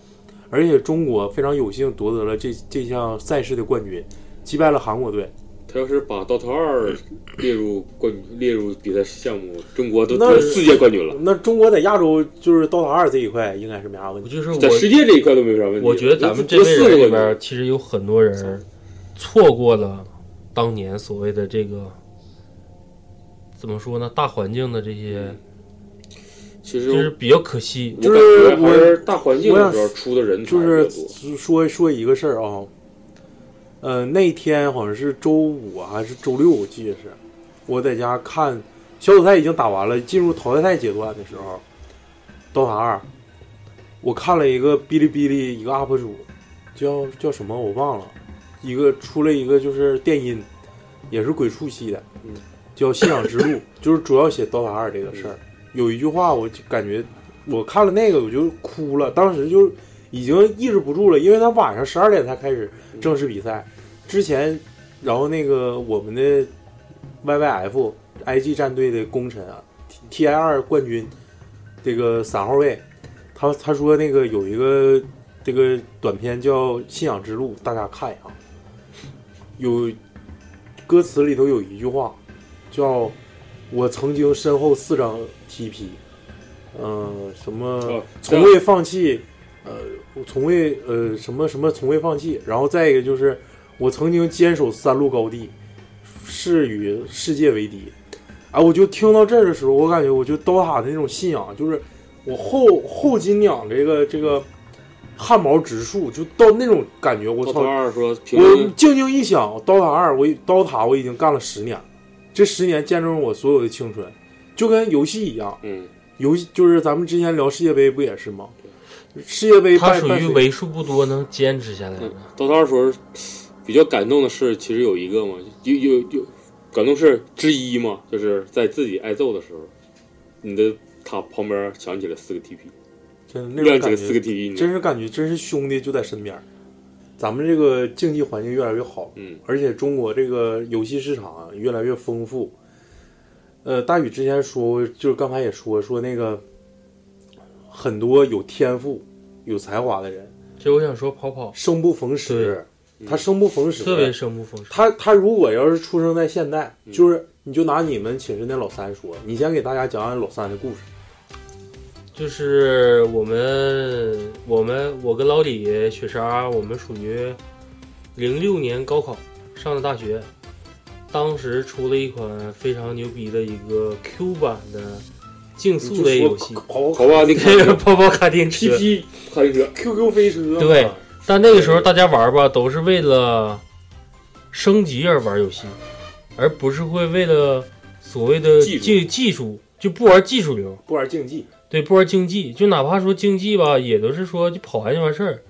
B: 而且中国非常有幸夺得了这这项赛事的冠军，击败了韩国队。
J: 他要是把 DOTA 二列入冠列入比赛项目，中国都
B: 那
J: 得世界冠军了。
B: 那中国在亚洲就是《DOTA 二》这一块应该是没啥问题，
A: 就是
J: 在世界这一块都没啥问题。
A: 我觉得咱们这
J: 得
A: 辈
J: 四个
A: 人里
J: 冠军
A: 边，其实有很多人错过了当年所谓的这个怎么说呢，大环境的这些，
C: 嗯
J: 其实
A: 就是比较可惜。
B: 就是
J: 感觉还是大环境的时候
B: 我
J: 出的人才
B: 就
J: 比较
B: 是
J: 多
B: 说说一个事儿啊，呃，那天好像是周五啊还是周六，我记得是我在家看小组赛已经打完了，进入淘汰赛阶段的时候，《刀塔二》，我看了一个哔哩哔哩一个 UP 主，叫叫什么我忘了，一个出了一个就是电音，也是鬼畜系的，
J: 嗯
B: 叫《信仰之路》， 就是主要写《刀塔二》这个
J: 嗯
B: 事儿。有一句话，我就感觉我看了那个我就哭了，当时就已经抑制不住了，因为他晚上十二点才开始正式比赛，之前，然后那个我们的 YYF IG 战队的功臣啊，TI 二冠军，这个三号位，他他说那个有一个这个短片叫《信仰之路》，大家看一下，有歌词里头有一句话叫“我曾经身后四张 TP”，嗯、什么从未放弃，呃，我从未呃什么什么从未放弃，然后再一个就是我曾经坚守三路高地，是与世界为敌。啊，我就听到这儿的时候，我感觉我就刀塔的那种信仰，就是我后后脊梁这个这个汗毛直竖，就到那种感觉。我操！
J: 刀塔二说评论
B: 我静静一想，《刀塔二》我《刀塔》我已经干了十年了，这十年见证了我所有的青春，就跟游戏一样。
J: 嗯，
B: 游戏就是咱们之前聊世界杯不也是吗？世界杯
A: 他
B: 伴
A: 属
B: 伴
A: 于
B: 随
A: 为数不多能坚持下来的。
J: 到他说比较感动的事，其实有一个嘛，有有有感动事之一嘛，就是在自己挨揍的时候，你的塔旁边响起了四个 TP，
B: 真的那种
J: 亮起
B: 感
J: 了
B: 觉，
J: 四个 TP，你
B: 真是感觉真是兄弟就在身边儿。咱们这个竞技环境越来越好，
J: 嗯，
B: 而且中国这个游戏市场啊越来越丰富。呃，大宇之前说过，就是刚才也说说那个很多有天赋、有才华的人，
A: 其实我想说，跑跑
B: 生不逢时，他生不逢时，
A: 特别生不逢时。
B: 他他如果要是出生在现代，就是你就拿你们寝室那老三说，你先给大家讲讲老三的故事。
A: 就是我们，我们，我跟老李、雪莎，我们属于零六年高考上的大学，当时出了一款非常牛逼的一个 Q 版的竞速类游戏，
B: 跑
J: 跑吧，你 看
A: 跑跑卡丁车
J: TP 卡丁车
B: QQ 飞车
A: 对，但那个时候大家玩吧，都是为了升级而玩游戏，而不是会为了所谓的
B: 技术
A: 技技术，就不玩技术流，
B: 不玩竞技，
A: 对，不玩竞技，就哪怕说竞技吧，也都是说就跑完就完事儿，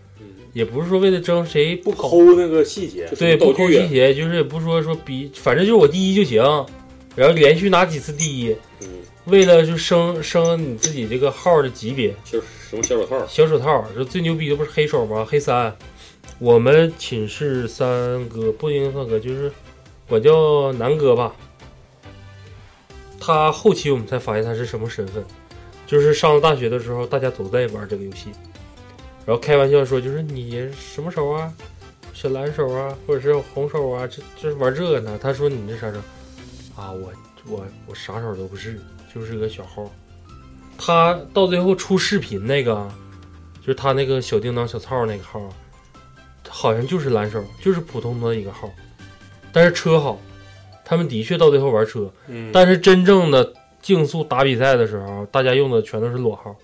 A: 也不是说为了争谁不
B: 抠那个细节
A: 对，不抠细节，就是也不说说比，反正就是我第一就行，然后连续拿几次第一，为了就升升你自己这个号的级别，
J: 就是什么小手套，
A: 小手套，这最牛逼的不是黑手吗？黑三，我们寝室三哥不应该算哥，就是管叫南哥吧。他后期我们才发现他是什么身份，就是上了大学的时候，大家都在玩这个游戏，然后开玩笑说，就是你什么手啊，是蓝手啊，或者是红手啊，这这是玩这个呢？他说你这啥手？啊，我我我啥手都不是，就是个小号。他到最后出视频那个，就是他那个小叮当小操那个号，好像就是蓝手，就是普通的一个号，但是车好，他们的确到最后玩车，
J: 嗯
A: 但是真正的竞速打比赛的时候，大家用的全都是裸号，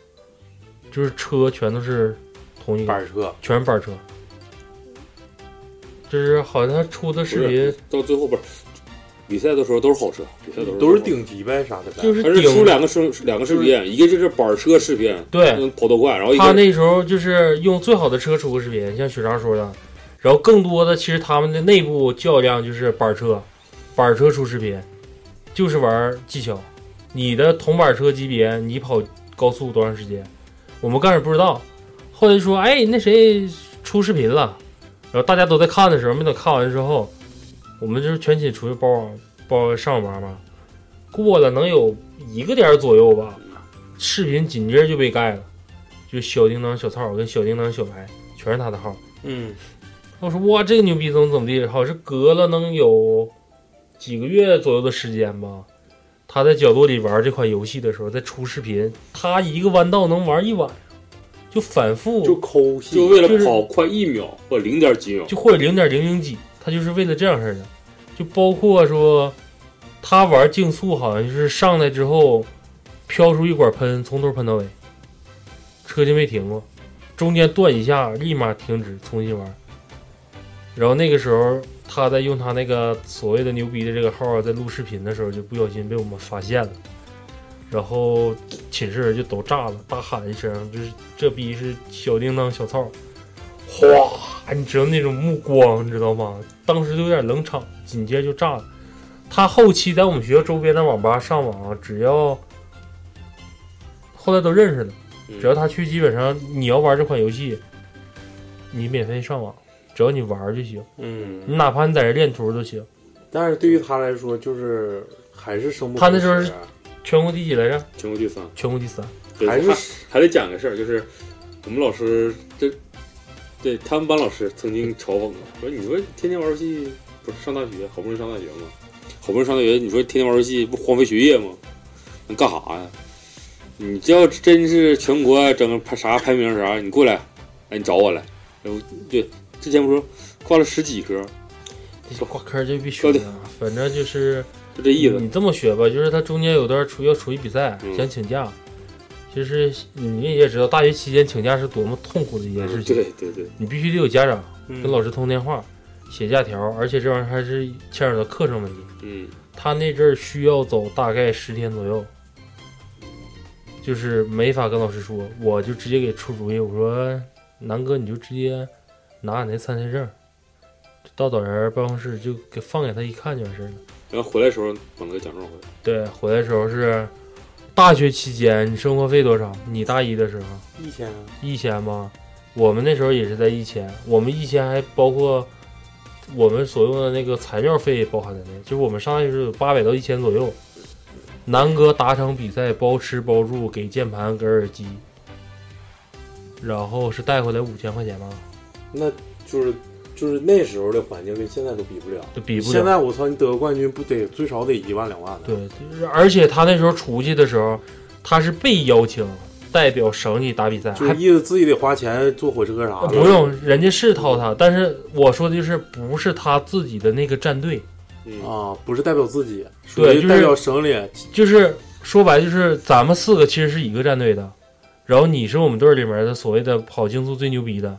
A: 就是车全都是同一个
B: 板车，
A: 全是板车，就是好像他出的视频
J: 到最后不是比赛的时候都是好车，比赛都是
B: 都是顶级呗啥的呗，
A: 就是
J: 而且
A: 顶
J: 出两个视两个视频，
A: 就是
J: 一个就是板车视频，
A: 对
J: 嗯，跑得快，然后一个
A: 他那时候就是用最好的车出个视频，像雪莎说的，然后更多的其实他们的内部较量就是板车，板车出视频，就是玩技巧。你的同板车级别，你跑高速多长时间？我们干始不知道，后来说，哎，那谁出视频了，然后大家都在看的时候，没等看完之后，我们就是全寝出去包网包啊上网嘛，过了能有一个点儿左右吧，视频紧接着就被盖了，就小叮当小操跟小叮当小白全是他的号。
B: 嗯，
A: 我说哇，这个牛逼怎么怎么地？好像是隔了能有几个月左右的时间吧。他在角落里玩这款游戏的时候，在出视频，他一个弯道能玩一晚上，就反复
B: 就抠，
J: 就为了跑快一秒或零点几秒，
A: 就或者零点零零几，他就是为了这样式儿的。就包括说，他玩竞速好像就是上来之后，飘出一管喷，从头喷到尾，车就没停过，中间断一下，立马停止重新玩。然后那个时候他在用他那个所谓的牛逼的这个号在录视频的时候，就不小心被我们发现了，然后寝室人就都炸了，大喊一声，就是这逼是小叮当小操，哗，哎你知道那种目光，你知道吗？当时就有点冷场，紧接着就炸了。他后期在我们学校周边的网吧上网，啊只要后来都认识了，只
J: 嗯
A: 要他去，基本上你要玩这款游戏，你免费上网，只要你玩儿就行。
B: 嗯，
A: 你哪怕你在这练图都行。
B: 但是对于他来说，就是还是生不
A: 他那时候
B: 逢
A: 是
B: 时啊
A: 全国第几来着？
J: 全国第三，
A: 全国第三，
J: 对
A: 还
J: 还
A: 是
J: 还得讲个事儿，就是我们老师这对他们班老师曾经嘲讽我说：“你说天天玩游戏，不是上大学，好不容易上大学吗？好不容易上大学，你说天天玩游戏不荒废学业吗？能干啥呀？你这要真是全国整个排啥排名啥，你过来，哎，你找我来。然后对，之前不是说挂了十几科，
A: 挂科就必须的，啊反正就是
J: 就这意思
A: 你这么学吧，就是他中间有段出要出去比赛，
J: 嗯
A: 想请假。其实你也知道，大学期间请假是多么痛苦的一件事情。
J: 嗯对对对，
A: 你必须得有家长
J: 嗯
A: 跟老师通电话，写假条，而且这玩意儿还是牵扯到课程问题。
J: 嗯，
A: 他那阵儿需要走大概十天左右，就是没法跟老师说，我就直接给出主意，我说南哥你就直接拿你那参赛证，到导员办公室就给放给他一看就完事儿了。
J: 然后回来的时候把那个奖状回来。
A: 对，回来的时候是大学期间，你生活费多少？你大一的时候
B: 一千啊，
A: 一千吗？我们那时候也是在一千，我们一千还包括我们所用的那个材料费也包含在内，就是我们上大学时候有八百到一千左右。南哥打场比赛包吃包住，给键盘给耳机，然后是带回来五千块钱吧，
B: 那就是就是那时候的环境跟现在都比不了，
A: 就比不了
B: 现在我操，你得个冠军不得最少得一万两万的？
A: 对，而且他那时候出去的时候，他是被邀请代表省里打比赛，
B: 就是
A: 还
B: 意思自己得花钱坐火车啥的。
A: 不用，人家是掏他，但是我说的就是不是他自己的那个战队，
B: 啊，不是代表自己，属
A: 对，
B: 于
A: 就是
B: 代表省里。
A: 就是说白了就是咱们四个其实是一个战队的，然后你是我们队里面的所谓的跑竞速最牛逼的，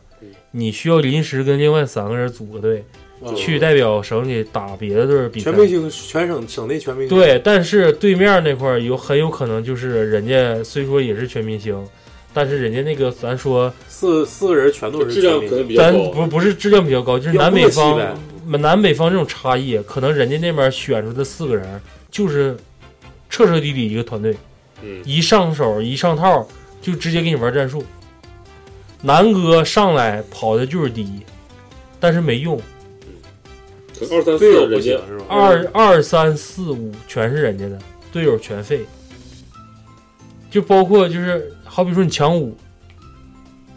A: 你需要临时跟另外三个人组个队，
B: 嗯
A: 去代表省里打别的队儿比赛
B: 全。明星，全省省内全明星。
A: 对，但是对面那块儿有很有可能就是人家虽说也是全明星，但是人家那个咱说
B: 四四个人全都是
J: 质量
B: 全明星
J: 可能比较
A: 咱
J: 高啊
A: 不不是质量比较高，就是
B: 要
A: 南北
B: 默契
A: 方
B: 呗
A: 南北方这种差异，可能人家那边选出的四个人就是彻彻底底一个团队，
J: 嗯
A: 一上手一上套就直接给你玩战术。南哥上来跑的就是第一，但是没用，
J: 可二三四
B: 队友不
J: 人家
B: 行是吧
J: 嗯
A: 二二三四五全是人家的，队友全废，就包括就是好比说你抢五，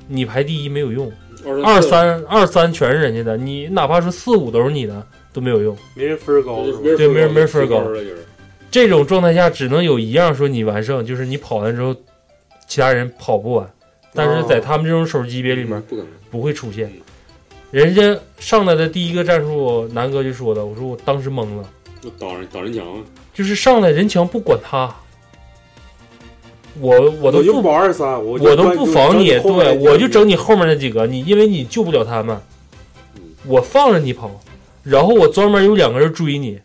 A: 你排第一没有用，
J: 二
A: 二
J: 三
A: 三二三全是人家的，你哪怕说四五都是你的都没有用，
B: 没人分儿高是吧？
A: 哦对，没人没人分儿
J: 高
A: 高。
J: 了就是。
A: 这种状态下只能有一样说你完胜，就是你跑完之后，其他人跑不完。但是
B: 哦
A: 在他们这种手级别里
C: 哦
A: 面，不会出现。人家上来的第一个战术，南哥就说了，我说我当时懵了，
J: 就挡人挡人墙啊，
A: 就是上来人墙不管他，我我都
B: 我就
A: 不
B: 保二三，我
A: 我
B: 我
A: 都不防你，对我就
B: 整
A: 整你后面那几个，你因为你救不了他们，
B: 嗯
A: 我放着你跑，然后我专门有两个人追你，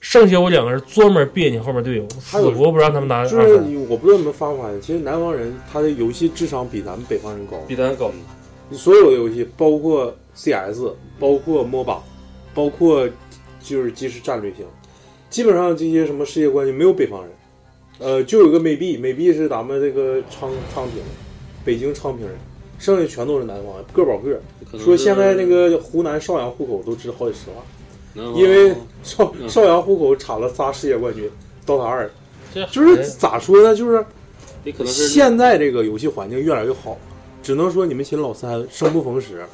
A: 剩下我两个人专门别你后面队友，
B: 还
A: 死
B: 有
A: 活不让他们拿二
B: 就是
A: 分。
B: 你我不知道你们发没发现，其实南方人他的游戏智商比咱们北方人高，
A: 比咱高。
B: 你所有的游戏，包括 CS，包括 MOBA，包括就是即时战略性，基本上这些什么世界冠军没有北方人。呃，就有一个美币，美币是咱们这个昌昌平，北京昌平人，剩下全都是南方人，个保个。
J: 能是
B: 说现在那个湖南邵阳户口都值好几十万。
J: 南方
B: 因为 邵
J: 嗯
B: 邵阳户口产了仨世界冠军，《DOTA 二
A: 这》
B: 就是咋说呢？就是
J: 你哎可能是
B: 现在这个游戏环境越来越好，只能说你们秦老三生不逢时。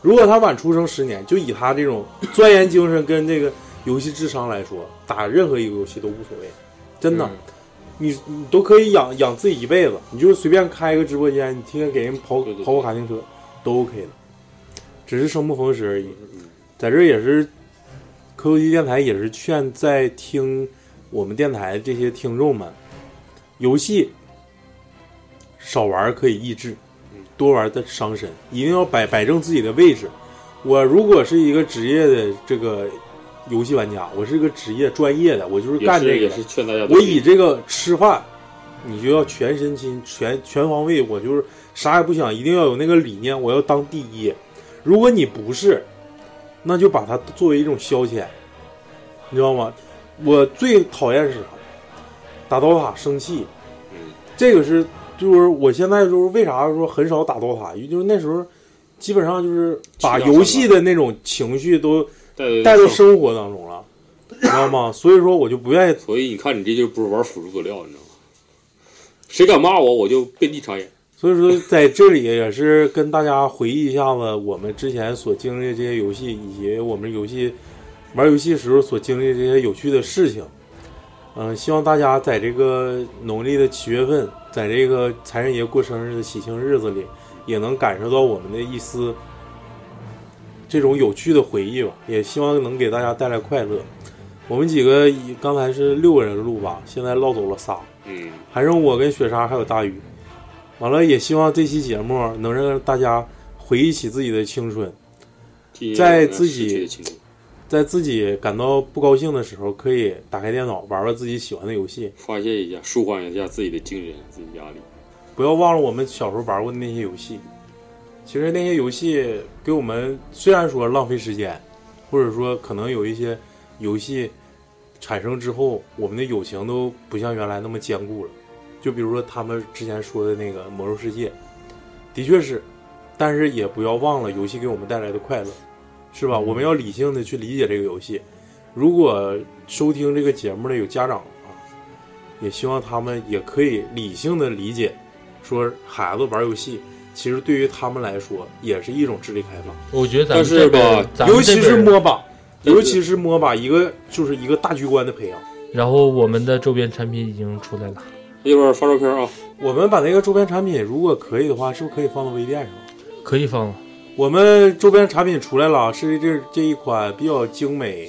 B: 如果他晚出生十年，就以他这种钻研精神跟这个游戏智商来说，打任何一个游戏都无所谓，真
J: 嗯
B: 的。你你都可以养养自己一辈子，你就是随便开一个直播间，你天天给人跑跑个卡丁车都 OK 的，只是生不逢时而
J: 嗯
B: 已。在这儿也是科技电台也是劝在听我们电台这些听众们，游戏
C: 嗯
B: 少玩可以益智，多玩的伤身，一定要摆摆正自己的位置。我如果是一个职业的这个游戏玩家，我是一个职业专业的，我就是干这个的。
C: 也是也是劝大家都
B: 我以这个吃饭，你就要全身心、全全方位，我就是啥也不想，一定要有那个理念，我要当第一。如果你不是，那就把它作为一种消遣，你知道吗？我最讨厌是啥？打刀塔生气，这个是就是我现在就是为啥说很少打刀塔，因为就是那时候基本上就是把游戏的那种情绪都带到生活当中了，你知道吗？所以说我就不愿意。
C: 所以你看，你这就不是玩辅助佐料，你知道吗？谁敢骂我，我就遍地插眼。
B: 所以说在这里也是跟大家回忆一下子我们之前所经历的这些游戏，以及我们游戏玩游戏时候所经历的这些有趣的事情。嗯、希望大家在这个农历的七月份，在这个财神爷过生日的喜庆日子里，也能感受到我们的一丝这种有趣的回忆吧。也希望能给大家带来快乐。我们几个以刚才是六个人录吧，现在唠走了仨，
C: 嗯，
B: 还剩我跟雪莎还有大宇。完了，也希望这期节目能让大家回忆起自己的青春，在自己在自己感到不高兴的时候，可以打开电脑玩玩自己喜欢的游戏，
C: 发泄一下，舒缓一下自己的精神、自己的压力。
B: 不要忘了我们小时候玩过的那些游戏。其实那些游戏给我们虽然说浪费时间，或者说可能有一些游戏产生之后，我们的友情都不像原来那么坚固了。就比如说他们之前说的那个《魔兽世界》，的确是，但是也不要忘了游戏给我们带来的快乐，是吧？我们要理性的去理解这个游戏。如果收听这个节目的有家长啊，也希望他们也可以理性的理解，说孩子玩游戏，其实对于他们来说也是一种智力开发。
A: 我觉得咱
C: 但
A: 们
C: 是
A: 这
C: 吧
A: 个，，咱们
B: 尤其
A: 这
B: 是
A: 边
B: MOBA，尤其是 MOBA，一个就是一个大局观的培养。
A: 然后我们的周边产品已经出来了，
C: 一会儿发照片啊。
B: 我们把那个周边产品，如果可以的话，是不是可以放到微店上？
A: 可以放了。
B: 我们周边产品出来了啊，是这这一款比较精美，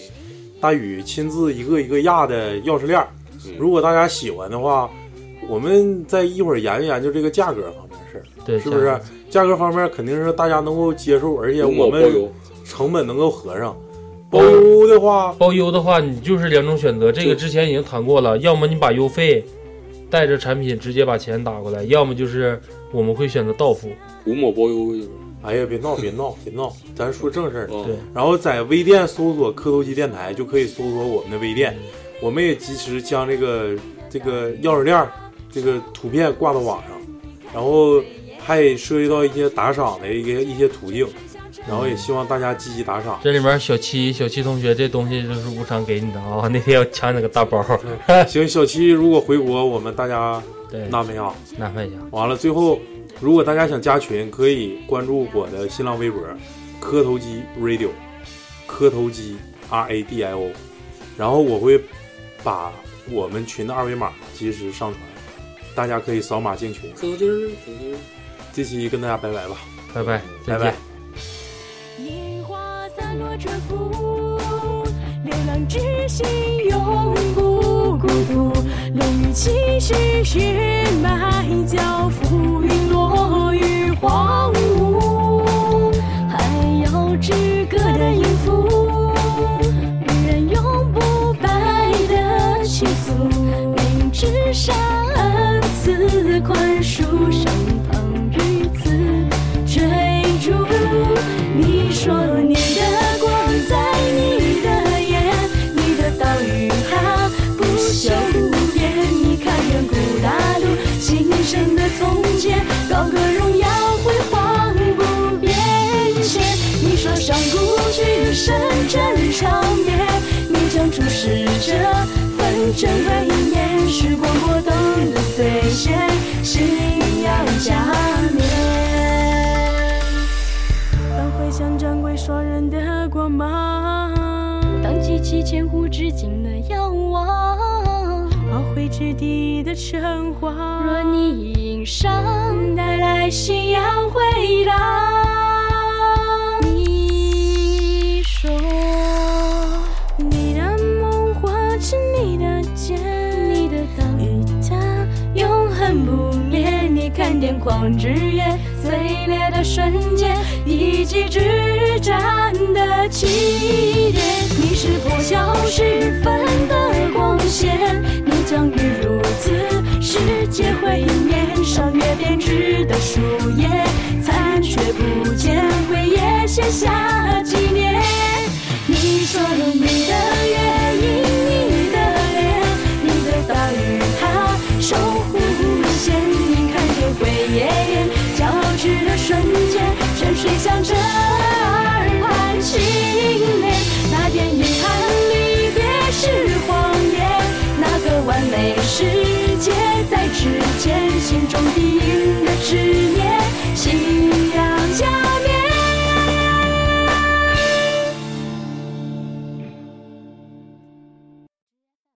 B: 大宇亲自一个一个压的钥匙链儿。
A: 嗯
B: 如果大家喜欢的话，我们再一会儿研究研究这个价格方面的事儿，
A: 对
B: 是不是
A: 价格？
B: 价格方面肯定是大家能够接受，而且哎我
A: 包邮
B: 们成本能够合上。包邮的话，
A: 包邮的话，你就是两种选择，这个之前已经谈过了，要么你把邮费带着产品直接把钱打过来，要么就是我们会选择到付。
C: 五毛包邮。啊
B: 哎呀，别闹，别闹，别闹，咱说正事儿。
A: 对
B: 然后在微店搜索“磕头机电台”，就可以搜索我们的微店。我们也及时将这个这个钥匙链儿这个图片挂到网上，然后还涉及到一些打赏的一些一些途径，然后也希望大家积极打赏。
A: 这里面小七小七同学这东西就是无偿给你的啊， 那天要抢你那个大包，
B: 行，小七如果回国，我们大家纳闷啊，
A: 纳闷一下。
B: 完了，最后如果大家想加群，可以关注我的新浪微博“磕头机 Radio”，磕头机 R A D I O，然后我会把我们群的二维码及时上传，大家可以扫码进群。
C: 可能就是可能就是
B: 这期跟大家拜拜吧，
A: 拜拜，
B: 拜拜。
D: 野花散落着福，流浪之心永不孤独。冷雨其实是麦角，浮云落于荒芜。海妖之歌的音符，女人永不败的情愫。明之上恩赐宽恕，身旁与子。追逐。你说你的光在你的眼，你的岛屿它不朽不变。你看远古大陆，新生的从前，高歌荣耀辉煌不变迁。你说上古巨神真长眠，你将注视着纷争和一面，时光波动的碎屑，信仰加冕。
N: 当回响掌柜双人的光芒，
D: 当记起千户之境的仰望，
N: 懊悔之地的晨光。
D: 若你迎上，带来信仰回荡。你说，
N: 你的梦画着你的肩，
D: 你的岛屿它永恒不灭，你看癫狂之夜，碎裂的瞬间，一击之战的起点，你是破晓时分的光线，你将于如此世界会面，上月编织的树叶，残缺不见，为夜写下纪念。你说你的月，因你的脸，你的大雨它守护无限，你看天会夜宴，交织的瞬间，泉水向着耳畔轻敛，那点遗憾离别是谎言，那个完美世界在指尖，心中第一。